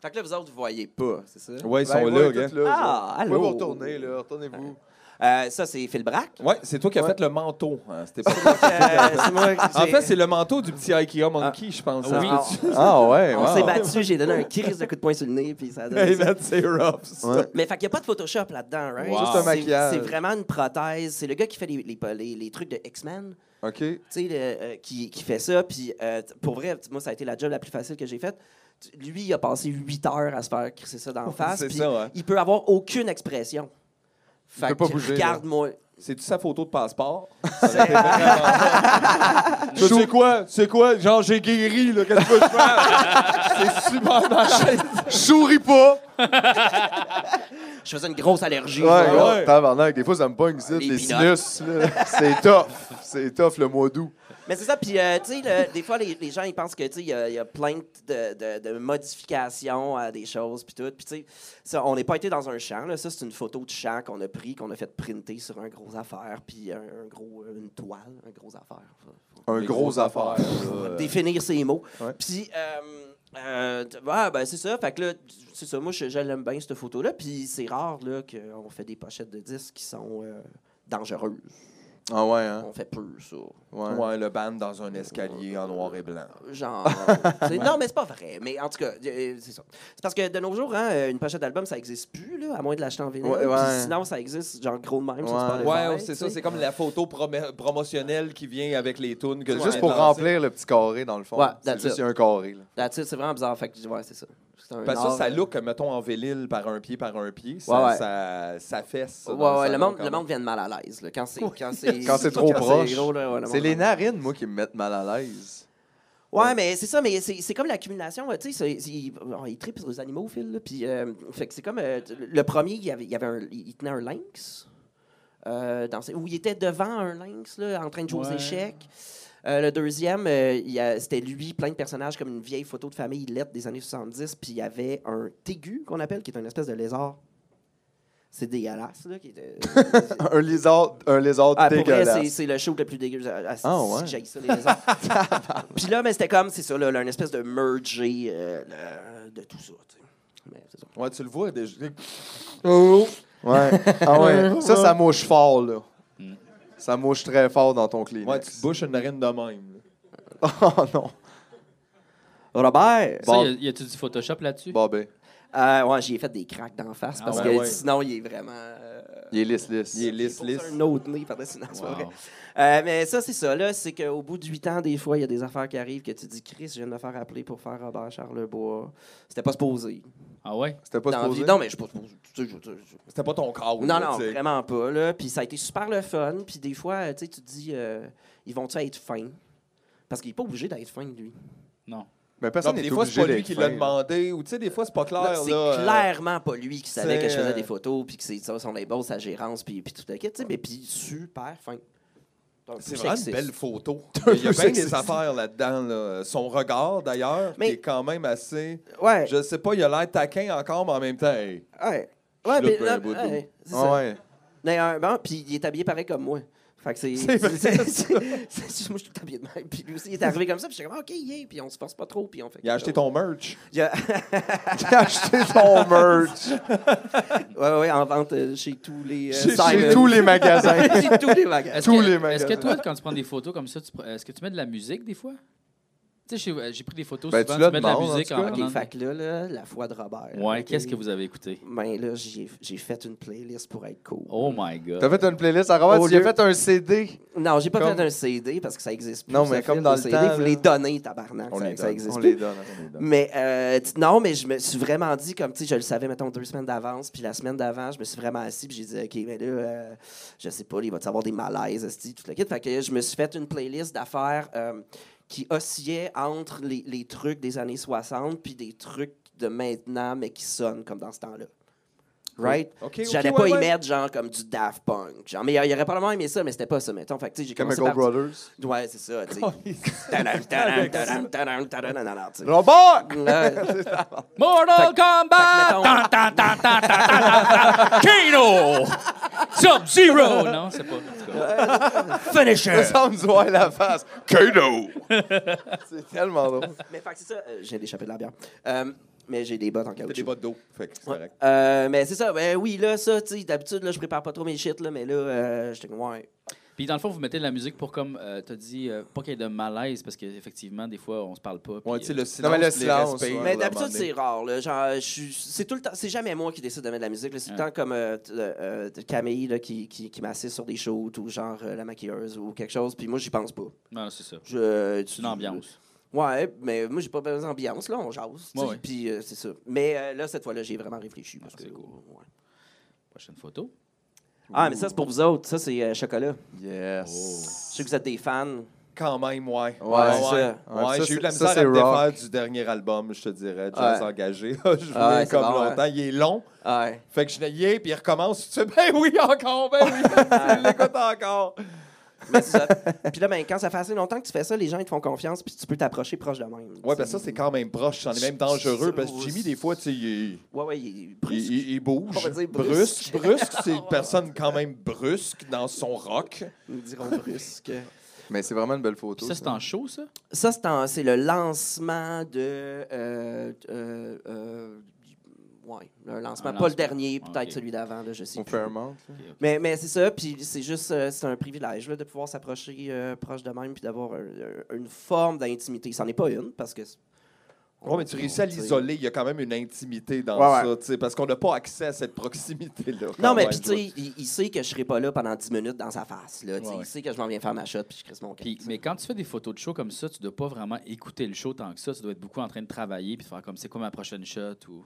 Fait que là, vous autres, vous voyez pas, c'est ça? Ouais, ils Ben, sont ouais, là, tout gars. Ah, vous allô? pouvez vous retourner, là. Retournez-vous. Euh, ça, c'est Phil Brack. Ouais, c'est toi qui as Ouais. fait le manteau. hein, c'était pas- Euh, c'est moi qui- En j'ai- fait, c'est le manteau du petit IKEA Monkey, je pense. Oui. hein. Ah, ouais, On s'est battu, j'ai donné un crise de coup de poing sur le nez, puis ça a donné Hey, ça. man, c'est rough, ça. Ouais. Mais fait qu'il n'y a pas de Photoshop là-dedans, right? Wow. Juste un C'est- maquillage. C'est vraiment une prothèse. C'est le gars qui fait les, les, les- les trucs de X-Men, OK. tu sais, le- euh, qui, qui fait ça. Puis euh, t- pour vrai, t- moi, ça a été la job la plus facile que j'ai faite. Tu- Lui, il a passé 8 heures à se faire crisser ça d'en face. c'est puis ça, hein. ouais. Il peut avoir aucune expression. Fait peut pas que bouger, Regarde-moi. C'est-tu sa photo de passeport? C'est- Tu sais quoi? Tu sais quoi? Genre, j'ai guéri, là. Qu'est-ce que tu veux que je fasse? C'est super malade. Souris pas! Je faisais une grosse allergie. Ah, Ouais, là. gros, ouais. tabarnak, des fois, ça me pogne ici, Les les pinottes. sinus. là. C'est tough. C'est tough le mois d'août. Mais c'est ça, puis euh, tu sais, le- des fois, les, les gens, ils pensent que, tu sais, il y, a- il y a plein de, de- de modifications à des choses, puis tout. Puis, tu sais, ça, on n'est pas été dans un champ, là. Ça, c'est une photo de champ qu'on a pris, qu'on a fait printer sur un gros affaire, puis un, un gros, euh, une toile, un gros affaire. Faut- Un gros affaire. faut là. Définir ces mots. Euh, Ouais. Puis, euh, euh, t- ouais, ben, c'est ça. Fait que là, c'est ça. Moi, je, je l'aime bien, cette photo-là. Puis, c'est rare, là, qu'on fait des pochettes de disques qui sont euh, dangereuses. Ah, ouais, hein? On fait peu, ça. Ouais. Ouais, le band dans un escalier en noir et blanc. Genre. c'est- non, mais c'est pas vrai. Mais en tout cas, euh, c'est ça. C'est parce que de nos jours, hein, euh, une pochette d'album, ça existe plus, là, à moins de l'acheter en vinyle. Ouais, Puis ouais. Sinon, ça existe, genre, gros de même. Ouais. Ça, Ouais, c'est ça. C'est comme la photo promé- promotionnelle qui vient avec les tunes. que C'est tu juste viens pour de lancer. remplir le petit carré, dans le fond. Ouais, c'est that's juste it. il y a un carré. Là. Là-dessus, c'est vraiment bizarre. Fait que, ouais, c'est ça. C'est un Parce que art, ça, ça euh, look, mettons, en vélile par un pied, par un pied. Ça, Ouais, ouais. ça, ça fesse. ça, dans Ouais, ouais, le salon, monde, quand le même. monde vient de mal à l'aise. là, Quand c'est quand c'est Quand c'est trop proche. gros, là, ouais, le C'est monde- les narines, moi, qui me mettent mal à l'aise. Ouais, mais c'est ça, mais c'est c'est comme l'accumulation. euh, Tu sais, c'est- c'est- il, on- il tripe sur les animaux, Phil. là, Puis, euh, fait que c'est comme euh, t- le premier, il, avait, il, avait un- il tenait un lynx. euh, dans ses- où il était devant un lynx, là, en train de jouer aux Ouais. échecs. Euh, le deuxième, euh, il y a- c'était lui, plein de personnages, comme une vieille photo de famille lettre des années 70. Puis il y avait un tégu, qu'on appelle, qui est une espèce de lézard. C'est dégueulasse, là. Qui euh, était- Un lézard, un lézard ah, pour vrai, dégueulasse. c'est- c'est le show le plus dégueulasse. Ah, Ah, si ouais. j'haïs ça, les lézards. Puis là, mais c'était comme, c'est ça, là, là, une espèce de merger euh, le- de tout ça. tu sais. Mais c'est ça. Ouais, tu le vois déjà. Ouais. Ah ouais. Ça, ça mouche fort, là. Mm. Ça mouche très fort dans ton Kleenex. Ouais, tu te bouches une narine de même. là. oh non. Robert! Ça, Bon. y a- y a-tu du Photoshop là-dessus? Bobé. Euh, ouais, j'y ai fait des cracks d'en face parce ouais, que ouais. sinon, il est vraiment. euh, Il est lisse, lisse. Il est lisse, il lisse. pose un autre nez par dessus, non, c'est pas Wow. vrai. Euh, mais ça, c'est ça. Là, c'est qu'au bout de huit ans, des fois, il y a des affaires qui arrivent que tu dis, Chris, je viens de me faire appeler pour faire Robert Charlebois. C'était pas supposé. Ah ouais? C'était pas Dans la vie- supposé. Non, mais je suis pas supposé. Tu sais, je- tu sais, C'était pas ton corps. non, là, non, tu sais. vraiment pas. Là. Puis ça a été super le fun. Puis des fois, euh, tu sais, tu te dis, euh, ils vont-tu être fins? Parce qu'il n'est pas obligé d'être fin, lui. Non, Mais personne puis n'est des fois, obligé c'est pas lui d'être qui l'a fin, là. demandé. Ou tu sais, des fois, c'est pas clair. Là, là, C'est euh, clairement pas lui qui savait c'est, que je faisais des euh, photos, puis que c'est ça, son label, sa gérance, puis, puis tout le kit, tu sais, mais puis super fin. Donc, C'est plus vraiment une sexiste. belle photo. Il y a bien peu des sexiste. affaires là-dedans. là. Son regard, d'ailleurs, Mais- qui est quand même assez. Ouais, Je sais pas, il a l'air taquin encore, mais en même temps, hey, ouais. Je Ouais, suis là mais pour là, un bout de ouais, c'est Ah ça. ouais. Mais, euh, bon, puis il est habillé pareil comme moi. Fait que c'est. C'est vrai, c'est- c'est- c'est- Moi, je suis tout habillé de même. Puis lui aussi, il est arrivé comme ça, puis j'étais comme, OK, yeah, puis on se force pas trop, puis on fait. il a acheté ton merch. Il a- J'ai acheté son merch Ouais, ouais, en vente euh, chez tous les. euh, chez, Simon. chez tous les magasins. Chez tous les magasins. Est-ce Tous que, les Est-ce magasins. que toi, quand tu prends des photos comme ça, tu pre- est-ce que tu mets de la musique des fois? Tu sais, j'ai- j'ai pris des photos Ben, souvent, tu la mets de la demandes, en musique tout en, cas. prenant- OK, fait que là, là, la foi de Robert. Ouais, OK. qu'est-ce que vous avez écouté? Ben là, j'ai j'ai fait une playlist pour être cool. Oh my God. T'as fait une playlist à Robert, Au tu y as lieu- fait un CD. Non, j'ai pas Comme- fait un CD parce que ça existe plus. Non, ça mais fait comme des dans le CD, temps, Vous là. les donnez, tabarnak. On ça, les ça donne, existe On plus. les donne. on les donne. Mais euh, tu- non, mais je me suis vraiment dit, comme tu sais, je le savais, mettons, deux semaines d'avance, puis la semaine d'avant, je me suis vraiment assis, puis j'ai dit, OK, mais là, euh, je sais pas, là, il va avoir des malaises, esti, tout le kit. Fait que je me suis fait une playlist d'affaires euh, qui oscillait entre les, les trucs des années 60 puis des trucs de maintenant, mais qui sonnent comme dans ce temps-là. Right? OK, OK, J'allais ouais, pas y ouais. mettre, genre, comme du Daft Punk. Genre, mais il y aurait probablement aimé ça, mais c'était pas ça, mettons. Fait que, tu sais, j'ai Comme commencé Gold par... Brothers. Ouais, c'est ça, Oh, tu sais. Tadam, tadam, tadam, tadam, tadam, tadam, tu sais. Robert! Là, Mortal fait que Kombat! mettons- Tan, tan, tan, tan, tan, tan, tan, tan. Kano! Sub-Zero! Non, c'est pas. en tout cas. Ça semble du voir la face. Kano! C'est tellement drôle. Mais fait que c'est ça, euh, j'ai échappé de la bière. Euh, mais j'ai des bottes en T'as des caoutchouc. bottes d'eau. Fait que c'est Ouais. correct. Euh, mais c'est ça, ben oui, là, ça, tu sais, d'habitude, là, je prépare pas trop mes shit, là, mais là, euh, j'étais comme, ouais. Puis dans le fond, vous mettez de la musique pour comme. euh, T'as dit, euh, pas qu'il y ait de malaise, parce qu'effectivement, des fois, on se parle pas. puis, Ouais, tu sais, euh, le silence. mais le les silence, respects, ouais. là, à Mais un moment d'habitude, donné. c'est rare, là. Genre, je suis- c'est tout le temps, c'est jamais moi qui décide de mettre de la musique, là, C'est tout le temps comme euh, t- euh, euh, Camille, là, qui, qui, qui m'assiste sur des shoots ou genre euh, la maquilleuse ou quelque chose, puis moi, j'y pense pas. euh, Non, c'est ça. Je, euh, C'est une ambiance. Ouais, mais moi, j'ai pas besoin d'ambiance, là, on jase. tu sais, Ouais, ouais. Puis euh, c'est ça. Mais euh, là, cette fois-là, j'ai vraiment réfléchi. Ah, parce que, c'est cool. ouais. Prochaine photo. Ah, mais ça, c'est pour vous autres. Ça, c'est euh, chocolat. Yes. Je sais que vous êtes des fans. Quand même, ouais. Ouais, c'est ouais. ça. Ouais, Ouais, ça, j'ai eu de la c'est- misère ça, à c'est me rock. défaire du dernier album, je te dirais. Jazz Ouais. engagé. Je voulais Ouais, c'est comme bon, ouais. longtemps. Il est long. Ouais. Fait que je l'ai yeah, puis il recommence. Tu fais, ben oui, encore, ben oui. tu l'écoutes encore. Mais c'est ça. puis là, ben, quand ça fait assez longtemps que tu fais ça, les gens ils te font confiance, puis tu peux t'approcher proche de même. Ouais, parce que ça, c'est quand même proche. J'en ai même dangereux. Parce que Jimmy, des fois, tu sais, il, Ouais, ouais, il est il- brusque. il- il bouge. On va dire brusque. brusque. Brusque, c'est une personne quand même brusque dans son rock. Ils diront brusque. Mais c'est vraiment une belle photo. Puis ça, c'est en show, ça? Ça, c'est en- c'est le lancement de. euh, euh, euh, ouais, le lancement. Un Pas lancement. le dernier, peut-être Ok. celui d'avant, là, je sais. Au plus. Fairmont. là. Mais, mais c'est ça, puis c'est juste, euh, c'est un privilège là, de pouvoir s'approcher euh, proche de même, puis d'avoir un- un- une forme d'intimité. C'en est pas une, parce que. Oh, Ouais, mais tu réussis à t'sais. l'isoler. Il y a quand même une intimité dans Ouais, ça, tu sais, parce qu'on n'a pas accès à cette proximité-là. Non, quand mais même, puis tu sais, il, il sait que je serai pas là pendant 10 minutes dans sa face. Là, tu sais, Ouais, ouais. Il sait que je m'en viens faire ma shot, puis je crisse mon camp. Puis, mais quand tu fais des photos de show comme ça, tu dois pas vraiment écouter le show tant que ça. Tu dois être beaucoup en train de travailler puis de faire comme c'est quoi ma prochaine shot ou.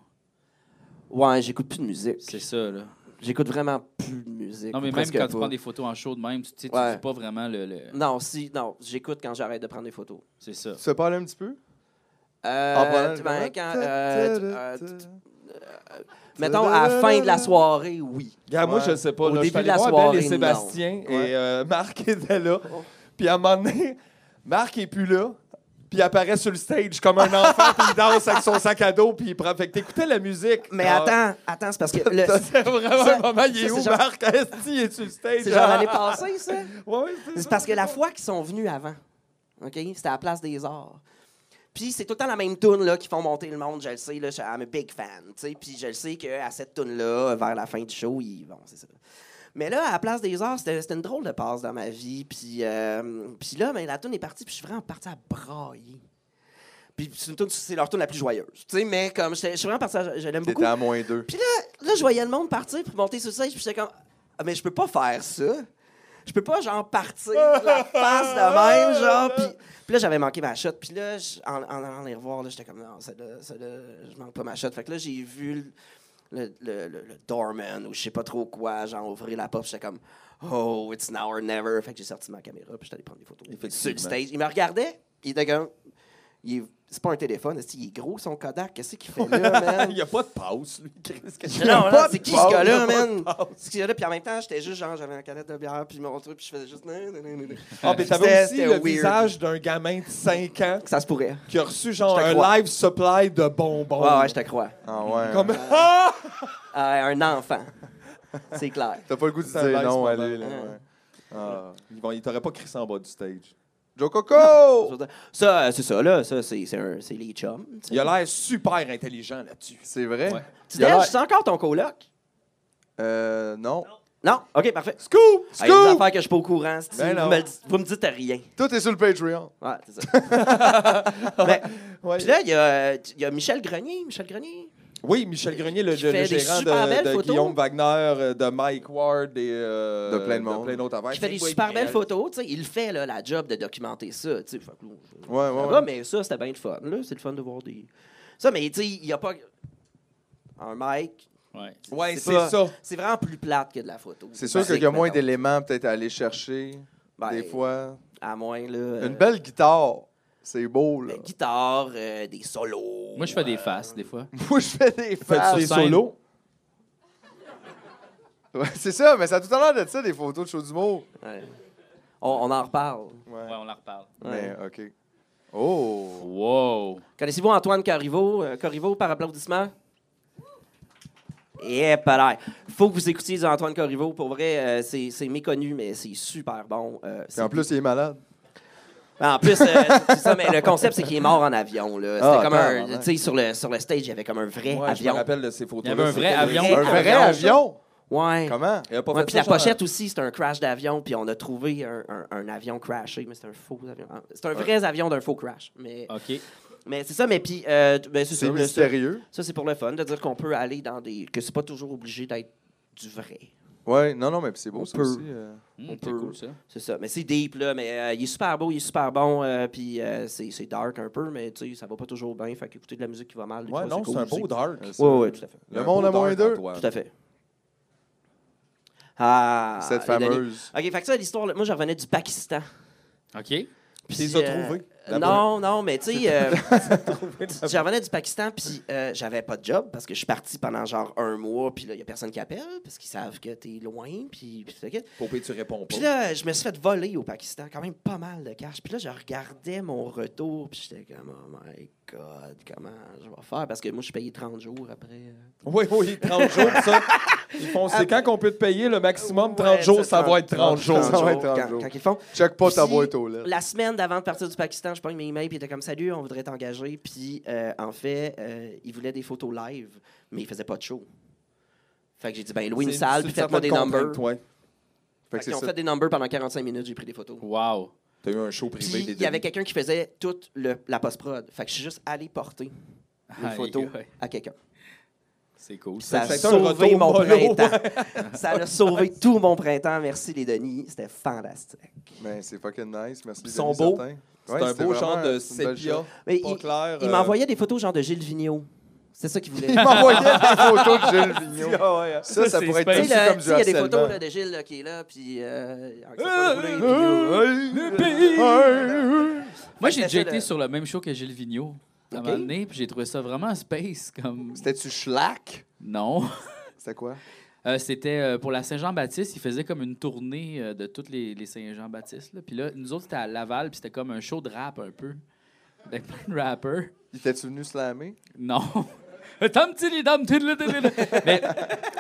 Ouais, j'écoute plus de C'est musique. ça, là. J'écoute vraiment plus de musique. Non, mais même ou presque quand tu pas. prends des photos en show de même, tu sais, tu Ouais. dis pas vraiment le. le- Non, si, non, j'écoute quand j'arrête de prendre des photos. C'est ça. Tu te parles un petit peu? Euh, En prenant le tu- ben, moment. quand, euh, tu- euh, tu- mettons, à la fin de la soirée, oui. Regarde, moi, Ouais. je sais pas. Au là, je suis début de allé la voir soirée, Belle et Sébastien Ouais. Oh. et euh, Marc était là. Puis à un moment donné, Marc est plus là. Puis il apparaît sur le stage comme un enfant, puis il danse avec son sac à dos, puis il prend. Fait que t'écoutais la musique. Mais Ah, attends, attends, c'est parce que... le- C'est vraiment Ça- un moment, il est ça, où, c'est genre- Marc? Est-ce qu'il est sur le stage? C'est genre Ah. l'année passée, ça? Ouais, ouais, C'est ça. parce que la fois qu'ils sont venus avant, OK? C'était à la Place des Arts. Puis c'est tout le temps la même toune là, qui font monter le monde, je le sais, là, je- I'm a big fan. tu sais. Puis je le sais qu'à cette toune-là, vers la fin du show, ils vont, c'est ça. Mais là, à la Place des Arts, c'était c'était une drôle de passe dans ma vie. Puis, euh, puis là, ben, la toune est partie, puis je suis vraiment parti à brailler. Puis c'est une tune- c'est leur tune la plus joyeuse. Tu sais, mais comme, j'étais- je suis vraiment parti, je l'aime beaucoup. T'étais à moins deux. Puis là, là, je voyais le monde partir pour monter sur le stage, puis j'étais comme, Ah, mais je peux pas faire ça. Je peux pas, genre, partir de la face de même, genre. Puis, puis là, j'avais manqué ma shot. Puis là, je- en, en allant les revoir, là, j'étais comme, non, celle-là, celle-là, je manque pas ma shot. Fait que là, j'ai vu le, le, le- le- le doorman ou je sais pas trop quoi, genre, ouvrir la porte. puis J'étais comme, oh, it's now or never. Fait que j'ai sorti ma caméra, puis j'étais allé prendre des photos. Sur le stage, il me regardait, puis il était comme, il est- c'est pas un téléphone, est-ce qu'il est gros son Kodak, qu'est-ce qu'il fait là, man? Il n'y a pas de passe, lui. Qu'est-ce que- Non, non, pas c'est de qui pause, ce il y gars-là, a pas man? C'est qui ce gars-là? Puis en même temps, j'étais juste genre, j'avais un canette de bière, puis mon truc, puis je faisais juste. nan, nan, nan, nan. Ah, mais C'était- t'avais aussi c'était le weird. visage d'un gamin de 5 ans Ça se pourrait. qui a reçu genre Je te un crois. live supply de bonbons. Ouais, ouais, je te crois. Ah ouais. Comme Ah! Euh, un enfant. C'est clair. T'as pas le goût de Ça dire laisse non pas à lui. mal. là, Hein. ouais. Ah. Ils vont- ils t'auraient pas crissé en bas du stage. Joe Coco! Ça, euh, c'est ça, là. Ça, c'est c'est un- c'est les chums. tu sais. Il a l'air super intelligent là-dessus. C'est vrai? Ouais. Tu il a déj, l'air- c'est encore ton coloc? Euh, non. Non? OK, parfait. Scoop! Hey, Il y a des affaires que je suis pas au courant. c'est-tu, Ben vous, non. me, le dites- vous me dites rien. Tout est sur le Patreon. Ouais, c'est ça. Ben, Ouais. Puis là, il y, a, euh, il y a Michel Grenier. Michel Grenier. Oui, Michel Grenier, le, Qui le- le fait des gérant super belles de, de photos. Guillaume Wagner, euh, de Mike Ward et euh, De plein de monde. d'autres affaires. Qui fait des super belles photos. tu sais. Il fait là, la job de documenter ça. tu sais. Fait que nous, Ouais, ouais. Ça Ah ouais. va, Ah mais ça, c'était bien le fun. Là, c'est le fun de voir des. Ça, mais tu sais, il n'y a pas. Un mic. Ouais. Ouais, C'est c'est pas- ça. C'est vraiment plus plate que de la photo. C'est sûr Ben, qu'il y a moins mettons. d'éléments peut-être à aller chercher. Ben, Des fois. À moins, là. euh, Une belle guitare. C'est beau, là. ben, guitare, euh, des solos. Moi, je fais des euh, faces, des fois. Moi, je fais des Faites faces. sur des scène. solos. Ouais, c'est ça, mais ça a tout à l'heure de ça, des photos de show d'humour. ouais. On, on en reparle. Ouais, on en reparle. Mais, euh, OK. Oh! Wow! Connaissez-vous Antoine Corriveau? euh, Corriveau, par applaudissement? Yeah, pareil. Faut que vous écoutiez du Antoine Corriveau. Pour vrai, euh, c'est c'est méconnu, mais c'est super bon. euh, Puis c'est en plus, il est malade. Ben, en plus, euh, c'est ça, mais le concept, c'est qu'il est mort en avion. là. C'était Ah, comme un. tabarnak. Tu sais, sur le, sur le stage, il y avait comme un vrai Ouais, je me avion. rappelle de ces Il y photos-là. avait un vrai C'était- avion. vrai Un vrai avion? Ouais. Comment? Il a pas Ouais, fait puis ça, la genre, euh, pochette aussi, c'est un crash d'avion, puis on a trouvé un, un- un avion crashé, mais c'est un faux avion. Ah, C'est un vrai avion d'un faux crash. Ah. Mais, OK. mais c'est ça, mais puis. euh, t- ben, c'est ça, C'est le- ça, mystérieux. ça, c'est pour le fun, de dire qu'on peut aller dans des. que c'est pas toujours obligé d'être du vrai. Ouais, non, non, mais c'est beau, ça peut. aussi. euh. Hmm, c'est peut- cool, ça. C'est ça. Mais c'est deep, là. Mais euh, il est super beau, il est super bon. euh, puis euh, c'est c'est dark un peu, mais tu sais, ça va pas toujours bien. Fait qu'écouter de la musique qui va mal. des Ouais, fois, non, c'est cool un aussi. beau dark. ça. Ouais, ouais, tout à fait. Il y a Le un monde beau à moins dark, deux. Antoine. Tout à fait. Ah, Cette les Denis. fameuse. OK, fait que ça, l'histoire, là, moi, je revenais du Pakistan. OK. Puis, Tu les as euh, trouvés, là-bas. Non, non, mais tu sais, euh, je revenais du Pakistan, puis euh, j'avais pas de job parce que je suis parti pendant genre un mois, puis là, il y a personne qui appelle parce qu'ils savent que t'es loin, puis puis tout ça. Popé, tu réponds pas. Puis euh, là, je me suis fait voler au Pakistan, quand même pas mal de cash. Puis là, je regardais mon retour, puis j'étais comme, oh my God, comment je vais faire? Parce que moi, je suis payé 30 jours après. euh. Oui, oui, 30 jours, ça. Ils font, c'est quand qu'on peut te payer le maximum 30 Ah, Ouais, jours, ça trente- va être 30 jours. Ça va être 30 quand, jours. quand ils font. Check pas ta Puis, boîte aux lettres. La semaine d'avant de partir du Pakistan, je pogne mes emails, puis il était comme Salut, on voudrait t'engager. Puis euh, en fait, euh, il voulait des photos live, mais il faisait pas de show. Fait que j'ai dit Ben, louez une C'est- salle, c'est puis une faites-moi des certaine numbers. contrainte, ouais. Fait Fait que c'est qu'ils ont ça. fait des numbers pendant 45 minutes, j'ai pris des photos. Wow! T'as eu un show Puis privé des il y avait Denis. quelqu'un qui faisait toute le- la post-prod. Fait que je suis juste allé porter une Aïe, photo ouais. à quelqu'un. C'est cool. Ça a Ça a été un sauvé retour mon mollo, ouais. printemps. Ça a sauvé tout mon printemps. Merci les Denis. C'était fantastique. Mais c'est fucking nice. Merci. Ils Denis sont beaux. Certain. C'est Ouais, un c'était beau vraiment genre de une belle sépia. chose. Mais Pas il, clair. il euh, m'envoyait des photos genre de Gilles Vigneault. C'est ça qu'il voulait. Il m'envoyait des photos de Gilles Vigneault. Ah ouais, hein. Ça, ça c'est pourrait être Tu spécial. perçu sais, comme du le- tu sais, il y a des photos là, harcèlement. de Gilles là, qui est là, puis. euh, il y a encore ça pour rouler, puis, euh, hein? Euh, Moi, Fait j'ai que déjà c'était été le- sur le même show que Gilles Vigneault. À un moment donné, puis j'ai trouvé ça vraiment space comme. C'était-tu Schlack? Non. C'était quoi? Euh, c'était euh, pour la Saint-Jean-Baptiste. Il faisait comme une tournée euh, de toutes les, les Saint-Jean-Baptiste. là. Puis là, nous autres, c'était à Laval, puis c'était comme un show Ben, de rap un peu. Avec plein de rappers. Il était-tu venu slammer? Non. Tom Tilly, Tom Tilly, Tilly, Tilly. Mais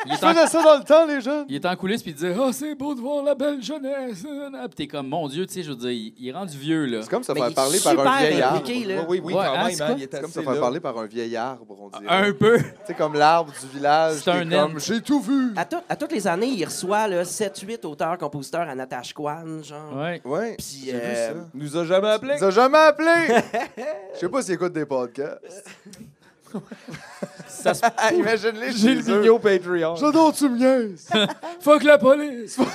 il est, en, ça dans le temps, les jeunes. il est en coulisses puis il dit Ah, c'est beau de voir la belle jeunesse. Puis t'es comme Mon Dieu, tu sais, je veux dire, il, il est rendu vieux, là. C'est comme se Mais il faire est parler par un super vieil arbre. impliqué, là. Oui, oui, oui, Ouais, quand hein, même, c'est hein, quoi? il est C'est comme se assez faire là. parler par un vieil arbre, on dirait. Un peu. Tu sais, comme l'arbre du village. C'est qui est un comme, âne. J'ai tout vu. À, tout- à toutes les années, il reçoit 7-8 auteurs, compositeurs à Natasha Kwan, genre. Ouais. Ouais. Puis, J'ai vu euh, ça. Il nous a jamais appelé. Ils ont jamais appelé. Je sais pas s'ils écoutent des podcasts. Ça se... Imagine-les J'ai chez le eux. vidéo Patreon. J'adore tu me niaises. Fuck la police!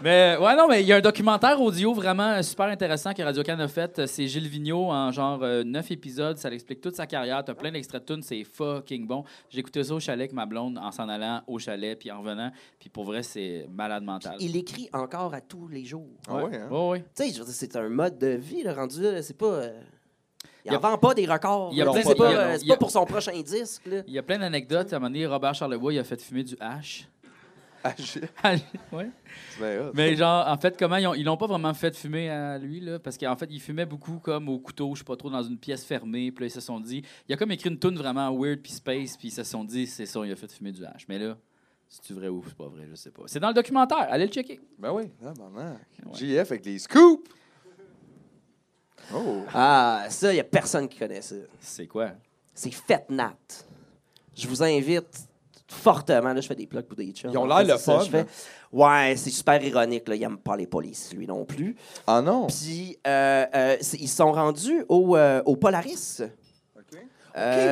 mais ouais, non, mais il y a un documentaire audio vraiment euh, super intéressant que Radio-Can a fait. Euh, C'est Gilles Vigneault en genre 9 épisodes. Ça l'explique toute sa carrière. T'as plein d'extraits de tunes. C'est fucking bon. J'écoutais ça au chalet avec ma blonde en s'en allant au chalet puis en revenant. Puis pour vrai, c'est malade mental. il écrit encore à tous les jours. Ah ouais, hein? Ouais, ouais. Tu sais, je veux dire, c'est un mode de vie, le rendu, là, c'est pas... euh, il Y a- en vend pas des records. y a là. plein C'est de- pas, y a- euh, c'est y a- pas pour son prochain disque, là. Il y a plein d'anecdotes. À un moment donné, Robert Charlevoix, il a fait fumer du hash. Ah, shit. ouais. C'est bien hot. Mais genre, en fait, comment ils ont- ils l'ont pas vraiment fait fumer à lui, là, parce qu'en fait, il fumait beaucoup comme au couteau, je sais pas trop, dans une pièce fermée. Puis là, ils se sont dit, il a comme écrit une tune vraiment weird puis space, puis ils se sont dit, c'est ça, il a fait fumer du hash. Mais là, c'est-tu vrai ou c'est pas vrai, je sais pas. C'est dans le documentaire, allez le checker. Ben oui. Ah, maman. Ouais. JF avec les scoops. Oh. Ah, ça, il y a personne qui connaît ça. C'est quoi? C'est Fête Nat. Je vous invite fortement. Là, je fais des plugs pour des chums. Ils ont En l'air fait, le c'est ça, fun, je fais- hein. Ouais, c'est super ironique. Là. Il aime pas les polices, lui non plus. Ah non. Puis, euh, euh, c'est- ils sont rendus au, euh, au Polaris. Euh,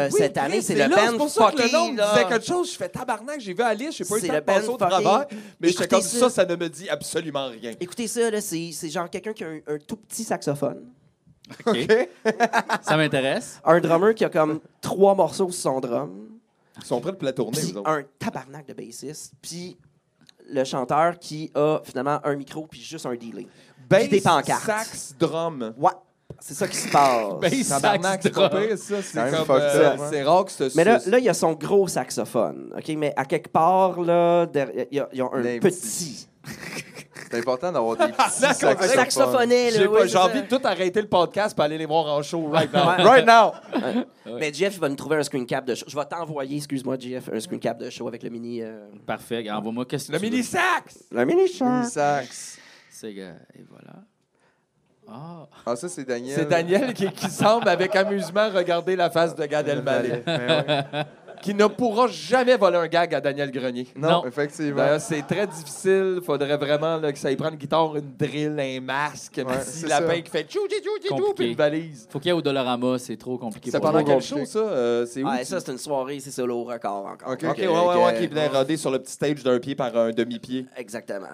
Ok, oui, cette année, Chris, c'est le là, C'est band pour ça que le fucké, nom me là. disait quelque chose. Je fais tabarnak, j'ai vu Alice, j'ai pas eu C'est le temps le de passer band au fucké. travers. Mais j'étais Écoutez comme ça. ça, ça ne me dit absolument rien. Écoutez ça, là, c'est c'est genre quelqu'un qui a un, un tout petit saxophone. OK. ça m'intéresse. Un drummer qui a comme trois morceaux sur son drum. Ils sont prêts de la tourner, Puis vous autres. un tabarnak de bassiste. Puis le chanteur qui a finalement un micro puis juste un delay. Bass, des pancartes. sax, drum. Ouais, c'est ça qui se passe. Ben, Bass, Tabarnak, sax, c'est pas drum. pire, ça. C'est Quand même comme, fucked euh, up, hein. c'est rare que ce Mais là, ce- là, il y a son gros saxophone, OK? Mais à quelque part, là, derrière- il y a, il y a un Les petit... C'est important d'avoir des petits Là, qu'on dirait Un Saxophone. saxophones. saxophoné, J'ai là, pas- oui, j'ai c'est envie ça. de tout arrêter le podcast pour aller les voir en show right now. Ouais. Right now. Mais Jeff, il va nous trouver un screen cap de show. Je vais t'envoyer, excuse-moi, Jeff, un screen cap de show avec le mini... euh, Parfait, envoie-moi qu'est-ce que Le tu veux. mini sax! Le mini Les sax. C'est que- Et voilà. Ah, Ah, ça, c'est Daniel. C'est Daniel qui, qui semble avec amusement regarder la face de Gad Elmaleh, Mais ouais. qui ne pourra jamais voler un gag à Daniel Grenier. non, Non. effectivement. D'ailleurs, c'est très difficile. Faudrait vraiment là, que ça y prenne une guitare, une drill, un masque, un petit c'est lapin ça. qui fait tchou, tchou, tchou, tchou, Compliqué. puis une valise. faut qu'il y ait au Dollarama, c'est trop compliqué C'est pour pendant nous. quel show, ça? Euh, c'est où? Ouais, ça, c'est une soirée, c'est ça, le record encore. euh, OK. OK, ouais, ouais, ouais, qui venait roder sur le petit stage d'un pied par un demi-pied. Exactement.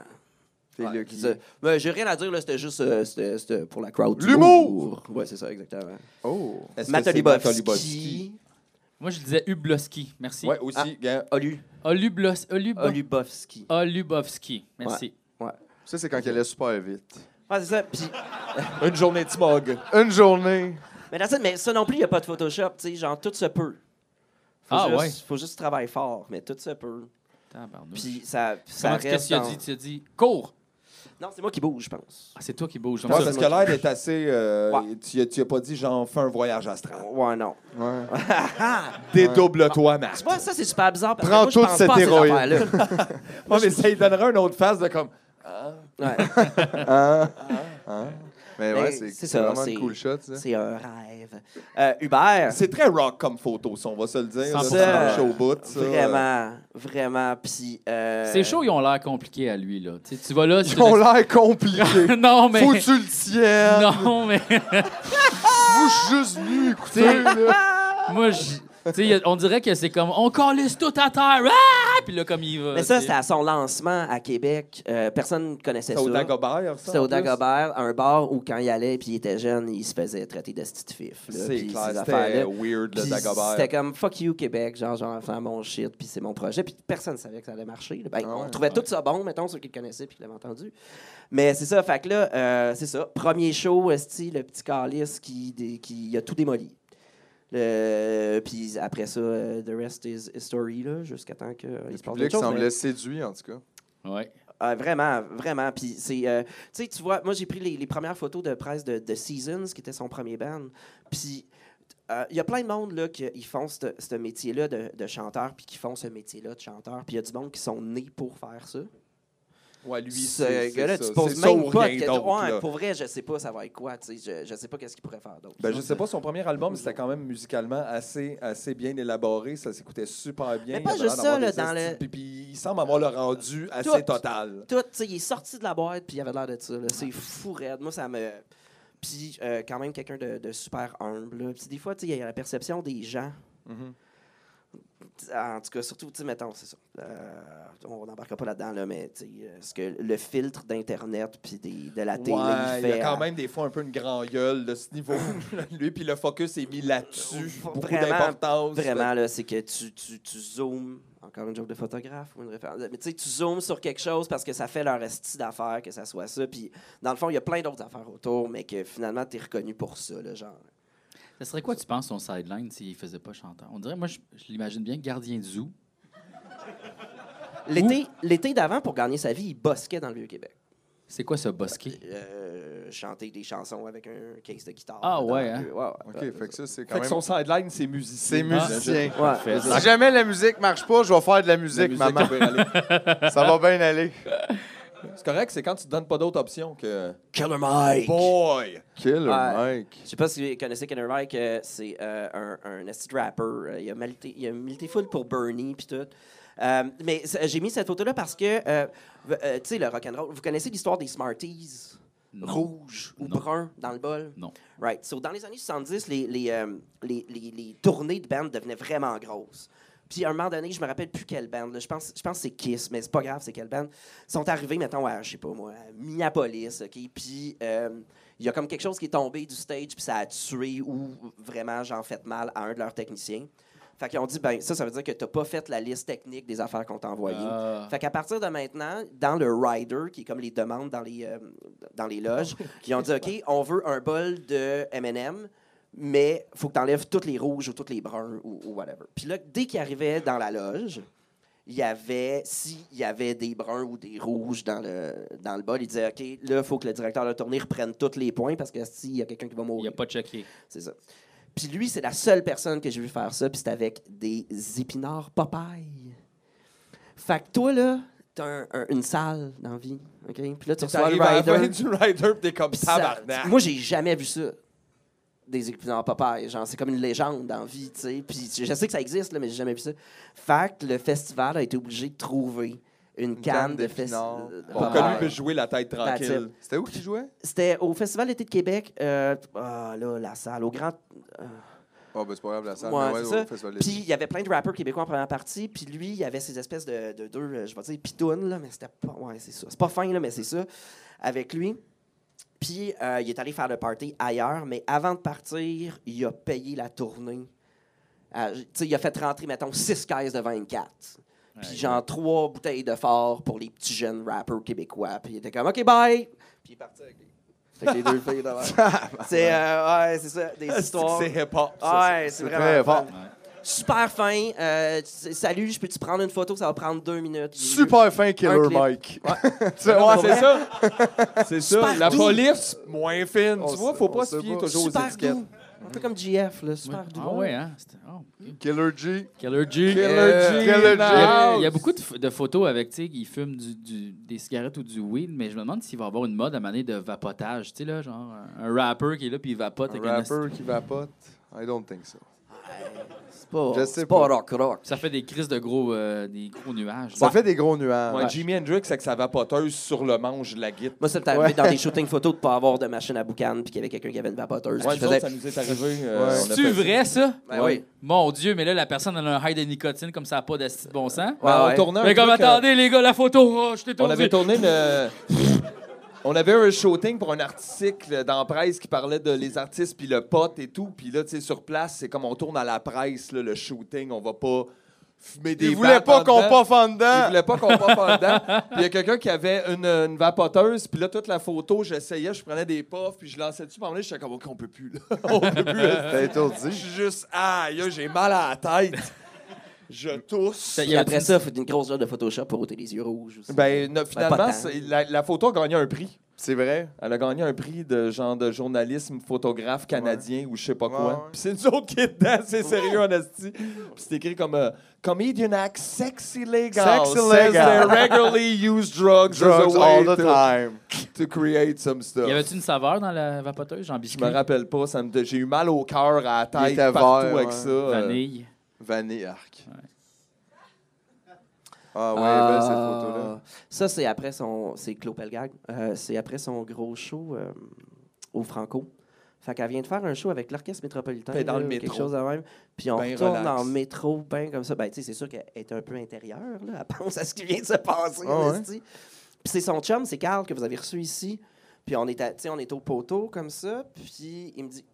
T'es Ouais, lucky. c'est ça. Mais j'ai rien à dire, là, c'était juste euh, c'était- c'était pour la crowd. L'humour! Ouais, c'est ça, exactement. Oh. Est-ce que c'est Matolibovski? Matolibovski. Moi, je disais Ubloski, merci. Ouais, aussi. gars. Olu. Olublos, Olubo- Olubovski. Olubovski, merci. Ça, c'est quand elle est super vite. Ouais, c'est ça. Puis, Une journée de smog. Une journée. mais, dans ça, mais ça non plus, il n'y a pas de Photoshop, tu sais, genre, tout se peut. Faut Ah juste, ouais. Faut juste travailler fort, mais tout se peut. Tabarnouche. Puis ça, ça Comment- reste. Qu'est-ce qu'il a dans- dit? Tu as dit, cours! Non, c'est moi qui bouge, je pense. Ah, c'est toi qui bouge. Ouais, comme ça. parce que l'air est assez. euh, Ouais. Tu, as- tu as pas dit, genre, fais un voyage astral. Ouais, non. Ouais. Ah, Dédouble-toi, Matt. Tu vois, ça, c'est super bizarre. Parce Prends que toute moi, je cette pense pas à ces héroïne. affaires-là. Ouais, mais ça lui donnera une autre phase de comme. Ouais. Hein? Hein? Mais ouais, Mais c'est Ben, c'est c'est ça, vraiment c'est- une cool shot, ça. C'est un rêve. Euh, Hubert. C'est très rock comme photo, ça, on va se le dire. là, 100%. Ça marche au bout, ça. Vraiment, vraiment. Puis. euh, C'est chaud, ils ont l'air compliqués à lui, là. Tu sais, tu vas là... tu Ils ont le- l'air compliqués. non, mais... Faut que tu le tiennes. Non, mais... Moi, je suis juste venu écouter. là. Moi, je- Tu sais, y a- on dirait que c'est comme... On calisse tout à terre! Ah! Puis là, comme il va... Mais ça, tu sais. c'était à son lancement à Québec. Euh, personne ne connaissait C'est ça. au Dagobert, ça. C'était en au plus. Dagobert, un bar où quand il allait puis il était jeune, il se faisait traiter de petit fif. là, C'est puis clair, ces c'était affaires-là. weird, le Puis Dagobert. C'était comme fuck you Québec, genre genre faire mon shit puis c'est mon projet puis personne ne savait que ça allait marcher. là. Ben, Ah on ouais, trouvait tout ça bon, mettons ceux qui le connaissaient puis qui l'avaient entendu. Mais c'est ça, fait que là euh, c'est ça, premier show esti, le petit calice qui dé- qui a tout démoli. Le- Puis après ça, euh, the rest is history, là, jusqu'à temps qu'il Le se passe public d'autres choses. mais- semblait séduit, en tout cas. Ouais. ah, vraiment, vraiment. Puis c'est, euh, tu sais, tu vois, moi j'ai pris les, les premières photos de presse de, de Seasons, qui était son premier band. Puis euh, il y a plein de monde là, qui ils font ce ce métier-là de, de chanteur, puis qui font ce métier-là de chanteur, puis il y a du monde qui sont nés pour faire ça. Ouais, lui, c'est- ce c'est gars-là, ça. tu poses C'est ça même ou pas. rien de- d'autre, ouais, là. pour vrai, je sais pas ça va être quoi. tu sais, Je, je sais pas qu'est-ce qu'il pourrait faire d'autre. Ben, je sais pas, son premier album, c'était quand même musicalement assez, assez bien élaboré. Ça s'écoutait super bien. Mais pas Il avait l'air juste ça, d'avoir là, des dans esti- le- Puis, puis il semble avoir le rendu assez Tout. total. Tout, tu sais, il est sorti de la boîte, puis il avait l'air de ça. là. C'est fou raide. Moi, ça me... Puis, euh, quand même, quelqu'un de, de super humble. là. Puis, des fois, tu sais, il y a la perception des gens. Mhm. En tout cas, surtout, tu sais, mettons, c'est ça. Euh, on n'embarquera pas là-dedans, là, mais tu sais, euh, ce que le filtre d'Internet puis des- de la télé, Ouais, il il fait... hein. a quand à- même des fois un peu une grand gueule de ce niveau. lui, puis le focus est mis là-dessus. Beaucoup Vraiment, d'importance. Vraiment, là, c'est que tu, tu, tu zoomes, encore une joke de photographe ou une référence, mais tu sais, tu zoomes sur quelque chose parce que ça fait leur esti d'affaires, que ça soit ça. Puis, dans le fond, il y a plein d'autres affaires autour, mais que finalement, tu es reconnu pour ça, là, genre. Ça serait quoi, tu penses, son sideline s'il faisait pas chanteur? On dirait, moi, je, je l'imagine bien gardien du zoo. L'été, l'été d'avant, pour gagner sa vie, il bosquait dans le Vieux-Québec. C'est quoi ce bosquet? Euh, chanter des chansons avec un case de guitare. Ah, dans ouais, la hein? rue. Ouais, ouais. OK, fait que ça, c'est quand Fait que son même... sideline, c'est musicien. C'est musicien. Ouais. Si jamais la musique marche pas, je vais faire de la musique, maman. Ça va bien aller. Ah, C'est correct, c'est quand tu te donnes pas d'autre option que. Killer Mike! Oh, Boy! Killer Ouais. Mike. Je sais pas si vous connaissez Kenner Mike, euh, c'est euh, un, un esti de rapper. Euh, Il a milité, il a milité full pour Bernie puis tout. Euh, mais c- j'ai mis cette photo-là parce que, euh, v- euh, tu sais, le rock'n'roll, vous connaissez l'histoire des Smarties? Non. Rouge ou Non. brun dans le bol? Non. Right. So, dans les années 70, les, les, euh, les, les- les tournées de bandes devenaient vraiment grosses. Puis à un moment donné, je me rappelle plus quelle band. là. Je pense, je pense que c'est Kiss, mais c'est pas grave, c'est quelle band. Ils sont arrivés, mettons, à, je sais pas moi, à Minneapolis, OK? Puis euh, il y a comme quelque chose qui est tombé du stage, puis ça a tué ou vraiment, genre, fait mal à un de leurs techniciens. Fait qu'ils ont dit, ben ça, ça veut dire que t'as pas fait la liste technique des affaires qu'on t'a envoyées. Ah. Fait qu'à partir de maintenant, dans le rider, qui est comme les demandes dans les, euh, dans les loges, ils ont dit OK, on veut un bol de MM, mais faut que tu enlèves toutes les rouges ou toutes les bruns ou, ou whatever. Puis là, dès qu'ils arrivaient dans la loge, il y avait, s'il y avait des bruns ou des rouges dans le, dans le bol, ils disaient OK, là, il faut que le directeur de tournée reprenne tous les points parce que s'il y a quelqu'un qui va Il mourir. a pas checké. C'est ça. Puis lui, c'est la seule personne que j'ai vu faire ça, puis c'est avec des épinards Popeye. Fait que toi, là, t'as un- un- une salle dans la vie, OK? Puis là, tu reçois T'arrives le à la fin rider. du rider, pis t'es comme puis ça- tabarnak. Moi, j'ai jamais vu ça, des épinards Popeye. Genre, c'est comme une légende dans la vie, tu sais. Puis je sais que ça existe, là, mais j'ai jamais vu ça. Fait que le festival a été obligé de trouver une, canne, canne de d'épinards festival. Pour que lui puisse jouer la tête That's tranquille. it. C'était où qu'il jouait? C'était au Festival d'été de Québec. euh, Ah, là, la salle, au Grand... Oh, ben c'est pas grave, la salle. Ouais, mais ouais, c'est au ça. Festival Puis d'été. il y avait plein de rappeurs québécois en première partie, puis lui, il y avait ces espèces de, de deux, euh, je vais dire, pitounes, là, mais c'était pas. Ouais, c'est ça. C'est pas fin, là, mais c'est ça. Avec lui. Puis euh, il est allé faire le party ailleurs, mais avant de partir, il a payé la tournée. Euh, tu sais, il a fait rentrer, mettons, six caisses de 24. Puis genre trois bouteilles de fort pour les petits jeunes rappeurs québécois. Puis il était comme, OK, bye! Puis il est parti avec les, avec les deux filles d'avant. c'est euh, Ah, ouais, c'est ça, des histoires. C'est hip-hop. ça, Ouais, c'est vraiment très fun. fort. Super fin. Euh, tu- salut, je peux-tu prendre une photo? Ça va prendre deux minutes. Super fin, Un Killer clip. Mike. Tu sais, c'est- ouais, Ouais, c'est ça. C'est ça. Super La doux. police, moins fine. On Tu vois, sait- faut on pas se sait fier pas. toujours aux Super étiquettes. doux. Un peu comme GF, là. Super doux. Ah ouais, hein? C'était- oh, ok. Killer G. Killer G. Killer G. Killer Il y a- G. il y a beaucoup de, ph- de photos avec, tu sais, il fume du, du- des cigarettes ou du weed, mais je me demande s'il va avoir une mode à maner de vapotage. Tu sais, là, genre, un- un rapper qui est là, puis il vapote Un avec un esti- rapper qui vapote. I don't think so. C'est pas, Je c'est sais pas pas. rock rock. Ça fait des crises de gros, euh, des gros nuages. Ça là. fait des gros nuages. Ouais, Jimi Hendrix avec sa vapoteuse sur le manche de la guitare. Moi, ça m'est arrivé dans des shootings photos de pas avoir de machine à boucan puis qu'il y avait quelqu'un qui avait une vapoteuse. Ouais, qui nous faisait- autres, ça nous est arrivé. euh, on a C'est-tu fait- vrai, ça? Ben oui. Mon Dieu, mais là, la personne elle a un high de nicotine comme ça n'a pas de esti de bon sens. Ben, Ouais, On ouais. tournait un mais comme, truc, euh, attendez, les gars, la photo, oh, je t'ai On tourné. avait tourné le. On avait un shooting pour un article dans la presse qui parlait de les artistes puis le pote et tout. Puis là, tu sais, sur place, c'est comme on tourne à la presse, là, le shooting. On va pas fumer des Il voulait battes pas en qu'on dedans. poffe en Il dedans. voulait pas qu'on poffe en dedans. Puis il y a quelqu'un qui avait une, une vapoteuse. Puis là, toute la photo, j'essayais, je prenais des puffs, puis je lançais dessus. Puis à un moment donné, j'étais comme, OK, on peut plus, là. On peut plus. là. T'as Je étourdi. suis juste, aïe, j'ai mal à la tête. Je tousse. Il Puis après ça, il faut une grosse job de Photoshop pour ôter les yeux rouges. aussi. Ben, non, pas finalement, tant. c'est- la, la photo a gagné un prix. C'est vrai? Elle a gagné un prix de genre de journalisme photographe canadien ou je sais pas Ouais, quoi. ouais. Puis c'est nous autres qui est dedans, c'est sérieux en asti. Puis c'est écrit comme euh, Comedian acts sexy legal. Sexy says legal. they regularly use drugs, as Drugs a way all the to- time. to create some stuff. Y avait-tu une saveur dans la vapoteuse, Jean Je Biscuit? me rappelle pas, ça me... j'ai eu mal au cœur, à la tête, était partout vert, avec ouais. ça. euh. Vanille. Vanille Arc. Ouais. Ah ouais, Ah, belle cette photo-là. Ça, c'est après son. C'est Claude Pelgag. Euh, c'est après son gros show euh, au Franco. Fait qu'elle vient de faire un show avec l'Orchestre métropolitain. Ben, dans là, le ou métro. Quelque chose de même. Puis on Ben retourne relax. en métro, ben comme ça. Ben, tu sais, c'est sûr qu'elle est un peu intérieure, là. Elle pense à ce qui vient de se passer, Ah ouais? esti. Puis c'est son chum, c'est Carl, que vous avez reçu ici. Puis on est, à- tu sais, on est au poteau, comme ça. Puis il me dit.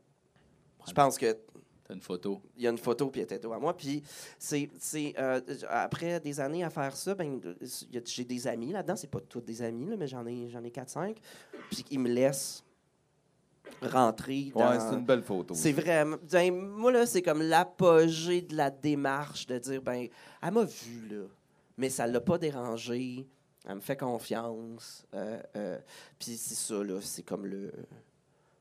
Je pense que T'as une photo. il y a une photo, puis elle était dos à moi. Puis, c'est, c'est, euh, après des années à faire ça, ben, il y a- j'ai des amis là-dedans. C'est pas tous des amis, là, mais j'en ai, j'en ai 4-5. Puis, ils me laissent rentrer dans... Ouais, c'est une belle photo. C'est vraiment. ben, moi, là, c'est comme l'apogée de la démarche de dire, ben, elle m'a vu, là, mais ça l'a pas dérangé. Elle me fait confiance. euh, euh, Puis c'est ça, là, c'est comme le.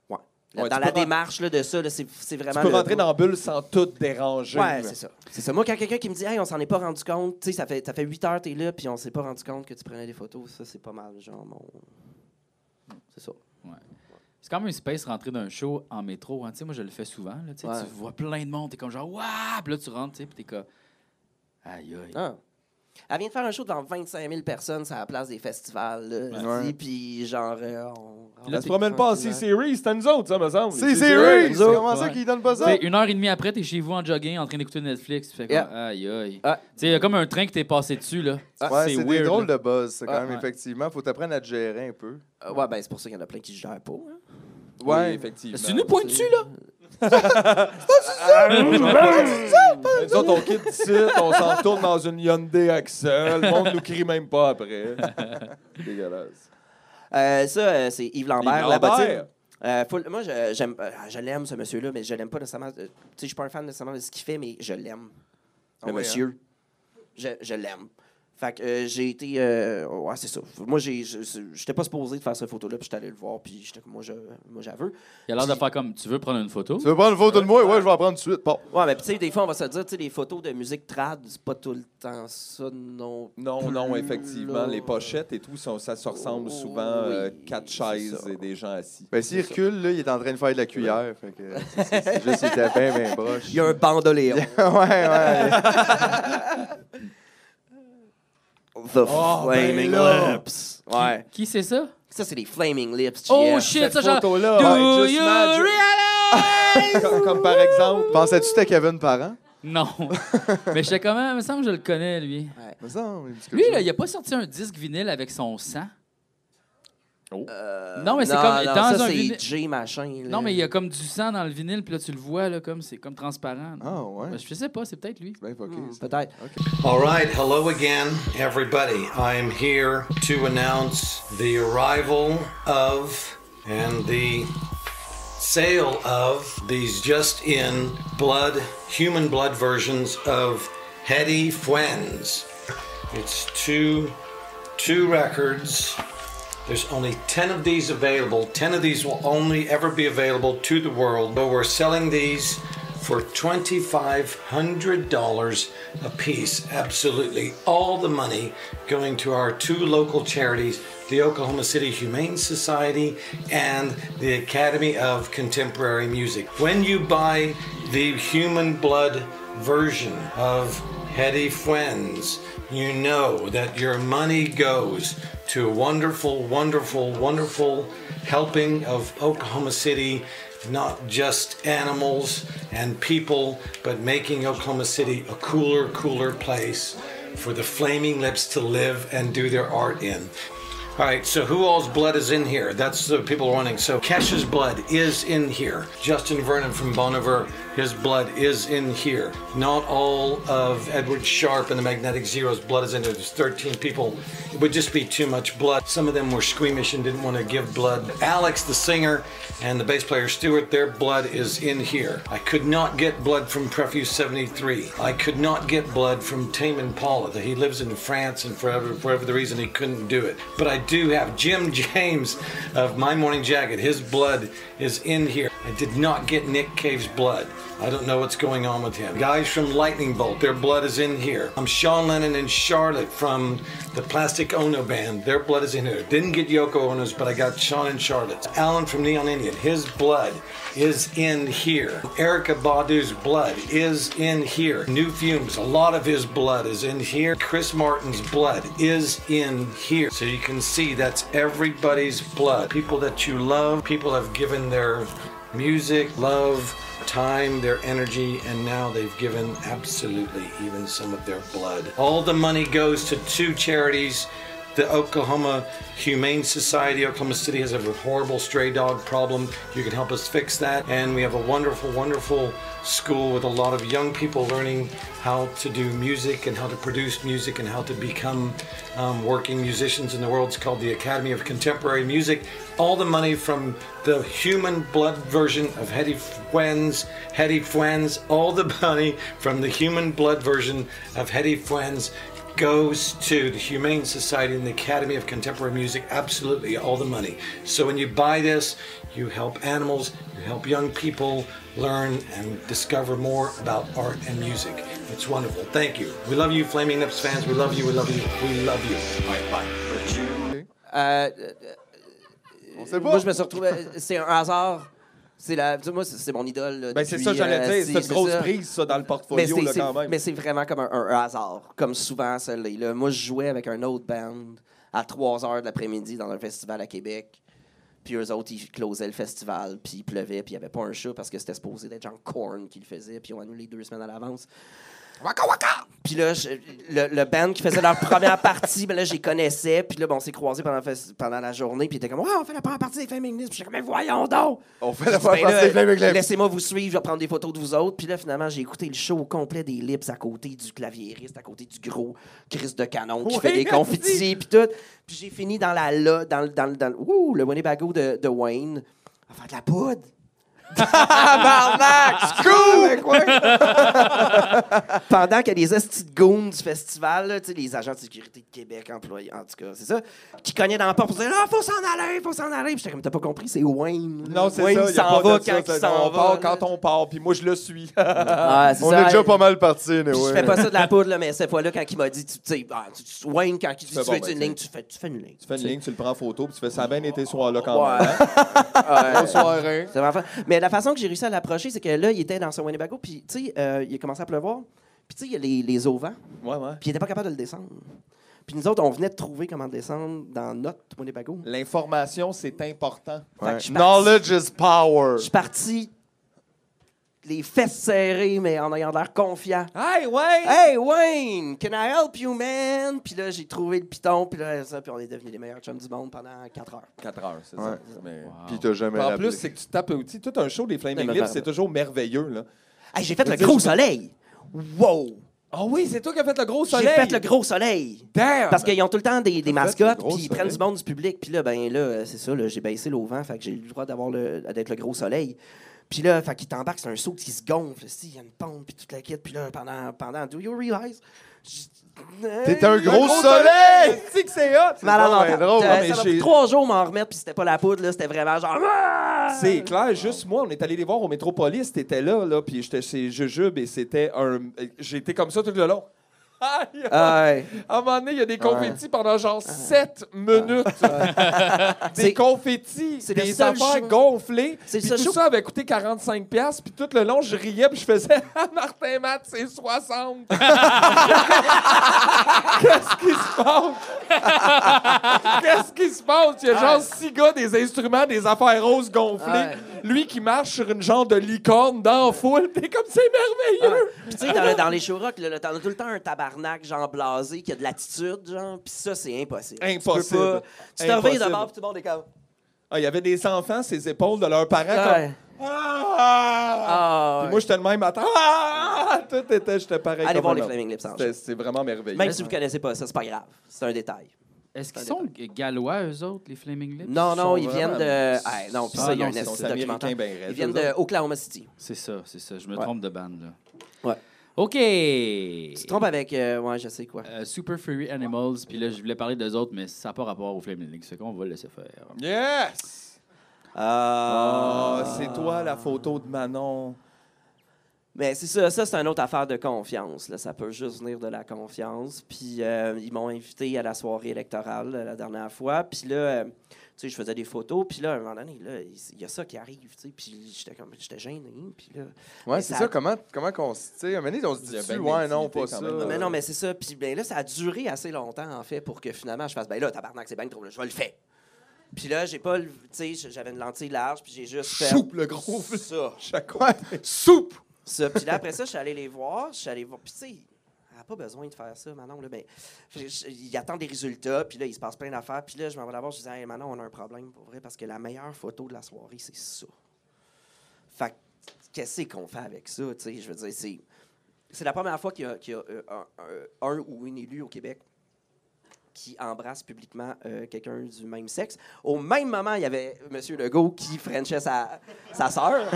Ouais. Là, Ouais, dans tu la peux ren- démarche là, de ça, là, c'est c'est vraiment. Tu peux le- rentrer dans la bulle sans tout déranger. Ouais, c'est ça. C'est ça. Moi, quand quelqu'un qui me dit, hey, on s'en est pas rendu compte, tu sais, ça fait, ça fait 8 heures, t'es là, puis on s'est pas rendu compte que tu prenais des photos, ça, c'est pas mal, genre, mon. C'est ça. C'est quand même une space rentrer d'un show en métro. Hein. Tu sais, moi, je le fais souvent. Là, tu sais, Ouais. Tu vois plein de monde, t'es comme genre, waouh! Puis là, tu rentres, tu sais, puis t'es comme, aïe, aïe. Ah. Elle vient de faire un show devant 25 000 personnes sur la place des festivals, là, Ouais. dis, puis genre, euh, on. Puis là, Elle se promène pas en hein. C-Series, c'est à nous autres, ça, me semble. C'est vrai, sérieux! nous C'est autres. comment ça ouais. qu'ils donnent pas Tu ça? sais, une heure et demie après, t'es chez vous en jogging, en train d'écouter Netflix. Tu fais comme, Yeah. aïe, aïe. Ah. Tu sais, il y a comme un train qui t'est passé dessus, là. Ouais, Ah, c'est des ah, weird, drôles là. de buzz, ça, quand Ouais, même, ouais. effectivement. Faut t'apprendre à te gérer un peu. Euh, ouais, ben, c'est pour ça qu'il y en a plein qui se gèrent pas. hein. Ouais, effectivement. Tu nous pointes dessus, là? Nous autres, on quitte ici, on s'en retourne dans une Hyundai Axel. Le monde nous crie même pas après. Dégueulasse. Euh, ça, euh, c'est Yves Lambert, Yves la Lambert. bottine. Euh, full- moi, je- j'aime, euh, je l'aime, ce monsieur-là, mais je l'aime pas nécessairement. euh, tu sais, je suis pas un fan nécessairement de ce qu'il fait, mais je l'aime. Le Ah oui, monsieur. Je, je l'aime. Fait que euh, j'ai été. euh, ouais, c'est ça. Moi, j'ai, je- je- j'étais pas supposé de faire cette photo-là, puis j'étais allé le voir, puis j'étais comme, moi, je, moi, j'avoue. Il a l'air de faire comme, tu veux prendre une photo? Tu veux prendre une photo de moi? Ouais, je vais en prendre tout de suite. Bon. Ouais, mais tu sais, des fois, on va se dire, tu sais, les photos de musique trad, c'est pas tout le temps ça, non. Non, non, Plus effectivement, là. les pochettes et tout, ça, ça se ressemble Oh, souvent. euh, oui, quatre c'est chaises ça. et des gens assis. Ben, s'il recule, là, il est en train de faire de la cuillère. Fait que c'est- c'est c'est juste, il était bien, bien broche. Il y a un bandoléon. ouais, ouais. The Oh, ben Flaming là. Lips. Ouais. Qui c'est ça? Ça, c'est les Flaming Lips. Euh, Oh GF. shit, ça, Cette genre. photo-là, Do ouais, you Just Magic. realize? Comme, comme par exemple. Pensais-tu que c'était Kevin Parent? non. Mais je sais comment, il me semble que je le connais, lui. Me semble, il me dit quelque Lui, là, chose. il a pas sorti un disque vinyle avec son sang. Euh, Non, mais c'est comme- dans non, ça, un c'est vini- J machin. là. Non, mais il y a comme du sang dans le vinyle, puis là, tu le vois, là, comme c'est comme transparent. là. Ah, ouais. Ben, Je sais pas, c'est peut-être lui. Ben, fucké, Hmm, ça. Peut-être. All right, hello again, everybody. I am here to announce the arrival of and the sale of these just in blood, human blood versions of Hetty Friends. It's two two records. There's only 10 of these available. 10 of these will only ever be available to the world, but we're selling these for $2,500 a piece. Absolutely. All the money going to our two local charities, the Oklahoma City Humane Society and the Academy of Contemporary Music. When you buy the human blood version of Hetty Friends, you know that your money goes to a wonderful, wonderful, wonderful helping of Oklahoma City, not just animals and people, but making Oklahoma City a cooler, cooler place for the Flaming Lips to live and do their art in. All right, so who all's blood is in here? That's the people running. So Kesha's blood is in here. Justin Vernon from Boniver, his blood is in here. Not all of Edward Sharp and the Magnetic Zero's blood is in here. There's 13 people. It would just be too much blood. Some of them were squeamish and didn't want to give blood. Alex, the singer, and the bass player Stewart, their blood is in here. I could not get blood from Prefuse 73. I could not get blood from Tame Impala. He lives in France and forever, whatever the reason he couldn't do it. But I do have Jim James of My Morning Jacket. His blood is in here. I did not get Nick Cave's blood. I don't know what's going on with him. Guys from Lightning Bolt, their blood is in here. I'm Sean Lennon and Charlotte from the Plastic Ono Band. Their blood is in here. Didn't get Yoko Ono's, but I got Sean and Charlotte's. Alan from Neon Indian, his blood is in here. Erica Badu's blood is in here. New Fumes, a lot of his blood is in here. Chris Martin's blood is in here. So you can see that's everybody's blood. People that you love, people have given their music, love, time, their energy, and now they've given absolutely even some of their blood. All the money goes to two charities. The Oklahoma Humane Society, Oklahoma City has a horrible stray dog problem. You can help us fix that. And we have a wonderful, wonderful school with a lot of young people learning how to do music and how to produce music and how to become um, working musicians in the world. It's called the Academy of Contemporary Music. All the money from the human blood version of Hetty Fwen's, Hetty Fwen's, all the money from the human blood version of Hetty Fwen's goes to the Humane Society and the Academy of Contemporary Music, absolutely all the money. So when you buy this, you help animals, you help young people learn and discover more about art and music. It's wonderful. Thank you. We love you, Flaming Lips fans. We love you. We love you. We love you. All right, bye. Euh, On sait pas. moi, je me suis retrouvé. C'est un hasard. C'est la. tu sais, Moi, c'est c'est mon idole. là, Ben, c'est depuis, ça, j'allais euh, dire. si- C'est une grosse ça. prise, ça, dans le Mais portfolio, c'est- là, c'est- quand même. Mais c'est vraiment comme un, un hasard, comme souvent celle-là. Moi, je jouais avec un autre band à 3 heures de l'après-midi dans un festival à Québec. Puis eux autres, ils closaient le festival, puis il pleuvait, puis il n'y avait pas un show parce que c'était supposé d'être genre Korn qui le faisait, puis on annulé deux semaines à l'avance. Waka waka! Puis là, je- le, le band qui faisait leur première partie, ben là, je les connaissais, puis là, bon, on s'est croisés pendant, la fes- pendant la journée, puis ils étaient comme, ouais, on fait la première partie des féministes, puis j'étais comme, mais voyons donc! On fait la Ben première là, partie plein avec les Laissez-moi vous suivre, je vais prendre des photos de vous autres. Puis là, finalement, j'ai écouté le show au complet des Lips à côté du claviériste, à côté du gros Chris de Canon qui Ouais, fait des merci. confettis, puis tout. Puis j'ai fini dans la la, dans, le- dans, le- dans, le- ouh, le Winnebago de, de Wayne, à faire de la poudre. Tabarnak! Scoop! Pendant que les estis de goons du festival, là, tu sais, les agents de sécurité de Québec, employés, en tout cas, c'est ça, qui cognaient dans la porte pour dire Ah, faut s'en aller, faut s'en aller. Puis j'étais comme, t'as pas compris, c'est Wayne. là. Non, c'est Wayne ça. Il y a s'en pas va de ça, quand ça, il s'en on va. part là. quand on part, puis moi, je le suis. Ah, c'est On ça. est déjà pas mal parti, mais Puis je fais pas ça de la poudre, là, mais cette fois-là, quand il m'a dit, tu tu sais, ah, tu- tu- Wayne, quand il dit, tu fais bon, fais ben, une tu- ligne, tu fais, tu fais une ligne. Tu fais une ligne, tu le prends en photo, puis tu fais ça a bien été ce soir-là, quand Ouais. même. hein? Ouais. Bonsoir, hein. C'est vraiment fa- Mais la façon que j'ai réussi à l'approcher, c'est que là, il était dans son Winnebago, puis tu sais, euh, il a commencé à pleuvoir, puis tu sais, il y a les, les auvents, Ouais, ouais. puis il était pas capable de le descendre. Puis nous autres, on venait de trouver comment descendre dans notre Winnebago. L'information, c'est important. Fait que je suis parti- Knowledge is power. je suis parti les fesses serrées, mais en ayant l'air confiant. Hey, ouais! Hey Wayne, can I help you, man? Puis là, j'ai trouvé le piton, puis là, ça, puis on est devenus les meilleurs chums du monde pendant 4 heures. 4 heures, c'est Ouais. ça. Mais- Puis t'as jamais En plus, rappelé. c'est que tu tapes aussi tout un show des Flaming Mais Lips, me- c'est toujours merveilleux là. Hey, j'ai fait le Je veux gros dire, soleil! Wow! Ah oui, c'est toi qui as fait le gros J'ai soleil. fait le gros soleil! Damn! Parce qu'ils ont tout le temps des, des mascottes, le gros puis ils prennent soleil. du monde du public. Puis là, ben là, euh, c'est ça, là, j'ai baissé l'auvent, fait que j'ai eu le droit d'avoir le, d'être le gros soleil. Puis là, fait qu'il t'embarque, c'est un saut qui se gonfle, si, il y a une pompe, puis toute la quête. Puis là, pendant, pendant Do You Realize? T'es un Le gros soleil! Tu sais que c'est hot. Malade drôle, mental. drôle, Euh, mais ça m'a j'ai- pris trois jours m'en remettre, puis c'était pas la poudre, là, c'était vraiment genre. Ah! C'est clair, juste moi, on est allé les voir au Métropolis, t'étais là, là, puis j'étais chez Jujube et c'était un. J'étais comme ça tout le long. Aïe! Ouais. À un moment donné, il y a des confettis pendant genre 7 minutes. des C'est- confettis, c'est le des seul affaires show- gonflées. C'est le Puis seul tout show- ça avait coûté 45$. piastres, Puis tout le long, je riais puis je faisais « Martin Matt, c'est 60! » Qu'est-ce qui se passe? Qu'est-ce qui se passe? Il y a genre six gars, des instruments, des affaires roses gonflées. Lui qui marche sur une genre de licorne dans la foule. T'es comme « C'est merveilleux! Puis tu sais, dans, le- dans les show rock, là, là, t'en as tout le temps un tabarnak, genre blasé, qui a de l'attitude, genre. Puis ça, c'est impossible. Tu Impossible. peux pas- tu te Impossible. reviens de bord, puis tout le monde est comme. Ah, il y avait des enfants, ses épaules de leurs parents. Ouais. Comme... Ah! Ah, Puis ouais. moi, j'étais le même. Attends, ah! tout était, j'étais pareil. Allez comme voir un les homme. Flaming Lips. en C'était- C'est vraiment merveilleux. Même si vous connaissez pas ça, c'est pas grave. C'est un détail. Est-ce qu'ils sont gallois, eux autres, les Flaming Lips? Non, non, ils viennent de. vraiment- Ah, non, puis Ah, ça, il y a non, un c'est- esti sont de américains documentaire. ben raides, Ils viennent eux de Oklahoma City. C'est ça, c'est ça. Je me Ouais. trompe de bande, là. Ouais. OK. Tu te trompes avec. euh, ouais, je sais quoi. Euh, Super Furry Animals, puis là, je voulais parler d'eux autres, mais ça n'a pas rapport au Flaming Link. C'est qu'on va le laisser faire. Yes! Ah. Ah, c'est toi la photo de Manon. Mais c'est ça, ça c'est une autre affaire de confiance. Là. Ça peut juste venir de la confiance. Puis euh, ils m'ont invité à la soirée électorale euh, la dernière fois. Puis là, euh, tu sais, je faisais des photos. Puis là, à un moment donné, là, il y a ça qui arrive. tu sais. Puis j'étais comme, j'étais gêné. Puis là, Ouais, Mais c'est ça- ça. Comment, comment qu'on se. Tu sais, à un moment donné, on se Il y a dit, bien ouais, d'intimité non, pas quand ça. même. Mais non, mais c'est ça. Puis ben là, ça a duré assez longtemps, en fait, pour que finalement, je fasse, ben là, tabarnak, c'est bien trop, là, je vais le faire. Puis là, j'ai pas le. Tu sais, j'avais une lentille large, puis j'ai juste fait. Soupe, le gros feu. Ça. Chaque fois. Soupe! Ça, Puis là, après ça, je suis allé les voir. Je suis allé voir. Puis, tu sais, elle n'a pas besoin de faire ça, Manon. Là, ben, je- je- il attend des résultats. Puis là, il se passe plein d'affaires. Puis là, je m'en vais la voir. Je dis, hey, Manon, on a un problème pour vrai. Parce que la meilleure photo de la soirée, c'est ça. Fait que, qu'est-ce qu'on fait avec ça? Tu sais, je veux dire, c'est. C'est la première fois qu'il y a, qu'il y a, euh, un, un- un ou une élue au Québec qui embrasse publiquement euh, quelqu'un du même sexe. Au même moment, il y avait M. Legault qui frenchait sa, sa sœur.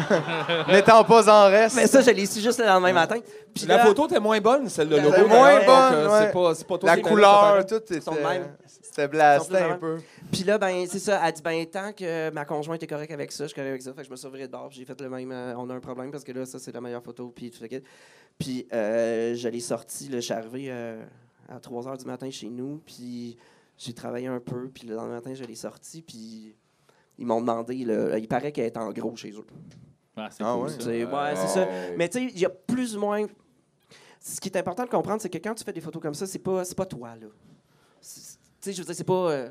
N'étant pas en reste. Mais ça, je l'ai su juste le lendemain matin. Puis la là, photo était moins bonne, celle de Elle Logo. était moins d'ailleurs, bonne, donc, euh, ouais. C'est pas, c'est pas toi la qui l'as couleur, mis, tout était. sont de même. C'était Ils blasté sont tous de un même. peu. Puis là, ben, c'est ça. Elle dit, ben, tant que ma conjointe est correcte avec ça, je suis correct avec ça. Fait que je me sauverai de bord. Puis J'ai fait le même. euh, on a un problème parce que là, ça, c'est la meilleure photo. Puis tout le kit. Puis euh, je l'ai sortie. là, Je suis arrivé euh, à 3 h du matin chez nous. Puis j'ai travaillé un peu. Puis le lendemain matin, je l'ai sortie. Puis ils m'ont demandé. là, il paraît qu'elle est en gros chez eux. Ah, c'est Ah cool, ouais. ça. Tu sais, ouais, c'est ça. Mais tu sais, il y a plus ou moins. Ce qui est important de comprendre, c'est que quand tu fais des photos comme ça, c'est pas, c'est pas toi, là. C'est- Tu sais, je veux dire, c'est pas. euh,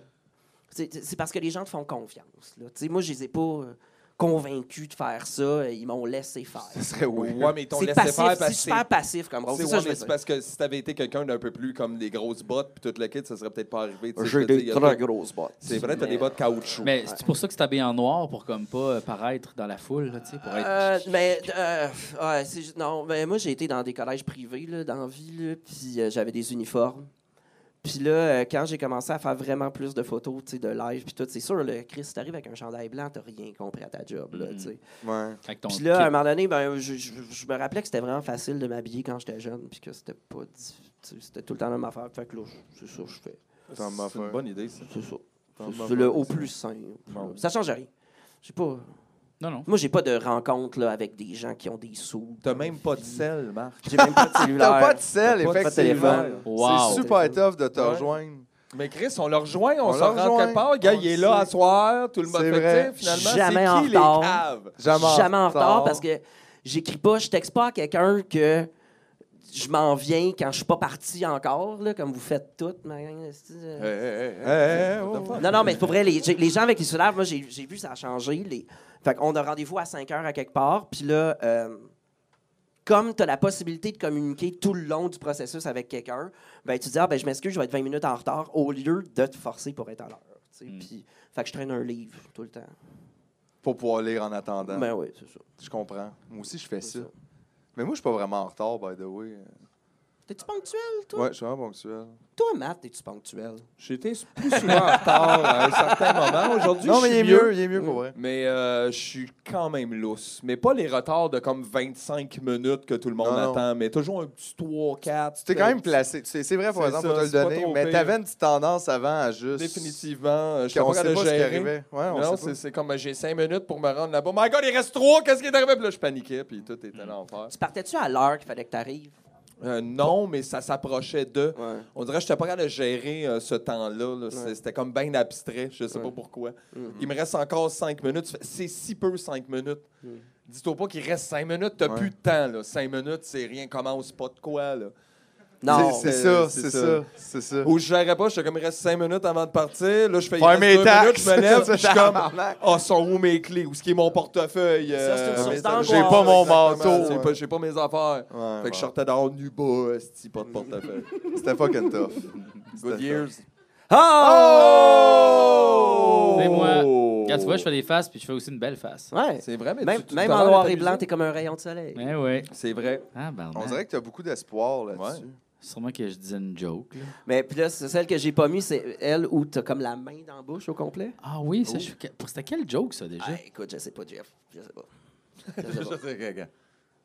c'est c'est parce que les gens te font confiance, là. Tu sais, moi, je les ai pas euh, convaincus de faire ça. et Ils m'ont laissé faire. Ce serait Ouais, weird. Ouais, mais ils t'ont C'est laissé passif, faire parce c'est que super passif comme rôle. c'est C'est ça, ouais, je mais veux c'est dire. parce que si t'avais été quelqu'un d'un peu plus comme des grosses bottes puis toute le kit, ça serait peut-être pas arrivé. tu sais, je J'ai te dis, des y a très tout- grosses bottes. C'est vrai, t'as des bottes caoutchouc. Mais c'est pour ça que tu t'habilles en noir pour comme pas euh, paraître dans la foule, là, tu sais, pour être. Euh, mais euh, ouais, c'est ju- non, mais moi j'ai été dans des collèges privés là, dans la ville, là, puis euh, j'avais des uniformes. Puis là, euh, quand j'ai commencé à faire vraiment plus de photos, tu sais, de live, puis tout, c'est sûr, le Chris, si t'arrives avec un chandail blanc, t'as rien compris à ta job, là, Mhm. tu sais. Ouais. avec ton Puis là, à un kit. moment donné, ben, je, je- je me rappelais que c'était vraiment facile de m'habiller quand j'étais jeune, puis que c'était pas, dif- tu sais, c'était tout le temps la même affaire. Fait que là, je- c'est ça que je fais. c'est une bonne idée, ça. C'est ça. T'en C'est le m'as au plus simple. Bon. Ça change rien. J'ai pas. Non, non. Moi, j'ai pas de rencontre là, avec des gens qui ont des sous. T'as même pas de sel, Marc. J'ai même pas de cellulaire. T'as pas de sel, T'as pas de effectivement. téléphone. Wow. C'est super Téléphone. tough de te Ouais. rejoindre. Mais Chris, on le rejoint, on, On s'en le rend rejoint, quelque part. Le gars, on il est le là sait. à soir, tout le C'est monde vrai. fait Eh, tu sais, finalement. Jamais en c'est qui les retard. caves? Jamais, Jamais en retard parce que j'écris pas, je texte pas à quelqu'un que je m'en viens quand je suis pas parti encore, là, comme vous faites toutes. ma gang, esti. Eh, oh, oh. euh, Non, non, mais pour vrai, les, j'ai- les gens avec les cellulaires, moi, j'ai j'ai vu ça a changé. Les... Fait qu'on a rendez-vous à 5 heures à quelque part, puis là, euh, comme tu as la possibilité de communiquer tout le long du processus avec quelqu'un, ben tu dis, ah, ben je m'excuse, je vais être 20 minutes en retard, au lieu de te forcer pour être à l'heure. tu sais. Mm. Puis, fait que je traîne un livre tout le temps. Pour pouvoir lire en attendant. Ben oui, c'est ça. Je comprends. Moi aussi, je fais C'est ça. ça. Mais moi, je suis pas vraiment en retard, by the way. T'es-tu ponctuel, toi? Ouais, je suis vraiment ponctuel. Toi, Matt, t'es-tu ponctuel? J'étais plus souvent en retard à un certain moment. Aujourd'hui, Non, je mais il suis est mieux, il est mieux pour vrai. Mais euh, je suis quand même lousse. Mais pas les retards de comme 25 minutes que tout le monde Non, attend, mais toujours un petit Euh, 3, 4. Tu t'es quand même placé. Tu sais, C'est vrai, par Ben, C'est exemple, ça, pour te le c'est pas donner, trop mais pire. t'avais une petite tendance avant à juste. Définitivement, euh, je suis Qu'on pas sait capable pas de ce qui gérer. arrivait. Ouais, on Non, sait pas. c'est c'est comme euh, j'ai 5 minutes pour me rendre là-bas. My God, il reste 3, qu'est-ce qui est arrivé? Puis là, je paniquais, puis tout Mm. était à l'enfer. Tu partais-tu à l'heure qu'il fallait que t'arrives? Euh, non, mais ça s'approchait de. Ouais. On dirait que je n'étais pas capable de gérer euh, ce temps-là. là. C'est- C'était comme bien abstrait. Je ne sais pas pourquoi. Mm-hmm. Il me reste encore cinq minutes. Tu fais, C'est si peu cinq minutes. Dis-toi pas qu'il reste cinq minutes. Tu n'as Mm. Ouais. plus de temps. Là. Cinq minutes, c'est rien. Commence pas de quoi. Là. Non. C'est c'est euh, ça, c'est c'est ça. ça, c'est ça. Ou je gérais pas. Je suis comme, il reste cinq minutes avant de partir. Là, je fais, il Faire reste mes deux taxes. minutes. Je me lève. Ça, Je suis comme, tabarnak. ah, sont où mes clés? Où est-ce qui est mon portefeuille? Ça, c'est une source mais ça- d'angoisse. J'ai pas mon Exactement. manteau. J'ai pas- J'ai pas, mes affaires. fait Ouais, que je ouais. sortais dans nu bas, esti, pas de Mm. portefeuille. C'était fucking tough. C'était Good years. Oh! Oh! C'est moi. Quand tu vois, je fais des faces, puis je fais aussi une belle face. Ouais. C'est vrai, mais Même, tu- tu- même t'as en l'air noir et d'être blanc, amusé. t'es comme un rayon de soleil. Mais Eh ouais. C'est vrai. Ah, ben, On dirait que t'as beaucoup d'espoir Ouais. là-dessus. Sûrement que je disais une joke. là. Mais puis là, c'est celle que j'ai pas mis, c'est elle où t'as comme la main dans la bouche au complet. Ah oui, ça, je suis. C'était quelle joke, ça, déjà? Ah, écoute, je sais pas, Jeff. Je sais pas. Je sais pas.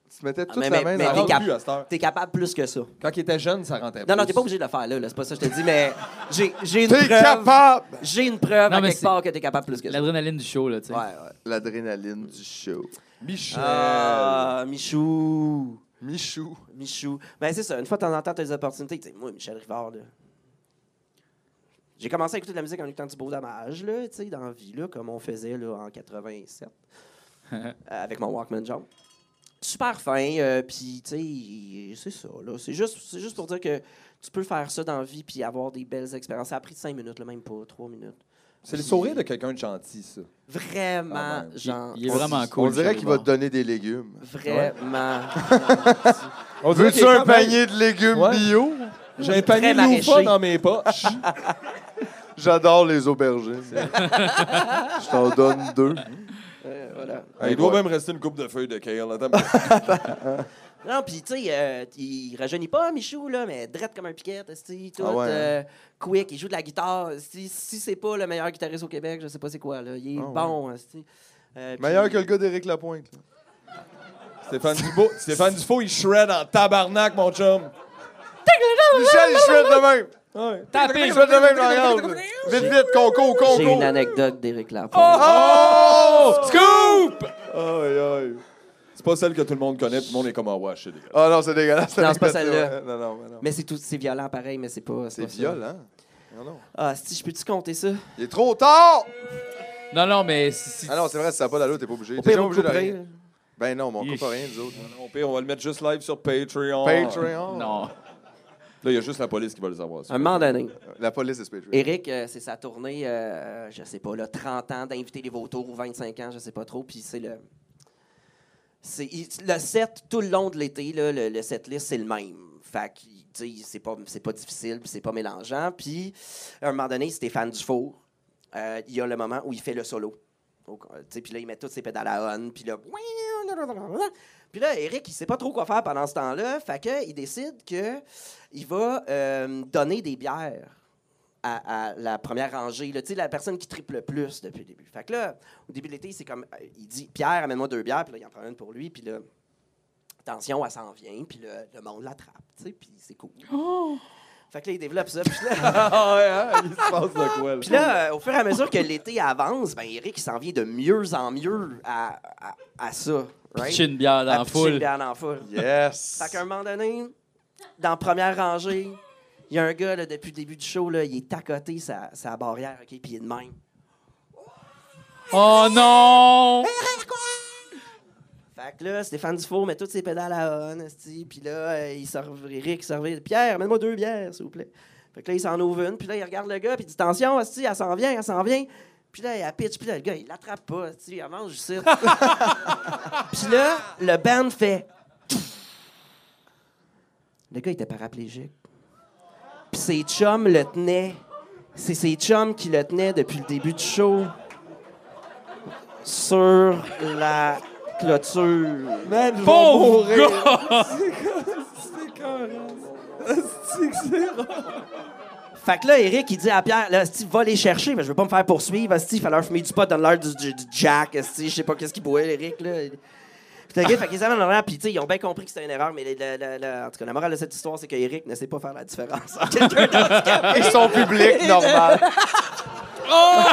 Tu te mettais toute mais- la mais- main mais dans t'es cap- plus à cette heure. T'es capable plus que ça. Quand il était jeune, ça rentrait Non, non, plus. t'es pas obligé de le faire, là. là, C'est pas ça que je te dis, mais j'ai j'ai une T'es preuve. capable! J'ai une preuve Non, à mais quelque c'est- part que t'es capable plus que ça. Ouais, L'adrénaline du show, là, tu sais. ouais. L'adrénaline du show. Michel. Ah, Michou. Michou. Michou. Ben, c'est ça. Une fois de temps en temps, t'as des opportunités. Tu sais, moi, Michel Rivard, là. J'ai commencé à écouter de la musique en écoutant du beau dommage, là, tu sais, dans la vie, là, comme on faisait, là, en 87, euh, avec mon Walkman Jump. Super fin, euh, puis, tu sais, c'est ça, là. C'est juste, c'est juste pour dire que tu peux faire ça dans la vie puis avoir des belles expériences. Ça a pris 5 minutes, là, même pas 3 minutes. C'est le sourire de quelqu'un de gentil, ça. Ah, Vraiment, ben, genre. Il est vraiment cool. On dirait Charlie qu'il va Bard. te donner des légumes. Vraiment. On dirait Veux-tu qu'il est un quand même- panier de légumes Ouais. bio? J'ai un panier Très loufa maraîcher. dans mes poches. J'adore les aubergines. Je t'en donne deux. Euh, voilà. Ah, il doit même rester une coupe de feuilles de kale. Attends, Non, puis tu sais, euh, il rajeunit pas, Michou, là, mais drette comme un piquet, esti, tout, Ah ouais, hein? euh, quick, il joue de la guitare. Si, si c'est pas le meilleur guitariste au Québec, je sais pas c'est quoi, là. Il est Ah ouais. bon, esti. Euh, Meilleur puis- que le gars d'Éric Lapointe. là. Stéphane Dubo, Stéphane Dufault, il shred en tabarnak, mon chum. Michel, il shred de même. Ouais. Il shred de même, regarde. Vite, vite, conco, J'ai une conco. anecdote d'Éric Lapointe. ah! Oh! Scoop! Aïe, aïe. C'est pas celle que tout le monde connaît, tout le monde est comme ah ouais, c'est dégueulasse. Ah non, c'est dégueulasse. Non, c'est pas celle-là. Non, non, mais non. Mais c'est tout, c'est violent pareil, mais c'est pas. C'est pas ça. violent. Non, non. Ah, si, je peux-tu compter ça? Il est trop tard! Non, non, mais. si- si- Ah non, c'est vrai, si ça n'a pas d'allure, t'es pas obligé. Au T'es pire, jamais on obligé de couperait, rien. là. Ben non, mais on Il- coupe pas rien, nous autres. Non, pire, on va le mettre juste live sur Oh. Patreon. Patreon. Non. Là, il y a juste la police qui va le savoir. ça. Un moment donné. La police est Patreon. Éric, euh, c'est sa tournée, euh, je sais pas, là, 30 ans d'inviter les vautours ou 25 ans, je sais pas trop. Puis c'est le. c'est- il- le set, tout le long de l'été, là, le, le setlist, c'est le même. Fait que, tu sais, c'est pas, c'est pas difficile, puis c'est pas mélangeant. Puis, à un moment donné, Stéphane Dufour, euh, il y a le moment où il fait le solo. Donc, euh, tu sais, Puis là, il met toutes ses pédales à on, puis là... Puis là, Eric, il sait pas trop quoi faire pendant ce temps-là, fait que il décide que il va euh, donner des bières à, à la première rangée, là, tu sais, la personne qui triple le plus depuis le début. Fait que là, au début de l'été, c'est comme, euh, il dit, Pierre, amène-moi deux bières, puis là, il en prend une pour lui, puis là, attention, elle s'en vient, puis là, le monde l'attrape, tu sais, puis c'est cool. Fait que là, il développe ça, puis là... Ah ouais, hein, il se passe de quoi, là? Puis là, euh, au fur et à mesure que l'été avance, ben Eric il s'en vient de mieux en mieux à, à, à ça. Right? Pitcher une bière dans À la Ah, pitcher une foule. bière dans la foule. Yes! Fait qu'à un moment donné, dans la première rangée, il y a un gars, là, depuis le début du show, là, il est tacoté sa, sa barrière, OK, puis il est de même. Oh non! Fait que là, Stéphane Dufour met toutes ses pédales à on, esti, puis là, euh, il sort, Eric il servait, Pierre, mets-moi deux bières, s'il vous plaît. Fait que là, il s'en ouvre une, puis là, il regarde le gars, puis il dit, attention, esti, elle s'en vient, elle s'en vient. Puis là, il a pitch, puis là, le gars, il l'attrape pas, esti, il avance juste. puis là, le band fait. Le gars, il était paraplégique. Puis ses chums le tenaient. C'est ses chums qui le tenaient depuis le début du show. Sur la clôture. Man, je Oh, vais Pauvre mourir. gars! Fait que là, Eric, il dit à Pierre, là, Steve, va les chercher, mais je veux pas me faire poursuivre. Steve, il fallait leur fumer du pot dans l'heure du, du- du Jack. Steve, je sais pas qu'est-ce qu'il boit, Eric, là. Fait que, fait qu'ils avaient en l'air, puis tu sais, ils ont bien compris que c'était une erreur, mais le- le- le- le- en tout cas, la morale de cette histoire, c'est que Eric ne sait pas faire la différence. entre quelqu'un d'handicapé. Et son public normal. Non,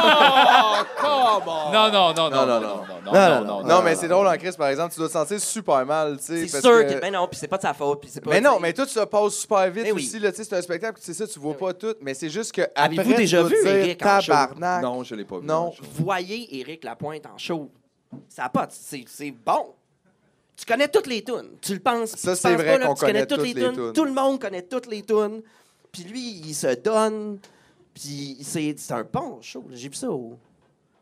non, non, non, non, non, non. non, non, non, non, Non, mais c'est drôle en crise, par exemple, tu dois te sentir super mal, tu sais. C'est parce sûr que- que, ben non, puis c'est pas de sa faute, puis c'est pas. Mais non, t'sais, mais tout se passe super vite Mais oui. aussi, là, tu sais, c'est un spectacle, c'est ça, tu vois pas tout, mais c'est juste que Avez-vous après, déjà tu dois vu dire, Eric en show? tabarnak. Non, je l'ai pas vu. Non. Voyez Eric Lapointe en show. Ça a pas, c'est c'est bon. Tu connais toutes les tunes. Tu le penses. Ça, tu c'est penses vrai pas, là, qu'on tu connaît connais toutes les tunes. Tout le monde connaît toutes les tunes. Puis lui, il se donne. Puis c'est c'est un bon show. J'ai vu ça au,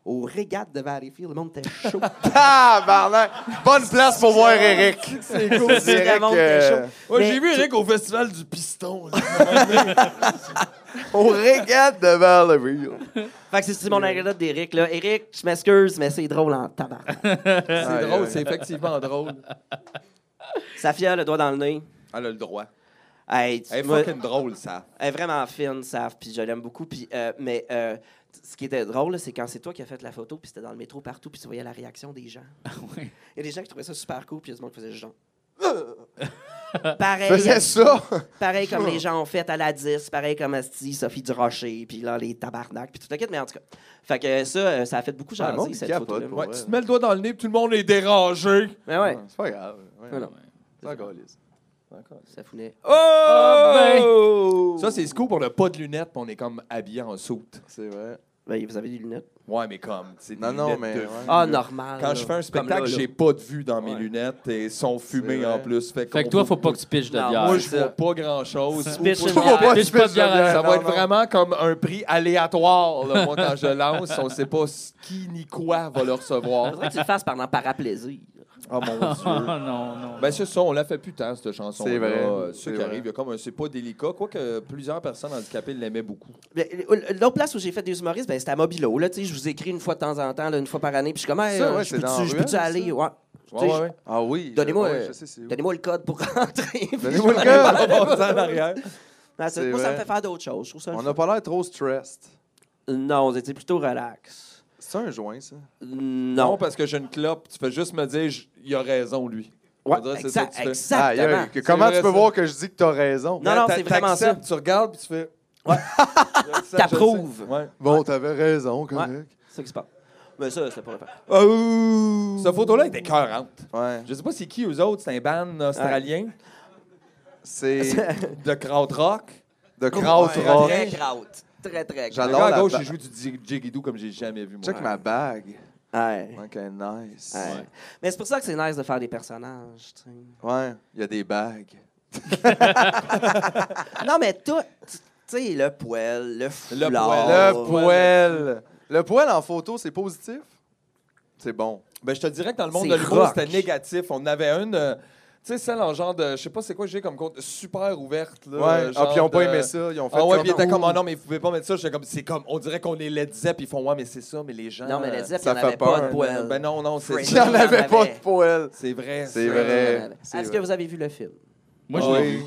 au régate de Valleyfield. Le monde était chaud. Tabarnak! Ah, Bonne place pour voir Eric. euh, C'est cool. le monde était chaud. Ouais, Mais j'ai vu Eric au festival du piston. là. On regarde devant le mur. Fait que c'est- c'est mon anecdote d'Eric. là. Eric, je m'excuse, mais c'est drôle en tabac. c'est Aïe, drôle, aïe. c'est effectivement drôle. Safia, le doigt dans le nez. Elle a le droit. Hey, tu- Elle est moi- fucking drôle, ça. Elle est vraiment fine, Saf, puis je l'aime beaucoup. Puis, euh, mais euh, ce qui était drôle, là, c'est quand c'est toi qui as fait la photo, puis c'était dans le métro partout, puis tu voyais la réaction des gens. ouais. Il y a des gens qui trouvaient ça super cool, puis il y a du monde qui faisait genre. Pareil. euh, Faisais ça. Pareil comme les gens ont fait à la 10, pareil comme Asti, Sophie Durocher, puis là, les tabarnak, puis toute la quête, mais en tout cas. Fait que ça, euh, ça a fait beaucoup Ah, le jaser, monde, il cette capote, photo-là. pour vrai. Tu te mets le doigt dans le nez, puis tout le monde est dérangé. Mais ouais, C'est pas grave. Ouais, Ah non. ouais. C'est encore lisse. ça founait. Oh! Ça, c'est scoop, on n'a pas de lunettes, puis on est comme habillé en soute. C'est vrai. Ben, vous avez des lunettes. Ouais, mais comme. c'est des Non, non, lunettes mais. de- ouais. Ah, normal. Quand là. je fais un Comme là, spectacle, là. j'ai pas de vue dans mes Ouais. lunettes et sont fumées C'est en vrai. plus. Fait, Fait que qu'on toi, voit- faut pas que tu pitches de Non, bière. Moi, Ouais, je c'est vois ça. pas grand-chose. Pitch Faut une pas bière. que Pitch je pas de pisse bière. Ça dedans. va être Non, non. vraiment comme un prix aléatoire. là. Moi, quand je lance, on sait pas ce qui ni quoi va le recevoir. Faudrait que tu le fasses pendant paraplaisir. Oh mon Oh Dieu. non, non. Ben, c'est ça, on l'a fait plus tard, cette chanson. C'est vrai, c'est Ce qui vrai. arrive, il y a comme un- c'est pas délicat, quoique plusieurs personnes handicapées l'aimaient beaucoup. Ben, L'autre place où j'ai fait des humoristes, ben, c'était à Mobilo. Là, tu sais, je vous écris une fois de temps en temps, là, une fois par année, puis je suis comme, hey, Ça, euh, ouais, je c'est dans peux-tu je la peux-tu ruelle, aller? ça? Ouais. Tu sais, Ouais, ouais. Ah oui. Donnez-moi, ouais, euh, je sais c'est où. Donnez-moi le code pour rentrer. Puis Donnez-moi je le vais aller code. voir. en arrière. Ben, ça- C'est moi, ça me vrai. fait faire d'autres choses. Je trouve ça le On n'a pas l'air trop stressed. fun. Non, on était plutôt relax. C'est un joint, ça. Non. Non. parce que j'ai une clope. Tu fais juste me dire, j- il a raison, lui. Ouais, On dirait que c'est ça exact- que tu fais. Aïe, aïe, exactement. que- comment vrai, tu peux ça. voir que je dis que t'as raison? Non, non, T'a- c'est vraiment ça. t'acceptes, Tu regardes, puis tu fais. Ouais. T'approuves. Ouais. Bon, t'avais raison, correct. C'est ça qui se passe. Mais ça, ça pourrait faire. Oh! Cette photo-là était écœurante. Ouais. Je sais pas c'est qui, eux autres. C'est un band australien C'est de crowd rock. de crowd rock. Très kraut. Très, très kraut. J'adore Alors, à la gauche, ba- j'ai joué du di- jigidoo comme j'ai jamais vu. moi. Check ma bague. Ouais. Ok, nice. Ouais. Mais c'est pour ça que c'est nice de faire des personnages. tu sais. Ouais, il y a des bagues. Ah Non, mais tout. Tu sais, le poêle, le foulard. poêle, Le poêle. Le poêle en photo, c'est positif? C'est bon. Ben, je te dirais que dans le monde C'est de l'humour, rock. c'était négatif. On avait une, euh, tu sais, celle en genre de, je sais pas c'est quoi que j'ai comme compte, super ouverte. Là, Ouais. euh, Ah, genre puis ils ont pas de- aimé ça. Ils ont fait Ah ouais, comme- puis ils étaient comme, Ah non, mais vous pouvez pas mettre ça. J'étais comme, c'est comme, on dirait qu'on est Led Zepp, ils font, ouais, mais c'est ça, mais les gens. Non, mais euh, les Zepp, il ça n'y en avait fait pas peur. de poêle. Ben non, non, c'est French. Il n'y en Ils en avait pas avaient. de poêle. C'est vrai. C'est vrai. C'est Est-ce que vrai. vous avez vu le film? Moi, je Ah l'ai oui. vu.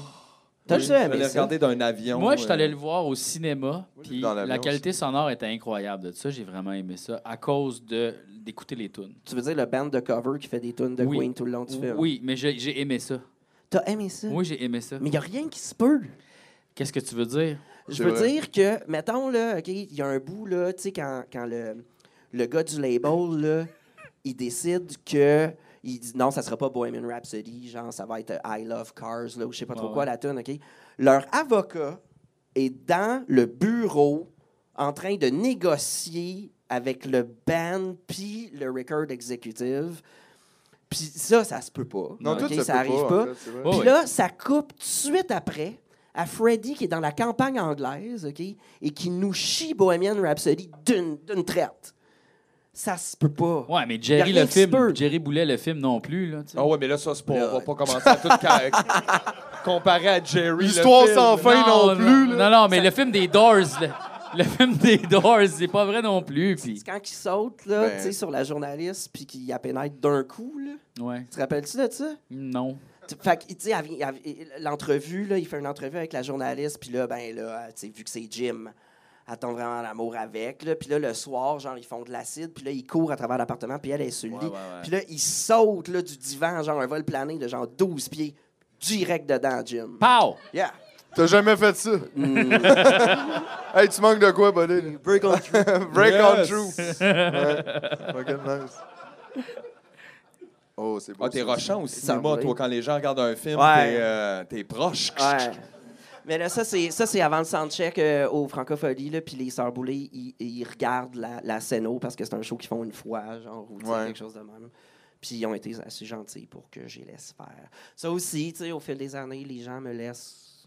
T'as Oui, juste Je l'ai aimé ça? regardé d'un avion. Moi, je suis euh, allé le voir au cinéma, puis dans la l'avion qualité sonore était incroyable de ça. J'ai vraiment aimé ça à cause de d'écouter les tunes. Tu veux dire le band de cover qui fait des tunes de Oui. Queen tout le long du film? Oui, mais j'ai j'ai aimé ça. T'as aimé ça? Oui, j'ai aimé ça. Mais il n'y a rien qui se peut. Qu'est-ce que tu veux dire? Je C'est veux vrai. dire que, mettons, là, OK, il y a un bout, là, tu sais, quand, quand le, le gars du label, là, il décide que. Il dit non, ça sera pas Bohemian Rhapsody, genre, ça va être euh, I Love Cars, là, ou je sais pas trop Ouais, quoi, la tune, OK? Leur avocat est dans le bureau en train de négocier avec le band puis le record executive. Puis ça, ça se peut pas. Non, OK? tout ça arrive en pas. fait, c'est vrai. Oh, Puis oui. là, ça coupe tout de suite après à Freddy qui est dans la campagne anglaise, OK, et qui nous chie Bohemian Rhapsody d'une d'une traite. Ça se peut pas. Ouais, mais Y a Jerry rien le qui se peut. film, Jerry Boulet le film non plus là. tu sais. Ah ouais, mais là, ça, c'est pas. Là, On va ouais. pas commencer à tout ca- comparer à Jerry. le L'histoire film. sans fin non, plus. Non, là. non, mais le film des Doors, le, le film des Doors, c'est pas vrai non plus. Puis, C'est quand il saute là, Ben. tu sais, sur la journaliste puis qu'il la pénètre d'un coup là. ouais, Tu te rappelles-tu de ça? non. Tu- Fait que, tu sais, elle vient- elle vient- l'entrevue, là, il fait une entrevue avec la journaliste, puis là, ben là, tu sais, vu que c'est Jim, elle tombe vraiment en amour avec, là, puis là, le soir, genre, ils font de l'acide, puis là, ils courent à travers l'appartement, puis elle est sur le Ouais, lit, ouais, ouais. puis là, il saute, là, du divan, genre, un vol plané de genre 12 pieds, direct dedans, Jim. Pow! Yeah! T'as jamais fait ça. hey, tu manques de quoi, buddy? Break on through. Hmm. Break Yes. on true. Ouais. Fucking nice. Oh, c'est beau. Ah, t'es ça. rochant au cinéma, semblait. toi, quand les gens regardent un film, Ouais. t'es, euh, t'es proche. Ouais. Mais là, ça, c'est, ça, c'est avant le soundcheck euh, au Francophonie, là, puis les Sœurs Boulay, ils, ils regardent la, la scéno parce que c'est un show qu'ils font une fois, genre, ou tu sais, Ouais. quelque chose de même. Puis ils ont été assez gentils pour que j'y laisse faire. Ça aussi, tu sais, au fil des années, les gens me laissent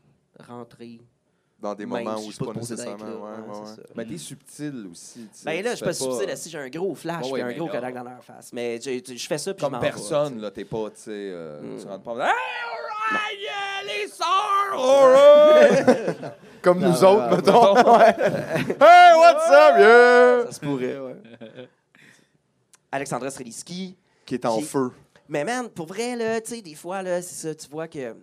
rentrer. Dans des même moments si où Ben, c'est je suis pas supposé d'être nécessairement. là. ouais, ouais, Ouais, ouais. c'est ça. Mais t'es subtil aussi. tu sais, Ben là, tu je suis fais pas subtil, si j'ai un gros flash, Ouais, puis ouais, un mais gros là- connard dans leur face. Mais tu- tu- je fais ça, puis je Comme m'en vais, personne, tu Mm. là, t'es pas, tu sais, euh, tu rentres pas. en disant, Hey, alright, yeah, les sœurs, alright! Comme nous autres, mettons. hey, what's up, sais. yeah? Ça se pourrait, ouais. Alexandra Streliski. Qui est en Qui- feu. Mais man, pour vrai, là, tu sais, des fois, là, c'est ça, tu vois que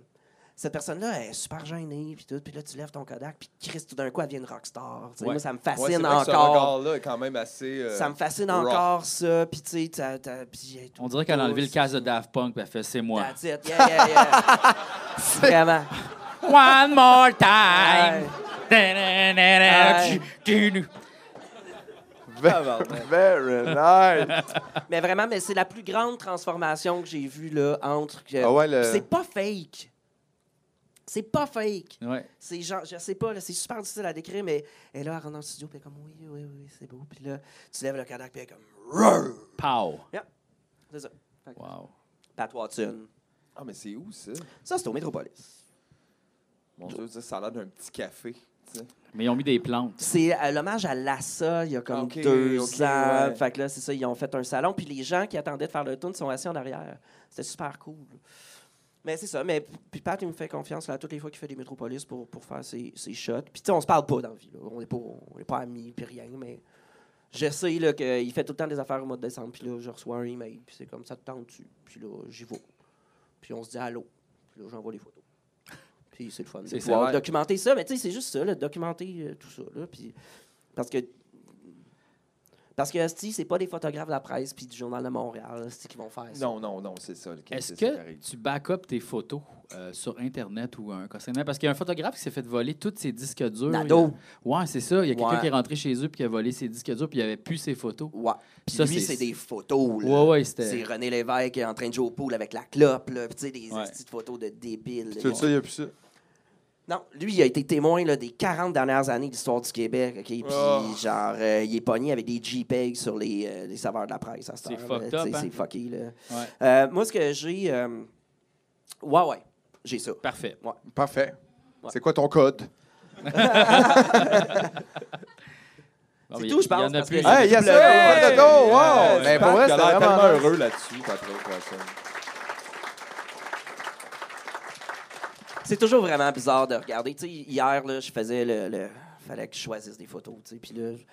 cette personne-là elle est super gênée, puis tout, puis là, tu lèves ton Kodak, puis Chris, tout d'un coup, elle devient une rockstar. tu sais. Ouais. Moi, ça me Ouais, c'est fascine vrai que Ce encore. regard-là est quand même assez. euh, Ça me fascine raw. encore, ça. Puis, tu sais, t'as- t'as- puis, elle est On dirait qu'elle a enlevé le douce, casque de Daft Punk puis elle fait C'est moi. That's it. Yeah, yeah, yeah. Vraiment. One more Ouais. time! Ta-da-da-da. Ouais. Tu- tu- Very nice. Mais vraiment, mais c'est la plus grande transformation que j'ai vue là entre. que- Ah ouais, le- C'est pas fake. C'est pas fake. Ouais. C'est genre, je sais pas, là, c'est super difficile à décrire, mais elle est là, elle rentre dans le studio, puis elle est comme oui, oui, oui, c'est beau. Puis là, tu lèves le Kodak, puis elle est comme. Roar! Pow! C'est ça. Wow. Pat Watson. Ah, mais c'est où ça? Ça, c'est au Métropolis. Mon Dieu, ça ça a l'air d'un petit café. tu sais. Mais ils ont mis des plantes. C'est euh, l'hommage à Lassa il y a comme Ok, deux ok, ans. ouais. Fait que là, c'est ça, ils ont fait un salon. Puis les gens qui attendaient de faire le tour sont assis en arrière. C'était super cool. Mais c'est ça. Mais puis Pat, il me fait confiance là, toutes les fois qu'il fait des métropolis pour, pour faire ses, ses shots. Puis tu sais, on se parle pas dans la vie. là. On n'est pas, on est pas amis, puis rien. Mais je sais là, qu'il fait tout le temps des affaires au mois de décembre. Puis là, je reçois un email. Puis c'est comme ça, te tente-tu? Puis là, j'y vais. Puis on se dit allô. Puis là, j'envoie les photos. Puis c'est le fun. de C'est pouvoir vrai. documenter ça. Mais tu sais, c'est juste ça, là, documenter euh, tout ça. Là, puis parce que. Parce que, si c'est pas des photographes de la presse puis du Journal de Montréal, hostie, qui vont faire ça. Non, non, non, c'est ça. le- Est-ce c'est ça qui que arrive. tu back-up tes photos euh, sur Internet ou un concernant? Parce qu'il y a un photographe qui s'est fait voler tous ses disques durs. Nado. Il y a- Ouais, c'est ça. Il y a quelqu'un Ouais. qui est rentré chez eux puis qui a volé ses disques durs puis il avait plus ses photos. Ouais. Puis Ça, lui, c'est- c'est des photos. Là. Ouais, ouais, C'est c'était. René Lévesque en train de jouer au pool avec la clope, là. Puis, tu sais, des Ouais. petites photos de débiles. là. Tout ça, il n'y a plus ça. Non, lui, il a été témoin là, des 40 dernières années de l'histoire du Québec. OK? Puis, Oh. genre, euh, il est pogné avec des JPEG sur les, euh, les serveurs de la presse. à cette C'est heure, là. fucked Tu sais, up, hein? C'est fucké, là. Ouais. Euh, moi, ce que j'ai. euh, Ouais, ouais. J'ai ça. Parfait. Parfait. C'est quoi ton code? Bon, C'est ben, tout, je il y en a pense, parce plus. que- Hey, yes, Double sir! A. What the go? Wow! Euh, Mais pour Pat, vrai, il a c'était l'air vraiment tellement nice. heureux là-dessus, Patrick Watson. C'est toujours vraiment bizarre de regarder. Tu sais, hier, là, je faisais le, le- fallait que je choisisse des photos. tu sais, Puis là, je,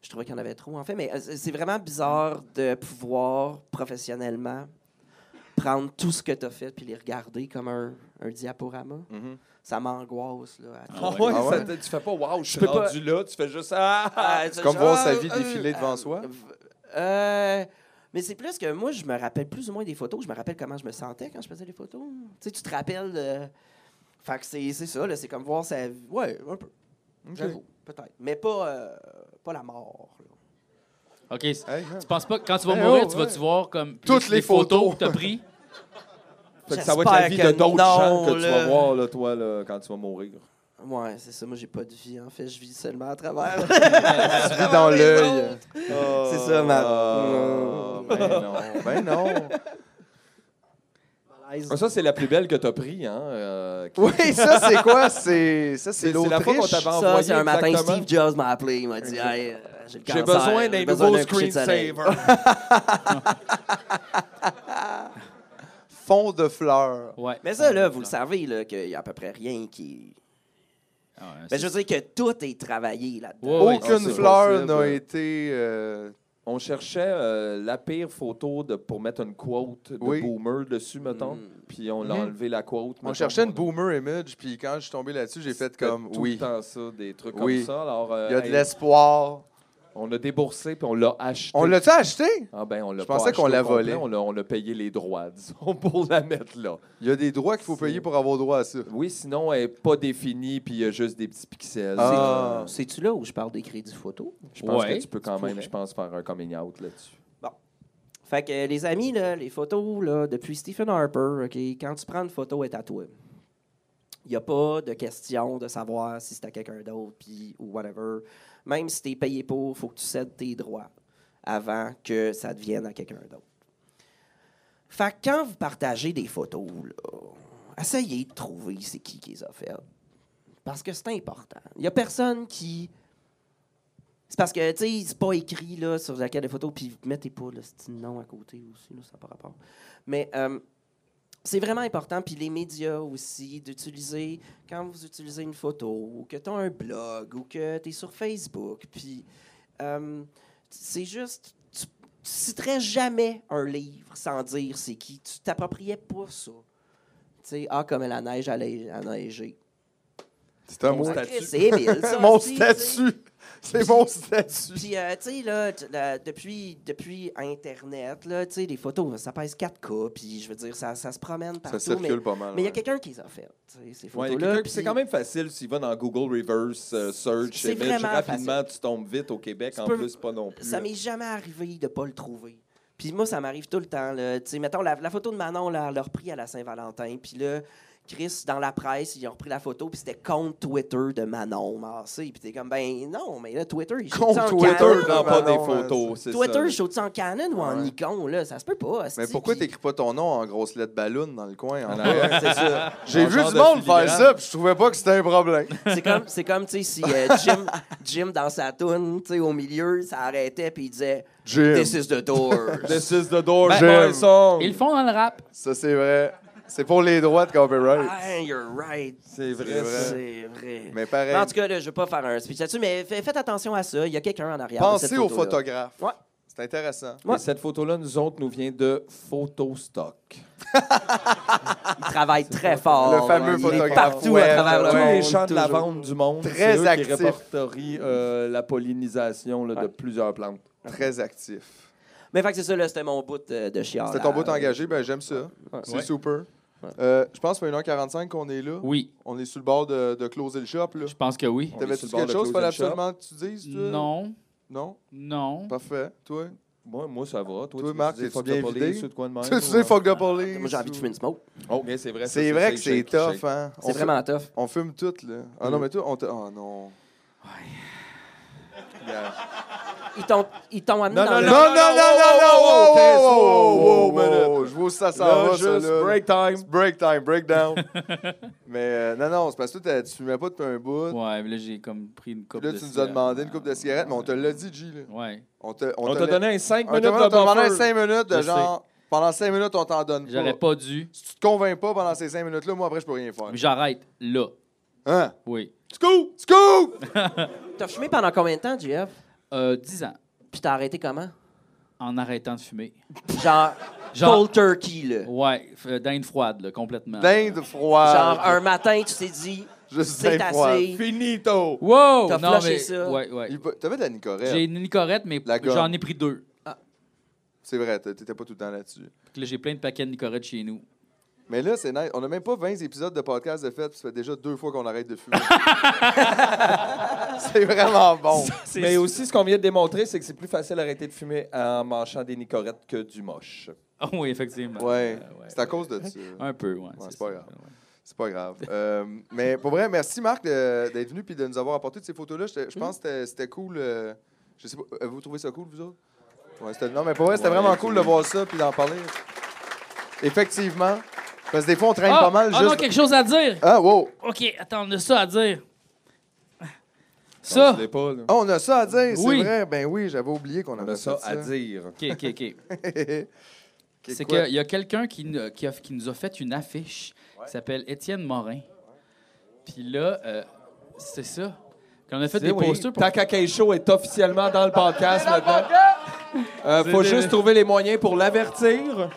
je trouvais qu'il y en avait trop, en fait. Mais euh, c'est c'est vraiment bizarre de pouvoir professionnellement prendre tout ce que tu as fait puis les regarder comme un, un diaporama. Ça m'angoisse. là. à Ah tout- ouais, Ah ouais? ça te- tu fais pas wow, je suis peux pas- rendu là, tu fais juste ah. Ah, tu sais, comme je- voir ah, sa vie euh, défiler devant euh, soi. euh, mais c'est plus que moi, je me rappelle plus ou moins des photos. Je me rappelle comment je me sentais quand je faisais les photos. Tu sais, tu te rappelles. euh, Fait que c'est c'est ça, là, c'est comme voir sa vie. Ouais, un peu. J'avoue, peut-être. Mais pas, euh, pas la mort. là. OK. c- Hey, man. euh, Tu penses pas que quand tu vas Hey, mourir, oh, tu ouais. vas-tu voir comme Toutes plus les les photos photos. que tu as prises? Fait que ça va être la vie J'espère de que d'autres gens non, que tu là. vas voir, là, toi, là, quand tu vas mourir. Ouais, c'est ça. Moi, j'ai pas de vie, en fait. Je vis seulement à travers. Tu vis dans l'œil. c'est ça, ma. Ah, ben non. Ben non. malaise. Ah, Ça, c'est la plus belle que t'as pris, hein. euh, qui- Oui, ça, c'est quoi? C'est Ça, c'est C'est- c'est la fois qu'on l'Autriche. t'avait envoyé. Ça, c'est un matin, exactement. Steve Jobs m'a appelé. Il m'a dit Hey, euh, j'ai le J'ai cancer. besoin j'ai d'un besoin nouveau coucher de soleil. screensaver. Fond de fleurs. Ouais. Mais ça, là, vous le savez, là, qu'il y a à peu près rien qui. Ah, ouais, Mais c'est- Ben, je veux dire que tout est travaillé là-dedans. Ouais, ouais, Ah, Aucune c'est fleur possible. n'a été... euh, On cherchait euh, la pire photo de, pour mettre une quote de Oui. boomer dessus, mettons. Mm. Puis on l'a Mhm. enlevé la quote. On mettons, cherchait une pour- boomer image, puis quand je suis tombé là-dessus, j'ai fait C'était comme... tout Oui, le temps ça, des trucs comme Oui. ça. Alors, euh, il y a de hey, l'espoir. on a déboursé puis on l'a acheté. On l'a-tu acheté? Ah ben, on l'a Je pas pensais acheté qu'on au l'a complet, volé. On l'a, on l'a payé les droits, disons, pour la mettre là. Il y a des droits qu'il faut payer pour avoir droit à ça. Oui, sinon, elle n'est pas définie, puis il y a juste des petits pixels. Ah. C'est-tu là où je parle des crédits photo? Je pense Ouais, que tu peux quand tu même, pourrais. je pense, faire un coming out là-dessus. Fait que euh, les amis, là, les photos, là, depuis Stephen Harper, ok, quand tu prends une photo, elle est à toi. Il n'y a pas de question de savoir si c'est à quelqu'un d'autre puis, ou whatever. Même si tu es payé pour, faut que tu cèdes tes droits avant que ça devienne à quelqu'un d'autre. Fait que quand vous partagez des photos, là, essayez de trouver c'est qui qui les a faites. Parce que c'est important. Il n'y a personne qui. C'est parce que, tu sais, c'est pas écrit là, sur la carte de photo, puis mettez pas le petit nom à côté aussi, là, ça n'a pas rapport. Mais euh, c'est vraiment important, puis les médias aussi, d'utiliser, quand vous utilisez une photo, ou que tu as un blog, ou que tu es sur Facebook, puis euh, c'est juste, tu, tu citerais jamais un livre sans dire c'est qui. Tu t'appropriais pas ça. Tu tu sais, ah, comme la neige a lei- a neigé. C'est un Mon mot. statut. Chris, C'estébile, ça, Mon aussi, tu sais. statut. C'est mon statut. Puis, euh, tu sais, là, t- la- depuis, depuis Internet, là, tu sais, les photos, ça pèse 4K, puis je veux dire, ça, ça se promène partout. Ça circule mais- pas mal. mais il y a ouais. quelqu'un qui les a faites, tu sais, ces Ouais, il y a photos-là. quelqu'un- puis- C'est quand même facile s'il va dans Google Reverse euh, Search C'est Image. vraiment Rapidement, tu tombes vite au Québec. Tu en peux- plus, pas non plus. Ça m'est jamais arrivé de pas le trouver. Puis moi, ça m'arrive tout le temps. là. Tu sais, mettons, la, la photo de Manon, là, elle l'a repris à la Saint-Valentin. Puis là, Chris, dans la presse, ils ont repris la photo, puis c'était compte Twitter de Manon. Marcé. Puis t'es comme, ben non, mais là, Twitter, il shoot Compte ça en Twitter, Canon. hein? Twitter prend pas Manon, des photos, c'est Twitter, il ça. shoot ça en Canon ou en Ouais. Nikon, là. Ça se peut pas. Mais hostie. pourquoi Puis- t'écris pas ton nom en grosse lettre ballon dans le coin? en En arrière? arrière. C'est ça. J'ai En vu genre du de monde faire filigrane. ça, puis je trouvais pas que c'était un problème. C'est comme, c'est comme, tu sais, si euh, Jim, Jim, dans sa toune, tu sais, au milieu, ça arrêtait, puis il disait, Jim. This is the door. This is the door, Ben, boy song. Ils le font dans le rap. Ça, c'est vrai. C'est pour les droits de copyright. Ah, you're right. C'est vrai. C'est vrai. ça. C'est vrai. Mais pareil, En tout cas, là, je ne vais pas faire un speech là-dessus, mais fa- faites attention à ça. Il y a quelqu'un en arrière. de pensez cette aux photo-là. photographes. Ouais. C'est intéressant. Ouais. Et cette photo-là, nous autres, nous vient de Photostock. Ils travaillent très fort. Le fameux Il est photographe Partout web, à ouais. travers le Tous monde. les champs de la toujours. vente du monde, Très c'est eux actifs. qui répertorient euh, la pollinisation là, de plusieurs plantes. Très actif. Mais fait que c'est ça, là, c'était mon bout euh, de chiard. C'était ton bout engagé, ben j'aime ça. C'est Ouais. super. Euh, je pense qu'à 1h45 qu'on est là. Oui, On est sur le bord de, de closer le shop. là. je pense que oui. On est sur T'avais-tu le bord quelque de chose qu'il fallait closer le shop. absolument que tu dises? toi? Non, Non? non. Parfait. Toi? Moi, moi, ça va. Toi, Toi, tu Marc, dis t'es-tu fuck bien the police vidé? ou de quoi de même, Tu ou- sais, fuck the police. Moi, j'ai envie de fumer une smoke. Oh, mais c'est vrai. ça, C'est vrai que c'est shake, tough, shake. hein? On C'est fume- vraiment tough. On fume tout, là. Ah non, mais toi, on te. Oh non. Yeah. Ils t'ont, ils t'ont amené Non, dans non, le... Non, non, oh, non, non, non, Chris, wow, wow, wow, wow, wow, minute. wow, Je vois ça s'en Là, va, ça, juste oh, là. break time. Break time, breakdown. Mais euh, non, non, c'est parce que toi, t'as- tu fumais pas depuis un bout. Ouais, mais là, j'ai comme pris une coupe Puis là, de tu nous as demandé une coupe de cigarettes, mais on te l'a dit, G. Là. Ouais. On te- On te t'a l'a- donné un 5 On t'a minutes de on t'a demandé buffer. 5 minutes de Je genre. Pendant 5 minutes, on t'en donne J'aurais pas. pas dû. Si tu te convaincs pas pendant ces 5 minutes-là, moi, après, je peux rien faire. mais J'arrête là. Hein? Oui. Scoop! Scoop! T'as fumé pendant combien de temps, JF? Euh, 10 ans Puis t'as arrêté comment? en arrêtant de fumer. Genre, Genre- cold turkey, là. Ouais, f- euh, dinde froide, là, complètement. Dinde froide. Genre, un matin, tu t'es dit, Juste c'est dinde froide. assez. Finito. Wow! T'as non, flashé mais... ça. Ouais, ouais. Il peut- T'avais de la nicorette. J'ai une nicorette, mais La gomme. j'en ai pris deux. C'est vrai, t'- t'étais pas tout le temps là-dessus. Fait que Là, j'ai plein de paquets de nicorettes chez nous. Mais là, c'est nice. On n'a même pas 20 épisodes de podcast de fait, puis ça fait déjà deux fois qu'on arrête de fumer. c'est vraiment bon. Ah, Mais aussi, ce qu'on vient de démontrer, c'est que c'est plus facile d'arrêter de fumer en manchant des nicorettes que du moche. Ah oui, effectivement. Ouais. Euh, C'est à cause de ça. Un peu, ouais. c'est ça. pas grave. C'est pas grave. Euh, mais pour vrai, merci Marc de- d'être venu puis de nous avoir apporté de ces photos-là. J'étais- Je pense que c'était- c'était cool. euh, je sais pas, vous trouvez ça cool, vous autres? Ouais, c'était- non, mais pour vrai, c'était vraiment cool de voir ça puis d'en parler. Effectivement. Parce que des fois, on traîne Ah, pas mal ah non, juste. quelque chose à dire. Ah, wow! OK, attends, on a ça à dire. Non, Ça. je l'ai pas, là. Ah, on a ça à dire, Oui. c'est vrai. Ben oui, j'avais oublié qu'on On avait a ça fait à dire. OK, OK, OK. C'est C'est quoi? qu'il y a quelqu'un qui, nous- qui, a- qui nous a fait une affiche qui s'appelle Étienne Morin. Puis là, euh, c'est ça. Quand on a fait des Oui, posters pour... Tant qu'à Kei Show est officiellement dans le podcast maintenant. Euh, faut C'est- juste trouver les moyens pour l'avertir,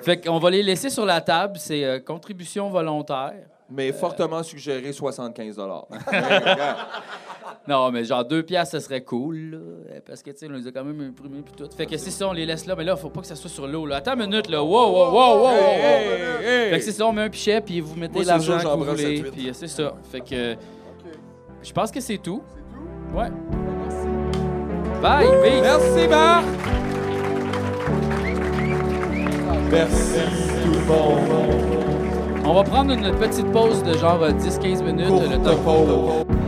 Fait qu'on va les laisser sur la table. C'est euh, contribution volontaire. mais fortement suggéré 75 Non, mais genre deux piastres, ça serait cool, là, euh, Parce que, tu sais, on les a quand même imprimés puis tout. Fait que c'est ça, on les laisse là, mais là, faut pas que ça soit sur l'eau, là. Attends une minute, là. Wow, wow, wow, wow, wow, wow. Fait que c'est ça, on met un pichet, puis vous mettez Moi, c'est l'argent sûr, que j'en vous prends sept, voulez. huit. Puis euh, c'est ça. Fait que... euh, Je pense que c'est tout. C'est tout? Ouais. Bye, peace. Merci, Marc! Merci, tout le monde. On va prendre une petite pause de genre euh, 10-15 minutes. le temps Courte pause.